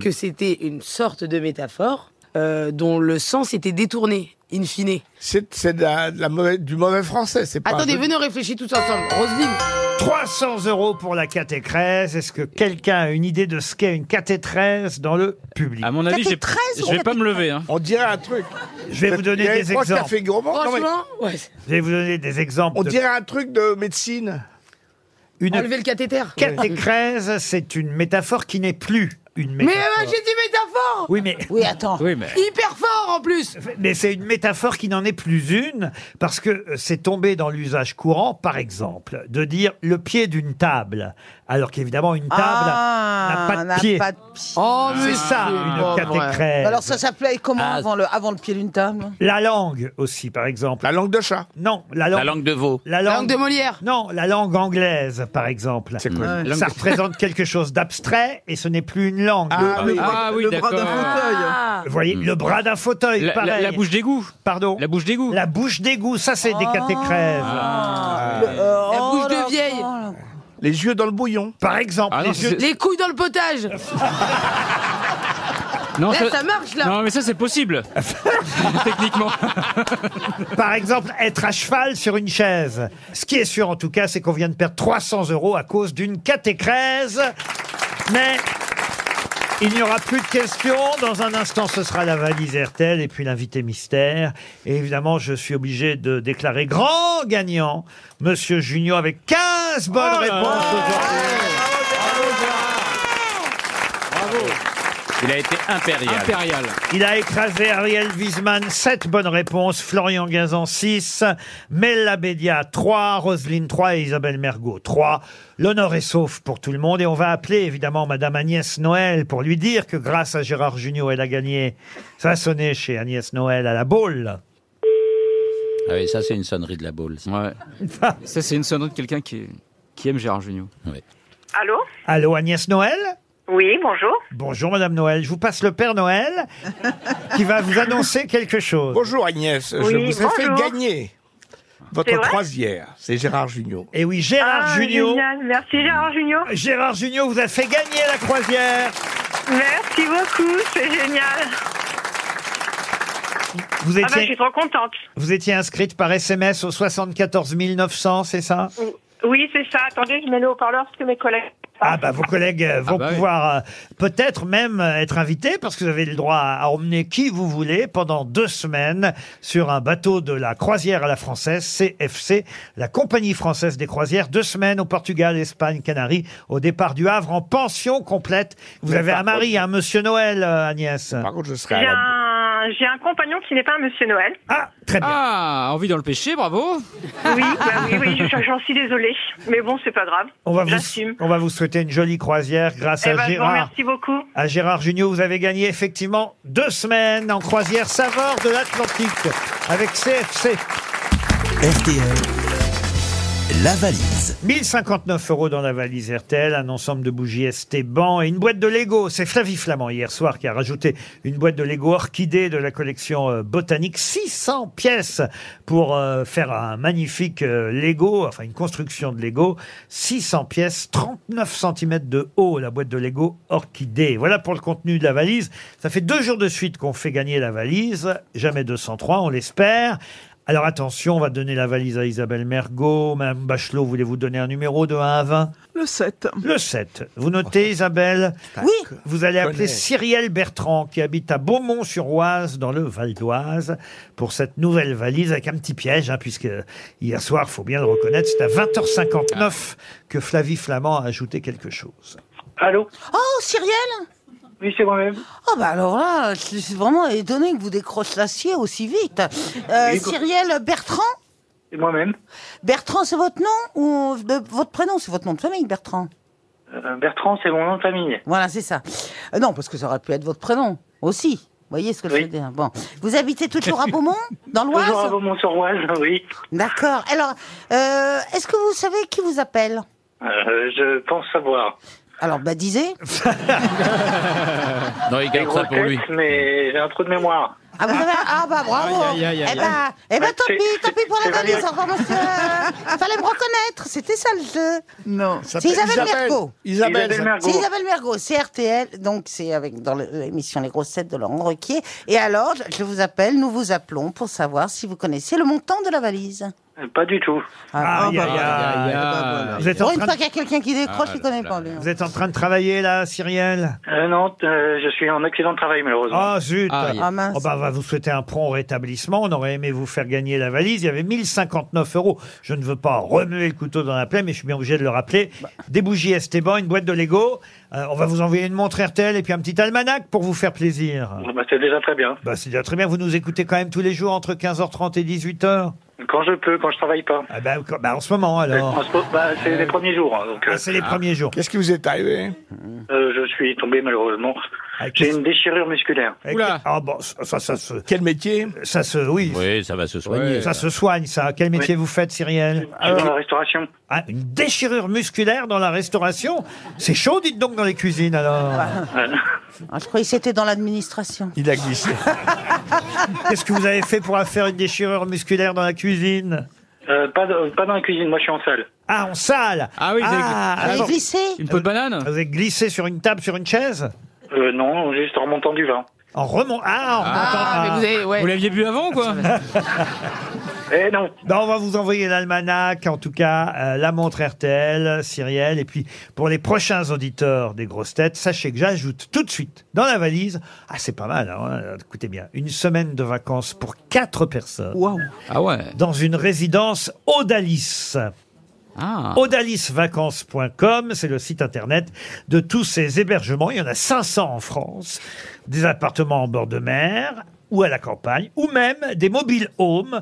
H: que c'était une sorte de métaphore euh, dont le sens était détourné, in fine.
F: C'est c'est de la- de la mauvaise- du mauvais français. C'est pas un
H: Attendez,
F: jeu de-
H: venez, on réfléchit tous ensemble. Roselyne,
B: 300 euros pour la catécrèse. Est-ce que quelqu'un a une idée de ce qu'est une catécrèse dans le public
L: À mon avis,
D: Gâtée
L: j'ai-
D: crève ou
L: je vais pas
D: gâtée
L: me lever. hein.
F: On dirait un truc.
B: Je vais vous donner
F: Il y a
B: des
F: trois
B: exemples.
F: cafés gourmands. Non, mais
H: franchement, ouais.
B: Je vais vous donner des exemples.
F: on
B: de-
F: dirait un truc de médecine.
B: Une
H: enlevez le cathéter.
B: catécrèse, c'est une métaphore qui n'est plus une
H: Mais
B: métaphore.
H: ouais, j'ai dit métaphore
B: Oui, mais,
D: Oui, attends.
L: Oui, mais.
H: Hyper fort en plus
B: mais c'est une métaphore qui n'en est plus une, parce que euh, c'est tombé dans l'usage courant, par exemple, de dire le pied d'une table, alors qu'évidemment une table
D: Ah,
B: n'a pas de pied.
D: pas de pied.
H: Oh,
B: C'est ça, une catécrèse.
D: Alors ça s'appelait comment
E: Ah.
D: avant, le, avant le pied d'une table
B: La langue aussi, par exemple.
F: La langue de chat.
B: Non, la langue.
E: La langue de veau.
B: la
H: La
B: langue-
H: langue de Molière.
B: Non, la langue anglaise, par exemple.
F: C'est quoi
G: Ouais.
B: Ça représente quelque chose d'abstrait et ce n'est plus une langue. Ah.
F: Ah,
G: Le
F: oui.
G: bras-
L: Ah oui,
G: le bras d'un
L: d'accord.
G: fauteuil.
B: Vous voyez, le bras d'un fauteuil,
L: La, la-
B: pareil.
L: la bouche d'égout.
B: Pardon
L: La bouche d'égout.
B: La bouche d'égout, ça c'est
H: Ah.
B: des catécrèves.
D: Le- euh,
H: La
D: oh
H: bouche
D: là
H: de vieille.
D: là.
F: Les yeux dans le bouillon.
B: Par exemple,
L: Ah non,
B: les yeux-
L: c'est-
H: Les couilles dans le potage.
L: Non,
H: Là, ça marche, là.
L: Non, mais ça, c'est possible. Techniquement.
B: par exemple, être à cheval sur une chaise. Ce qui est sûr en tout cas, c'est qu'on vient de perdre 300 euros à cause d'une catécrèse. Mais il n'y aura plus de questions. Dans un instant, ce sera la valise RTL et puis l'invité mystère. Et évidemment, je suis obligé de déclarer grand gagnant Monsieur Junior avec 15 bonnes
L: Oh là
B: réponses
L: là.
B: aujourd'hui.
E: Il a été impérial.
L: Impérial.
B: Il a écrasé Ariel Wiesman, 7 bonnes réponses, Florian Gazan, 6, Mella Bédia, 3, Roselyne, 3 et Isabelle Mergot, 3. L'honneur est sauf pour tout le monde et on va appeler évidemment Madame Agnès Noël pour lui dire que grâce à Gérard Junior, elle a gagné. Ça a sonné chez Agnès Noël à la boule.
E: Ah oui, ça, c'est une sonnerie de la boule. ça.
L: Ouais. Ça, c'est une sonnerie de quelqu'un qui, qui aime Gérard Junior.
E: Ouais.
S: Allô
B: Allô Agnès Noël
S: Oui, bonjour.
B: Bonjour Madame Noël, je vous passe le Père Noël qui va vous annoncer quelque chose.
F: Bonjour Agnès, je
S: Oui,
F: vous ai fait
S: bonjour.
F: gagner
S: C'est
F: votre
S: vrai
F: croisière. C'est Gérard Jugnot.
B: Et oui, Gérard Junior.
S: Ah, génial. Merci Gérard Junior.
B: Gérard Junior vous a fait gagner la croisière.
S: Merci beaucoup, c'est génial.
B: Vous
S: Ah
B: étiez...
S: ben, je suis trop contente.
B: Vous étiez inscrite par SMS au 74 900, c'est ça
S: Oui, c'est ça. Attendez, je mets le haut-parleur parce que mes collègues
B: Ah bah vos collègues euh, vont pouvoir euh, peut-être même euh, être invités parce que vous avez le droit à, à emmener qui vous voulez pendant deux semaines sur un bateau de la croisière à la française, CFC, la compagnie française des croisières, deux semaines au Portugal, Espagne, Canaries, au départ du Havre en pension complète. Vous
F: Mais
B: avez
F: par
B: un mari, un monsieur Noël, euh, Agnès. Par
F: contre, je
S: J'ai un, j'ai un compagnon qui n'est pas un monsieur Noël.
B: Ah, très
L: bien. Ah, envie dans le péché, bravo.
S: Oui, bah oui, oui, je- j'en suis désolée. Mais bon, c'est pas grave.
B: On va, vous,
S: J'assume.
B: on va vous souhaiter une jolie croisière grâce
S: Eh
B: à
S: ben, je vous
B: Gérard.
S: remercie beaucoup.
B: À Gérard Junior, vous avez gagné effectivement deux semaines en croisière Saveur de l'Atlantique avec CFC.
A: RTL, la valise.
B: 1059 euros dans la valise RTL, un ensemble de bougies Esteban et une boîte de Lego. C'est Flavie Flamand hier soir qui a rajouté une boîte de Lego orchidée de la collection euh, botanique. 600 pièces pour euh, faire un magnifique euh, Lego, enfin une construction de Lego. 600 pièces, 39 cm de haut, la boîte de Lego orchidée. Voilà pour le contenu de la valise. Ça fait deux jours de suite qu'on fait gagner la valise. Jamais 203, on l'espère. Alors attention, on va donner la valise à Isabelle Mergot. Madame Bachelot, voulez-vous donner un numéro de 1 à 20
G: Le 7.
B: Le 7. Vous notez, Isabelle Oui. Vous allez appeler
G: Connais.
B: Cyrielle Bertrand, qui habite à Beaumont-sur-Oise, dans le Val d'Oise, pour cette nouvelle valise avec un petit piège, hein, puisque hier soir, faut bien le reconnaître, c'est à 20h59 que Flavie Flamand a ajouté quelque chose.
D: Allô Oh, Cyrielle Oui, c'est moi-même. Oh, bah alors là, je suis vraiment étonné que vous décrochiez l'acier aussi vite. Euh,
T: Oui, quoi.
D: Cyrielle Bertrand
T: Et moi-même,
D: Bertrand, c'est votre nom ou de- votre prénom C'est votre nom de famille, Bertrand
T: euh, Bertrand, c'est mon nom de famille.
D: Voilà, c'est ça. Euh, non, parce que ça aurait pu être votre prénom aussi. Vous voyez ce que je veux dire Bon. Vous habitez toujours à Beaumont, dans l'Oise
T: Toujours à Beaumont-sur-Oise, oui.
D: D'accord. Alors, euh, est-ce que vous savez qui vous appelle
T: Euh, je pense savoir.
D: Alors, bah, disez.
E: Non, il
T: Des
E: garde ça
T: grosses
E: pour lui.
T: têtes, mais j'ai un trou de mémoire.
D: Ah, vous avez- ah, bah, bravo
T: Aïe, aïe, aïe, aïe,
D: Eh
T: aïe.
D: bah, eh bah, tant
T: C'est-
D: pis, tant pis pour
T: c'est
D: la valise,
T: Valérie.
D: au revoir, monsieur Fallait me reconnaître, c'était ça le jeu Non, c'est
G: s'appelle
D: Isabelle,
G: Isabelle.
D: Mergo.
G: Isabelle. Isabelle Mergo.
D: C'est Isabelle Mergo, c'est RTL, donc c'est avec dans le- l'émission Les Grosses Têtes de Laurent Requier. Et alors, je- je vous appelle, nous vous appelons pour savoir si vous connaissez le montant de la valise.
T: Euh, Pas du tout.
B: Aïe, aïe, aïe. Vous êtes en
D: Pour une
B: train
D: fois
B: de-
D: qu'il y a quelqu'un qui décroche,
B: Ah,
D: il connaît pas, lui.
B: vous êtes en train de travailler là, Cyrielle
T: Euh, non, euh, je suis en accident de travail, malheureusement.
B: Ah zut
T: Ah, mince.
B: Oh, bah, On va vous souhaiter un prompt rétablissement. On aurait aimé vous faire gagner la valise. Il y avait 1059 euros. Je ne veux pas remuer le couteau dans la plaie, mais je suis bien obligé de le rappeler.
T: Bah.
B: Des bougies Esteban, une boîte de Lego. Euh, on va vous envoyer une montre RTL et puis un petit almanach pour vous faire plaisir.
T: Bah, c'est déjà très bien.
B: Bah, c'est déjà très bien. Vous nous écoutez quand même tous les jours entre 15h30 et 18h
T: Quand je peux, quand je travaille pas. Euh,
B: ah bah, quand- bah, En ce moment alors. ah,
T: En ce moment, bah, c'est les premiers jours. hein, donc, euh,
B: c'est les premiers jours.
F: Qu'est-ce qui vous est arrivé hein
D: Ah.
T: euh, je suis tombé, malheureusement. J'ai une déchirure musculaire.
B: Ah bon, ça, ça, ça se.
F: Quel métier
B: Ça se. Oui.
E: Oui, ça va se soigner.
B: Ça se soigne, ça. Quel métier vous faites, Cyrielle
T: Je suis dans la restauration.
B: Ah, une déchirure musculaire dans la restauration C'est chaud, dites donc, dans les cuisines, alors
D: Ah, je croyais que c'était dans l'administration.
F: Il a glissé.
B: Qu'est-ce que vous avez fait pour faire une déchirure musculaire dans la cuisine
T: Euh, pas, de- pas dans la cuisine, moi je suis en salle.
B: Ah, en salle
L: Ah oui,
T: vous avez- vous avez glissé
B: Une peau de banane Vous avez glissé sur une table, sur une chaise
T: Euh, non, juste en remontant du vin.
B: En remontant... Ah, en
L: Ah,
B: remontant-
L: mais vous avez- ouais. Vous l'aviez bu avant, quoi
T: Eh non
B: Non, on va vous envoyer l'almanach, en tout cas, euh, la montre RTL, Cyrielle. Et puis, pour les prochains auditeurs des grosses têtes, sachez que j'ajoute tout de suite dans la valise. Ah, c'est pas mal, hein, écoutez bien. Une semaine de vacances pour quatre personnes.
G: Waouh.
B: Ah ouais. Dans une résidence Odalis. Odalisvacances.com, c'est le site internet de tous ces hébergements. Il y en a 500 en France. Des appartements en bord de mer ou à la campagne, ou même des mobile homes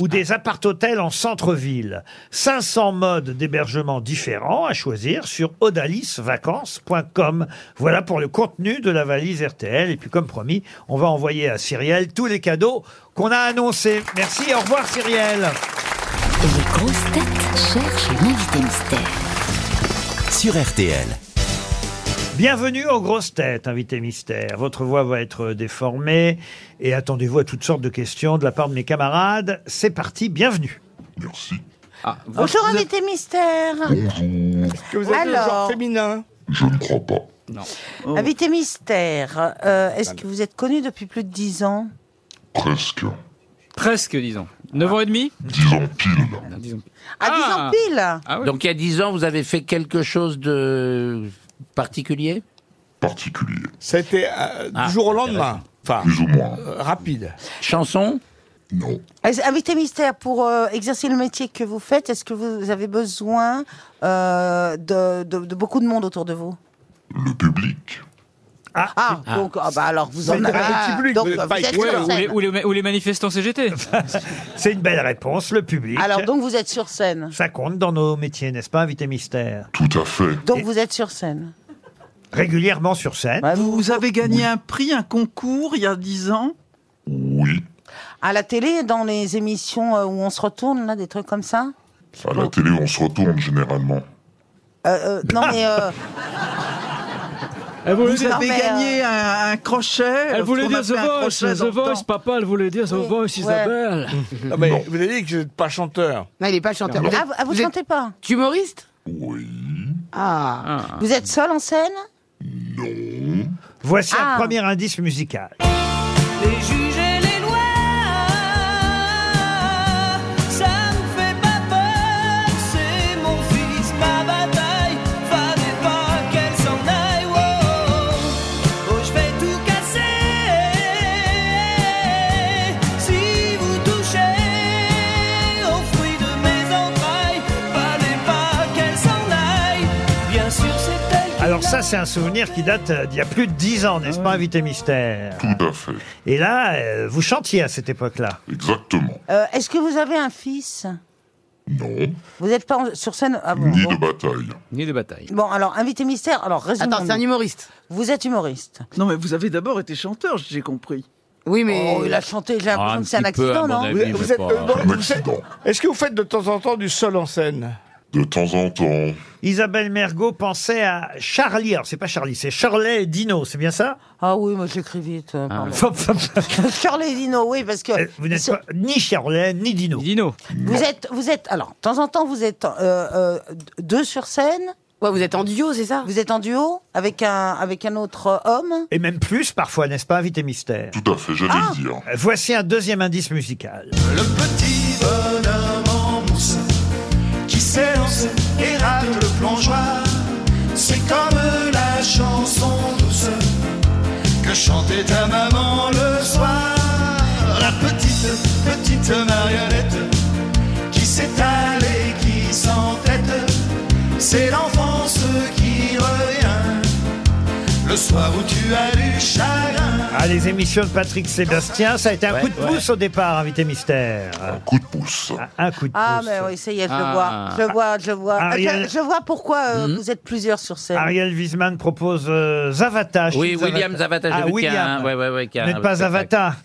B: ou des appart-hôtels en centre-ville. 500 modes d'hébergement différents à choisir sur odalisvacances.com. Voilà pour le contenu de la valise RTL. Et puis, comme promis, on va envoyer à Cyrielle tous les cadeaux qu'on a annoncés. Merci, au revoir Cyrielle.
J: Les grosses têtes cherchent l'invité mystère.
A: Sur RTL,
B: Bienvenue aux grosses têtes, invité mystère. Votre voix va être déformée et attendez-vous à toutes sortes de questions de la part de mes camarades. C'est parti, bienvenue. Merci.
D: Ah, Bonjour, invité mystère
F: Est-ce que vous êtes le genre
D: Alors. Oh.
F: féminin
D: Invité mystère, euh, est-ce que vous êtes connu depuis plus de 10 ans
L: Presque, disons. 9h30
E: 10 ans pile.
D: À 10 ans Ah, pile
E: Ah. Donc il y a 10 ans, vous avez fait quelque chose de particulier
F: Particulier. C'était euh,
E: Ah,
F: du jour au lendemain. Enfin, euh, rapide.
E: Chanson
F: Non.
D: Est-ce- Avec tes mystères, pour euh, exercer le métier que vous faites, est-ce que vous avez besoin euh, de, de- de beaucoup de monde autour de vous Le public. Ah, donc ah bah alors vous en avez donc, vous êtes
L: Ouais,
D: sur
L: ou,
D: scène.
L: les, ou les- ou les manifestants CGT.
B: C'est une belle réponse, le public.
D: Alors donc vous êtes sur scène.
B: Ça compte dans nos métiers, n'est-ce pas, invité mystère
U: Tout à fait.
D: Donc vous êtes sur scène.
B: Régulièrement sur scène.
G: Bah, Vous avez gagné un prix, un concours il y a 10 ans
D: À la télé, dans les émissions euh, où on se retourne, là, des trucs comme ça
U: À la télé, on se retourne généralement.
D: Euh, euh, Non mais... euh,
H: Ah
G: Vous,
D: dites-
G: avez
D: Non, mais, euh,
G: gagné un, un crochet
L: Elle voulait
G: parce
L: dire
G: qu'on a
L: The
G: fait un
L: Voice,
G: crochet dans
L: The
G: le
L: Voice,
G: temps.
L: papa, elle voulait dire The
G: Oui,
L: Voice,
G: ouais.
L: Isabelle.
F: Ah, mais vous avez dit que je n'êtes pas chanteur.
H: Non, il est pas chanteur.
F: Non.
H: êtes-
F: Ah, vous-
D: ah, vous chantez pas
H: Humoriste
D: Ah. Vous êtes seul en scène
B: Voici
D: Ah.
B: un premier indice musical.
P: Les juges et les lois, ça me fait pas peur. C'est mon fils, ma bataille. Fallait pas qu'elle s'en aille. Oh, oh, je vais tout casser. Si vous touchez aux fruits de mes entrailles, fallait pas qu'elle s'en aille. Bien sûr, c'est elle.
B: Alors ça, c'est un souvenir qui date euh, d'il y a plus de dix ans,
F: Ah
B: n'est-ce pas, invité mystère
U: Tout à fait.
B: Et là, euh, vous chantiez à cette époque-là.
U: Exactement.
D: Euh, Est-ce que vous avez un fils
U: Non.
D: Vous n'êtes pas en- sur scène ah, bon,
U: Ni
D: bon.
U: de bataille.
L: Ni de bataille.
D: Bon, alors, invité mystère, alors résumons.
G: Attends, c'est un
D: humoriste. Vous êtes humoriste.
G: Non, mais vous avez d'abord été chanteur, j'ai compris.
D: Oui, mais- Oh, il a chanté, j'ai l'impression Ah, un que c'est un petit peu, accident, à mon non avis,
F: Vous- vous
G: mais
F: êtes-
G: pas-
F: euh, bon,
U: Un
F: vous
U: accident.
F: êtes- Est-ce que vous faites de temps en temps du seul en scène
U: De temps en temps.
B: Isabelle Mergot pensait à Charlie. Alors, c'est pas Charlie, c'est Shirley Dino, c'est bien ça Ah.
D: Ah oui, moi j'écris vite. euh, Shirley Dino, oui, parce que
B: Euh, Vous n'êtes pas ni Shirley, ni Dino.
L: Dino.
D: vous êtes, vous êtes, alors, de temps en temps, vous êtes euh, euh, deux sur scène. Ouais, vous êtes en duo, c'est ça Vous êtes en duo avec un, avec un autre euh, homme.
B: Et même plus, parfois, n'est-ce pas, invité mystère
U: Tout à fait, j'allais
D: Ah.
U: le dire.
B: Euh, Voici un deuxième indice musical.
P: Le petit bonhomme en mousse qui s'est lancé et rate le plongeoir. C'est comme la chanson douce que chantait ta maman le soir. La petite, petite marionnette qui s'étale et qui s'entête. C'est l'enfance qui revient le soir où tu as du chagrin.
B: Ah, les émissions de Patrick Sébastien, ça a été un coup de pouce au départ, invité mystère. Un
U: coup de pouce.
B: Un coup de pouce.
D: Ah, mais oui, ça y est, je le
B: Ah.
D: vois. Je le vois, je le vois. Ah,
B: Ariel-
D: Je, je vois pourquoi euh,
B: Hmm.
D: vous êtes plusieurs sur scène.
B: Ariel Wiesman propose euh, Zavata.
E: Oui,
B: Chief
E: William Zavata, j'ai
B: Ah,
E: vu qu'il y a
B: William.
E: un- ouais, ouais, ouais, qu'il y a
B: Vous
E: un
B: n'êtes pas
E: spectacle.
B: Zavata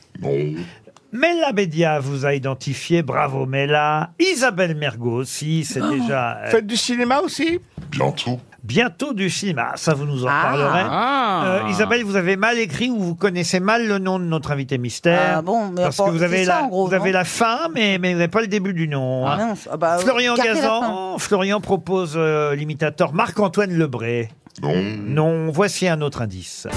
B: Mella Bédia vous a identifié, bravo Mella. Isabelle Mergo aussi, c'est
D: Ah.
B: déjà... euh,
F: Faites du cinéma aussi
U: Bientôt.
B: Bientôt du cinéma, ça vous nous en parlerez.
F: Ah.
B: Euh, Isabelle, vous avez mal écrit ou vous connaissez mal le nom de notre invité mystère.
D: Ah bon, mais
B: parce
D: enfin,
B: que vous avez,
D: c'est ça,
B: la,
D: en gros,
B: vous avez
D: non
B: la fin, mais, mais vous n'avez pas le début du nom.
D: Ah
B: hein.
D: mince, ah bah, euh,
B: Florian
D: gardez la
B: Gazan, Florian propose euh, l'imitateur Marc-Antoine Lebré.
U: Non.
B: Non, voici un autre indice.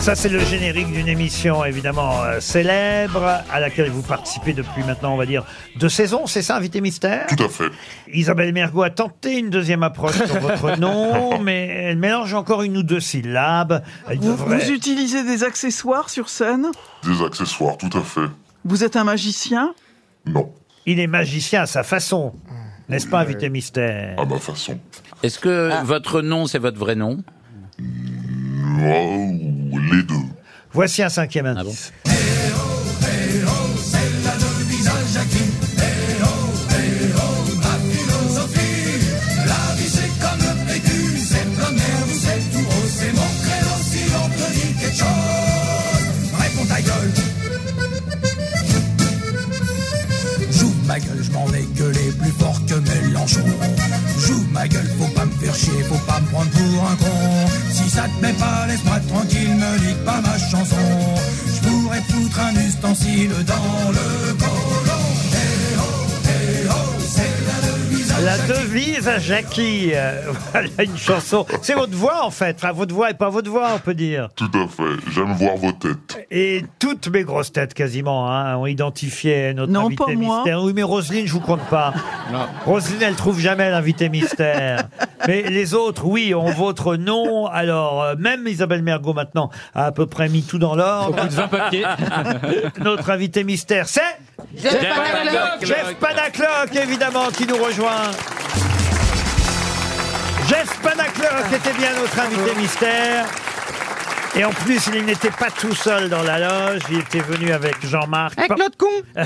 B: Ça, c'est le générique d'une émission évidemment euh, célèbre à laquelle vous participez depuis maintenant, on va dire, deux saisons, c'est ça, Invité Mystère
U: Tout à fait.
B: Isabelle Mergot a tenté une deuxième approche sur votre nom, mais elle mélange encore une ou deux syllabes. Elle
G: Vous,
B: devrait-
G: vous utilisez des accessoires sur scène
U: Des accessoires, tout à fait.
G: Vous êtes un magicien
B: Il est magicien à sa façon, n'est-ce pas, Invité Mystère
U: À ma façon.
E: Est-ce que
D: Ah.
E: votre nom, c'est votre vrai nom
U: les deux.
B: Voici un cinquième indice.
P: La vie c'est comme le PQ, c'est plein air, vous êtes tout rose, c'est mon créneau si l'on te dit quelque chose. Réponds ta gueule. Joue ma gueule, je m'en vais gueuler plus fort que Mélenchon. Joue ma gueule, faut pas me faire chier, faut pas me prendre pour un con. Si ça te met plais pas, laisse-moi tranquille, me nique pas ma chanson. Je pourrais foutre un ustensile dans le colon. Eh oh, eh oh, c'est la devise à
B: La
P: Jackie.
B: devise à Jackie. Euh, voilà une chanson. C'est votre voix, en fait. Enfin, votre voix et pas votre voix, on peut dire.
Q: Tout à fait. J'aime voir vos têtes.
B: Et toutes mes grosses têtes, quasiment, hein, ont identifié notre invité
G: pas moi.
B: mystère. Oui, mais Roselyne, je vous compte pas. Roselyne, elle trouve jamais l'invité mystère. mais les autres, oui, ont votre nom. Alors, euh, même Isabelle Mergot, maintenant, a à peu près mis tout dans l'ordre.
P: Au bout de 20 papiers.
B: notre invité mystère, c'est...
P: Jeff Panacloc.
B: Jeff Panacloc, évidemment, qui nous rejoint. Jeff Panacloc était bien notre invité mystère. Et en plus, il n'était pas tout seul dans la loge. Il était venu avec Jean-Marc.
I: Avec l'autre
B: con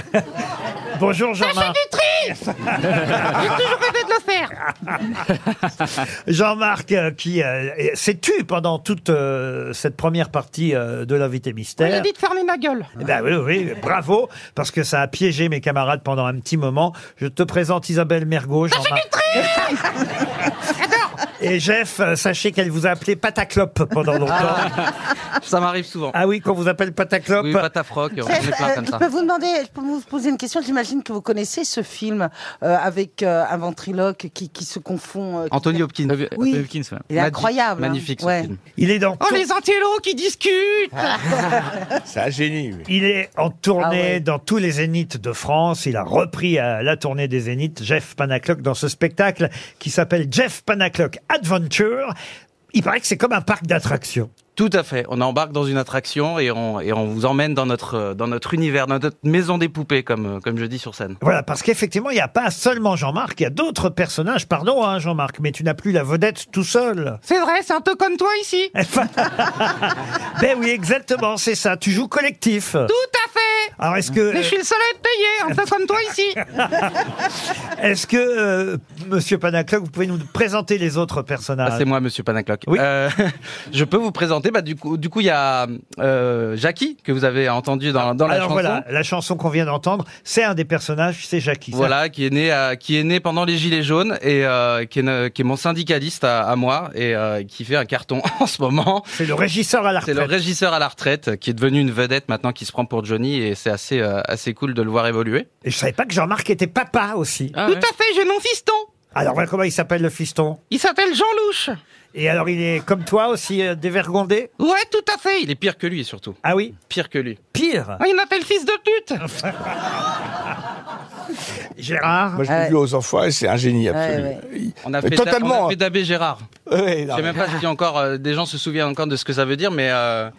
B: Bonjour Jean-Marc.
I: du tri J'ai toujours rêvé de le faire
B: Jean-Marc euh, qui euh, s'est tu pendant toute euh, cette première partie euh, de l'invité
I: On lui a
B: mystère.
I: dit de fermer ma gueule
B: Eh Ben oui, oui, bravo, parce que ça a piégé mes camarades pendant un petit moment. Je te présente Isabelle Mergot, Jean-Marc. Et Jeff, euh, sachez qu'elle vous a appelé Pataclope pendant longtemps.
C: Ah. Ça m'arrive souvent.
B: Ah oui, qu'on vous appelle Pataclope
C: Oui, patafroc, on
D: Chef,
C: est plein
D: euh,
C: comme
D: je
C: ça.
D: peux vous demander, je peux vous poser une question. J'imagine que vous connaissez ce film euh, avec euh, un ventriloque qui, qui se confond. euh, qui-
C: Anthony Hopkins.
D: Oui.
C: Anthony Hopkins, ouais.
D: Il est
C: Magi-
D: incroyable, hein.
C: Magnifique, ce
D: Ouais.
C: film.
B: Il est dans
I: Oh les antélos qui discutent
F: C'est un génie. lui.
B: Il est en tournée
C: Ah
B: dans tous les zéniths de France. Il a repris euh, la tournée des zéniths, Jeff Panaclock, dans ce spectacle qui s'appelle Jeff Panaclock Adventure. Il paraît que c'est comme un parc d'attractions.
C: Tout à fait. On embarque dans une attraction et on, et on vous emmène dans notre, euh, dans notre univers, dans notre maison des poupées, comme, euh, comme je dis sur scène.
B: Voilà, parce qu'effectivement, il n'y a pas seulement Jean-Marc, il y a d'autres personnages. Pardon, hein, Jean-Marc, mais tu n'as plus la vedette tout seul.
I: C'est vrai, c'est un peu comme toi ici Tout
B: Ben oui, exactement, c'est ça. Tu joues collectif.
I: à fait
B: Alors, est-ce que-
I: Mais je suis le seul à être payé, un peu comme toi ici
B: Est-ce que, euh, monsieur Panaclock, vous pouvez nous présenter les autres personnages
C: Ah, c'est moi, Monsieur Panacloc. Euh, je peux vous présenter. Bah, du coup, du coup, il y a euh, Jackie que vous avez entendu dans, dans la
B: Alors
C: chanson.
B: voilà, la chanson qu'on vient d'entendre, c'est un des personnages, c'est Jackie.
C: Voilà, qui est né, à- qui est né pendant les Gilets jaunes et euh, qui, est, ne- qui est mon syndicaliste à, à moi et euh, qui fait un carton en ce moment.
B: C'est le régisseur à la
C: C'est le régisseur à la retraite qui est devenu une vedette maintenant, qui se prend pour Johnny et c'est assez, euh, assez cool de le voir évoluer.
B: Et je savais pas que Jean-Marc était papa aussi.
C: Ah
B: Ah,
I: Tout à fait, j'ai mon fiston
B: Alors voilà comment il s'appelle le fiston.
I: Il s'appelle Jean Louche
B: Et alors il est comme toi aussi euh, dévergondé
I: Ouais, tout à fait
C: Il est pire que lui surtout.
B: Ah oui
C: Pire que lui.
B: Pire
I: Ah, Il m'appelle fils de pute
B: Gérard
F: Moi, je l'ai vu aux enfants et c'est un génie absolu.
C: On a
F: Mais
C: fait
F: totalement.
C: on a fait d'abbé Gérard.
F: Ouais,
C: Je sais même pas si encore euh, des gens se souviennent encore de ce que ça veut dire, mais euh,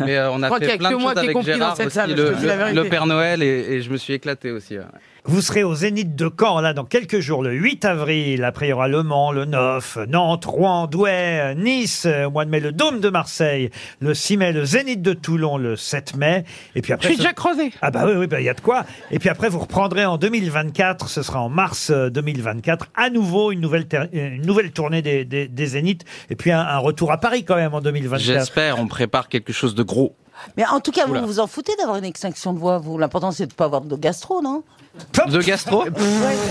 C: mais euh, on
H: Je
C: a
H: crois qu'il y a
C: fait plein
H: que
C: de
H: moi
C: choses
H: qui ai
C: avec
H: compris dans
C: Gérard
H: cette
C: aussi,
H: salle, je
C: le,
H: te dis la
C: le-
H: vérité.
C: le Père Noël et, et je me suis éclaté aussi. ouais.
B: Vous serez au Zénith de Caen, là, dans quelques jours, le 8 avril. Après, il y aura Le Mans, le 9, Nantes, Rouen, Douai, Nice, euh, au mois de mai, le Dôme de Marseille, le 6 mai, le Zénith de Toulon, le 7 mai. Et puis
I: Je
B: après.
I: suis
B: ce-
I: déjà crevé
B: Ah bah oui, oui, bah il y a de quoi. Et puis après, vous reprendrez en 2024, ce sera en mars euh, 2024, à nouveau une nouvelle, ter- euh, une nouvelle tournée des, des, des Zéniths, et puis un, un retour à Paris quand même en 2024.
C: J'espère, on prépare quelque chose de gros.
D: Mais en tout cas,
C: Oula.
D: vous vous en foutez d'avoir une extinction de voix, vous. L'important, c'est de ne pas avoir de gastro, non
C: De
I: Oh.
C: gastro
D: Ouais,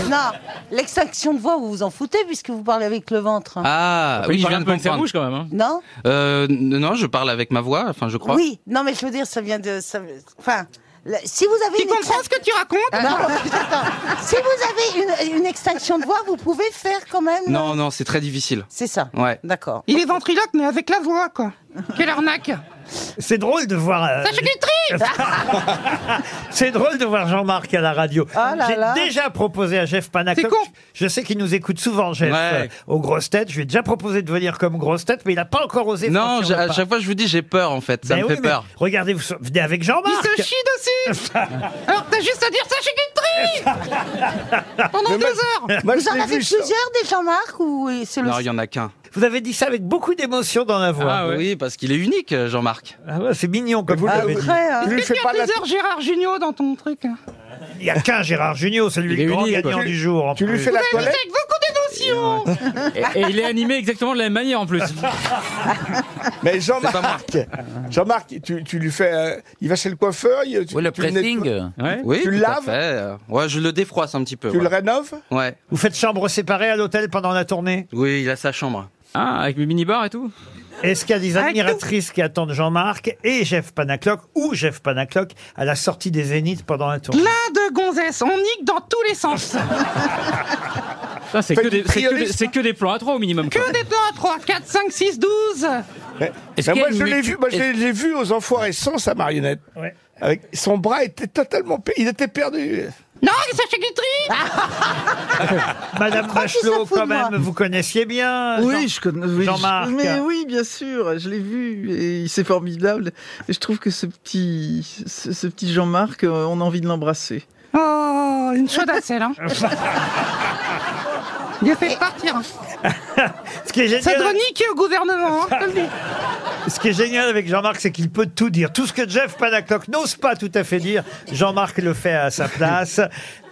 D: Non, l'extinction de voix, vous vous en foutez puisque vous parlez avec le ventre.
C: Ah, oui, je viens de comprendre.
D: quand même. Non
C: Euh, n- non, je parle avec ma voix, enfin je crois.
D: Oui, non, mais je veux dire, ça vient de. ça- Enfin. le- Si vous avez tu comprends
I: ce que tu racontes
D: Non, attends. Si vous avez une, une extinction de voix, vous pouvez faire quand même.
C: Non, non, c'est très difficile.
D: C'est ça.
C: Ouais.
D: D'accord.
I: Il est ventriloque, mais avec la voix, quoi Quelle arnaque
B: C'est drôle de voir. euh,
I: Sache du tri
B: C'est drôle de voir Jean-Marc à la radio.
I: Ah là là.
B: J'ai déjà proposé à Jeff Panaclock. Je sais qu'il nous écoute souvent, Jeff,
C: Ouais.
B: euh, aux grosses têtes. Je lui ai déjà proposé de venir comme grosse tête, mais il n'a pas encore osé.
C: Non,
B: franchir
C: je-
B: le
C: à
B: pas.
C: chaque fois je vous dis j'ai peur en fait, ça
B: Ben
C: me
B: oui,
C: fait
B: mais
C: peur.
B: Regardez, vous so- venez avec
I: Il
B: Jean-Marc.
I: se chie dessus Alors t'as juste à dire ça chez tri Pendant
D: Mais
I: deux
D: moi-
I: heures
D: vous en avez plusieurs des Jean-Marc ou c'est le.
C: Non, il y en a qu'un.
B: Vous avez dit ça avec beaucoup d'émotion dans la voix.
C: Oui, parce qu'il est unique, euh, Jean-Marc.
B: Ah ouais, c'est mignon comme vous
C: Ah,
B: l'avez
C: oui.
B: dit.
C: Après,
D: hein.
I: Est-ce que tu as plusieurs Gérard Junior dans ton truc là
B: Il n'y a qu'un Gérard Junior, celui
L: Il est
B: le grand
L: unique,
B: gagnant
L: quoi.
B: du jour. en
L: Tu lui
B: plus.
L: fais la
I: Vous avez avec beaucoup d'émotions
L: Et, et il est animé exactement de la même manière en plus.
F: Mais Jean-Marc, Jean-Marc, tu, tu lui fais, euh, il va chez le coiffeur, il, tu,
C: Oui, le
F: tu nettoies-
C: pressing. Oui,
F: tu
C: tout
F: le
C: à
F: laves,
C: fait. Euh, Ouais, je le défroisse un petit peu.
F: tu le
C: ouais.
F: rénoves.
C: Ouais.
B: Vous faites chambre séparée à l'hôtel pendant la tournée
C: Oui, il a sa chambre.
L: Ah, avec le minibar et tout
B: Est-ce qu'il y a des admiratrices qui attendent Jean-Marc et Jeff Panaclock ou Jeff Panaclock à la sortie des Zéniths pendant un tour
I: Plein de gonzesses, on nique dans tous les sens.
V: Putain, C'est que, des- c'est que des- c'est que des plans à trois au minimum. quoi.
I: que des plans à 3, 4, 5, 6, 12.
F: Mais Ben, moi, je l'ai vu, moi, je l'ai- je l'ai vu aux enfoirés sans sa marionnette.
B: Ouais.
F: Avec, son bras était totalement... pe- Il était perdu.
I: Non, Sacha Guitry
B: Madame
G: crois qu'il
B: Bachelot,
G: s'en fout
B: quand
G: de moi.
B: même, vous connaissiez bien.
G: Oui,
B: Jean-
G: je connais. oui, je-
B: Jean-Marc.
G: Mais oui, bien sûr, je l'ai vu et c'est formidable. Et je trouve que ce petit, ce, ce petit Jean-Marc, euh, on a envie de l'embrasser.
I: Oh, une chaude à sel, hein. Il a fait partir. hein.
B: Ce qui est
I: C'est de
B: génial,
I: niquer au gouvernement, hein, je te le dis.
B: ce qui est génial avec Jean-Marc, c'est qu'il peut tout dire. Tout ce que Jeff Panaclock n'ose pas tout à fait dire, Jean-Marc le fait à sa place.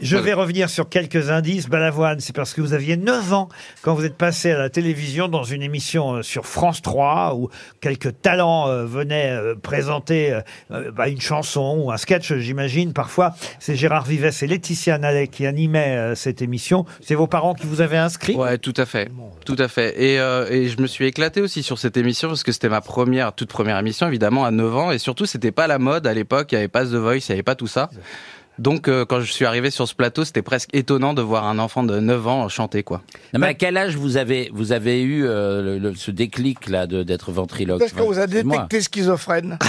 B: Je vais revenir sur quelques indices. Balavoine, c'est parce que vous aviez 9 ans quand vous êtes passé à la télévision dans une émission euh, sur France 3 où quelques talents euh, venaient euh, présenter euh, euh, bah, une chanson ou un sketch, j'imagine. Parfois, c'est Gérard Vivès et Laetitia Nallet qui animaient euh, cette émission. C'est vos parents qui vous avaient inscrit
C: Ouais, tout à fait, tout à fait. Et, euh, et je me suis éclaté aussi sur cette émission parce que c'était ma première, toute première émission évidemment à 9 ans et surtout c'était pas la mode à l'époque, il y avait pas The Voice, il y avait pas tout ça. Donc euh, quand je suis arrivé sur ce plateau, c'était presque étonnant de voir un enfant de 9 ans chanter quoi.
E: Non, mais à quel âge vous avez, vous avez eu euh, le- le- ce déclic-là de- d'être ventriloque
F: Parce qu'on vous a
E: Excuse-moi.
F: détecté schizophrène.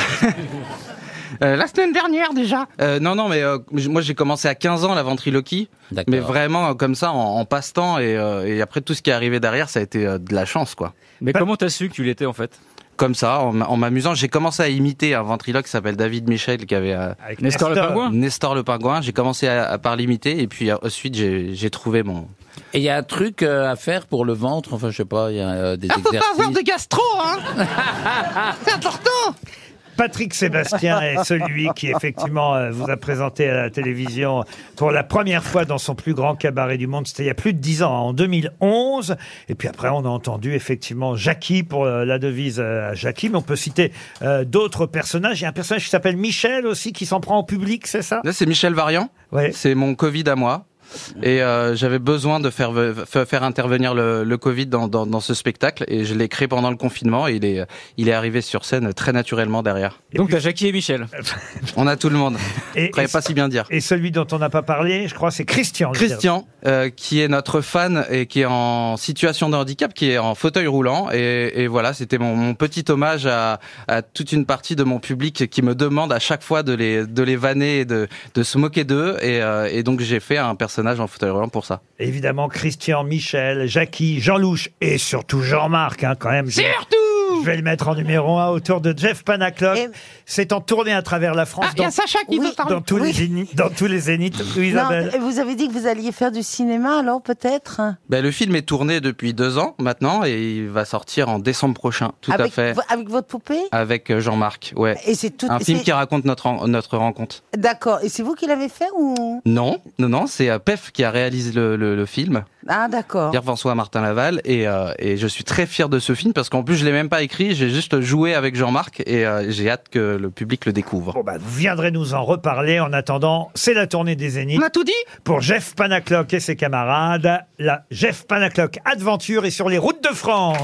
C: Euh, la semaine
I: Dernière déjà.
C: Euh, non, non, mais euh, j- moi j'ai commencé à 15 ans la ventriloquie, mais vraiment euh, comme ça en, en passe-temps et, euh, et après tout ce qui est arrivé derrière, ça a été euh, de la chance quoi.
V: Mais comment t'as su que tu l'étais en fait
C: Comme ça, en, m- en m'amusant, j'ai commencé à imiter un ventriloque qui s'appelle David Michel qui avait euh,
V: Nestor le Nestor. Pingouin.
C: Nestor le pingouin. J'ai commencé à, à par l'imiter et puis euh, ensuite j'ai j'ai trouvé mon.
E: Et il y a un truc euh, à faire pour le ventre, enfin je sais pas, il y a euh, des
I: Ah,
C: Ah, faut pas
E: exercices.
C: avoir
I: De gastro, hein. C'est important.
B: Patrick Sébastien est celui qui, effectivement, euh, vous a présenté à la télévision pour la première fois dans son plus grand cabaret du monde. C'était il y a plus de dix ans, hein, en 2011. Et puis après, on a entendu, effectivement, Jackie pour euh, la devise euh, à Jackie. Mais on peut citer euh, d'autres personnages. Il y a un personnage qui s'appelle Michel aussi, qui s'en prend en public, c'est ça
C: Là, c'est Michel Variant. C'est mon Covid à moi. Et euh, j'avais besoin de faire, ve- fa- faire intervenir le, le Covid dans, dans- dans ce spectacle. Et je l'ai créé pendant le confinement. Et il est, il est arrivé sur scène très naturellement derrière.
V: Donc t'as Jackie et Michel.
C: On a tout le monde.
B: Et-
C: Je pourrais pas si bien dire.
B: Et celui dont on n'a pas parlé, je crois, c'est Christian.
C: Christian, euh, qui est notre fan et qui est en situation de handicap, qui est en fauteuil roulant. Et, et voilà, c'était mon, mon petit hommage à, à toute une partie de mon public qui me demande à chaque fois de les, de les vanner et de, de se moquer d'eux. Et, euh, et donc j'ai fait un personnage en fauteuil roulant pour ça.
B: Évidemment, Christian, Michel, Jackie, Jean-Louche et surtout Jean-Marc, hein, quand même. Surtout Je vais le mettre en numéro un autour de Jeff Panaclock. C'est en tournée à travers la France.
D: Ah, il y a Sacha qui veut
B: dans,
D: parler.
B: tous les
D: Oui.
B: zéniths, dans tous les zéniths. Oui,
D: Non, euh,
B: Isabelle.
D: et vous avez dit que vous alliez faire du cinéma, alors peut-être
C: Ben, le film est tourné depuis deux ans maintenant et il va sortir en décembre prochain. Tout
D: avec,
C: à fait.
D: vo- Avec votre poupée
C: Avec euh, Jean-Marc, ouais.
D: Et c'est tout-
C: un film
D: c'est-
C: qui raconte notre, en- notre rencontre.
D: D'accord. Et c'est vous qui l'avez fait ou
C: Non, non, non, c'est euh, Pef qui a réalisé le, le- le film.
D: Ah, d'accord.
C: Pierre-François Martin Laval et, euh, et je suis très fier de ce film parce qu'en plus je l'ai même pas écrit, j'ai juste joué avec Jean-Marc et euh, j'ai hâte que le public le découvre.
B: Vous viendrez nous en reparler. En attendant, c'est la tournée des zéniths. On a tout dit Pour Jeff Panaclock et ses camarades, la Jeff Panaclock Adventure est sur les routes de France.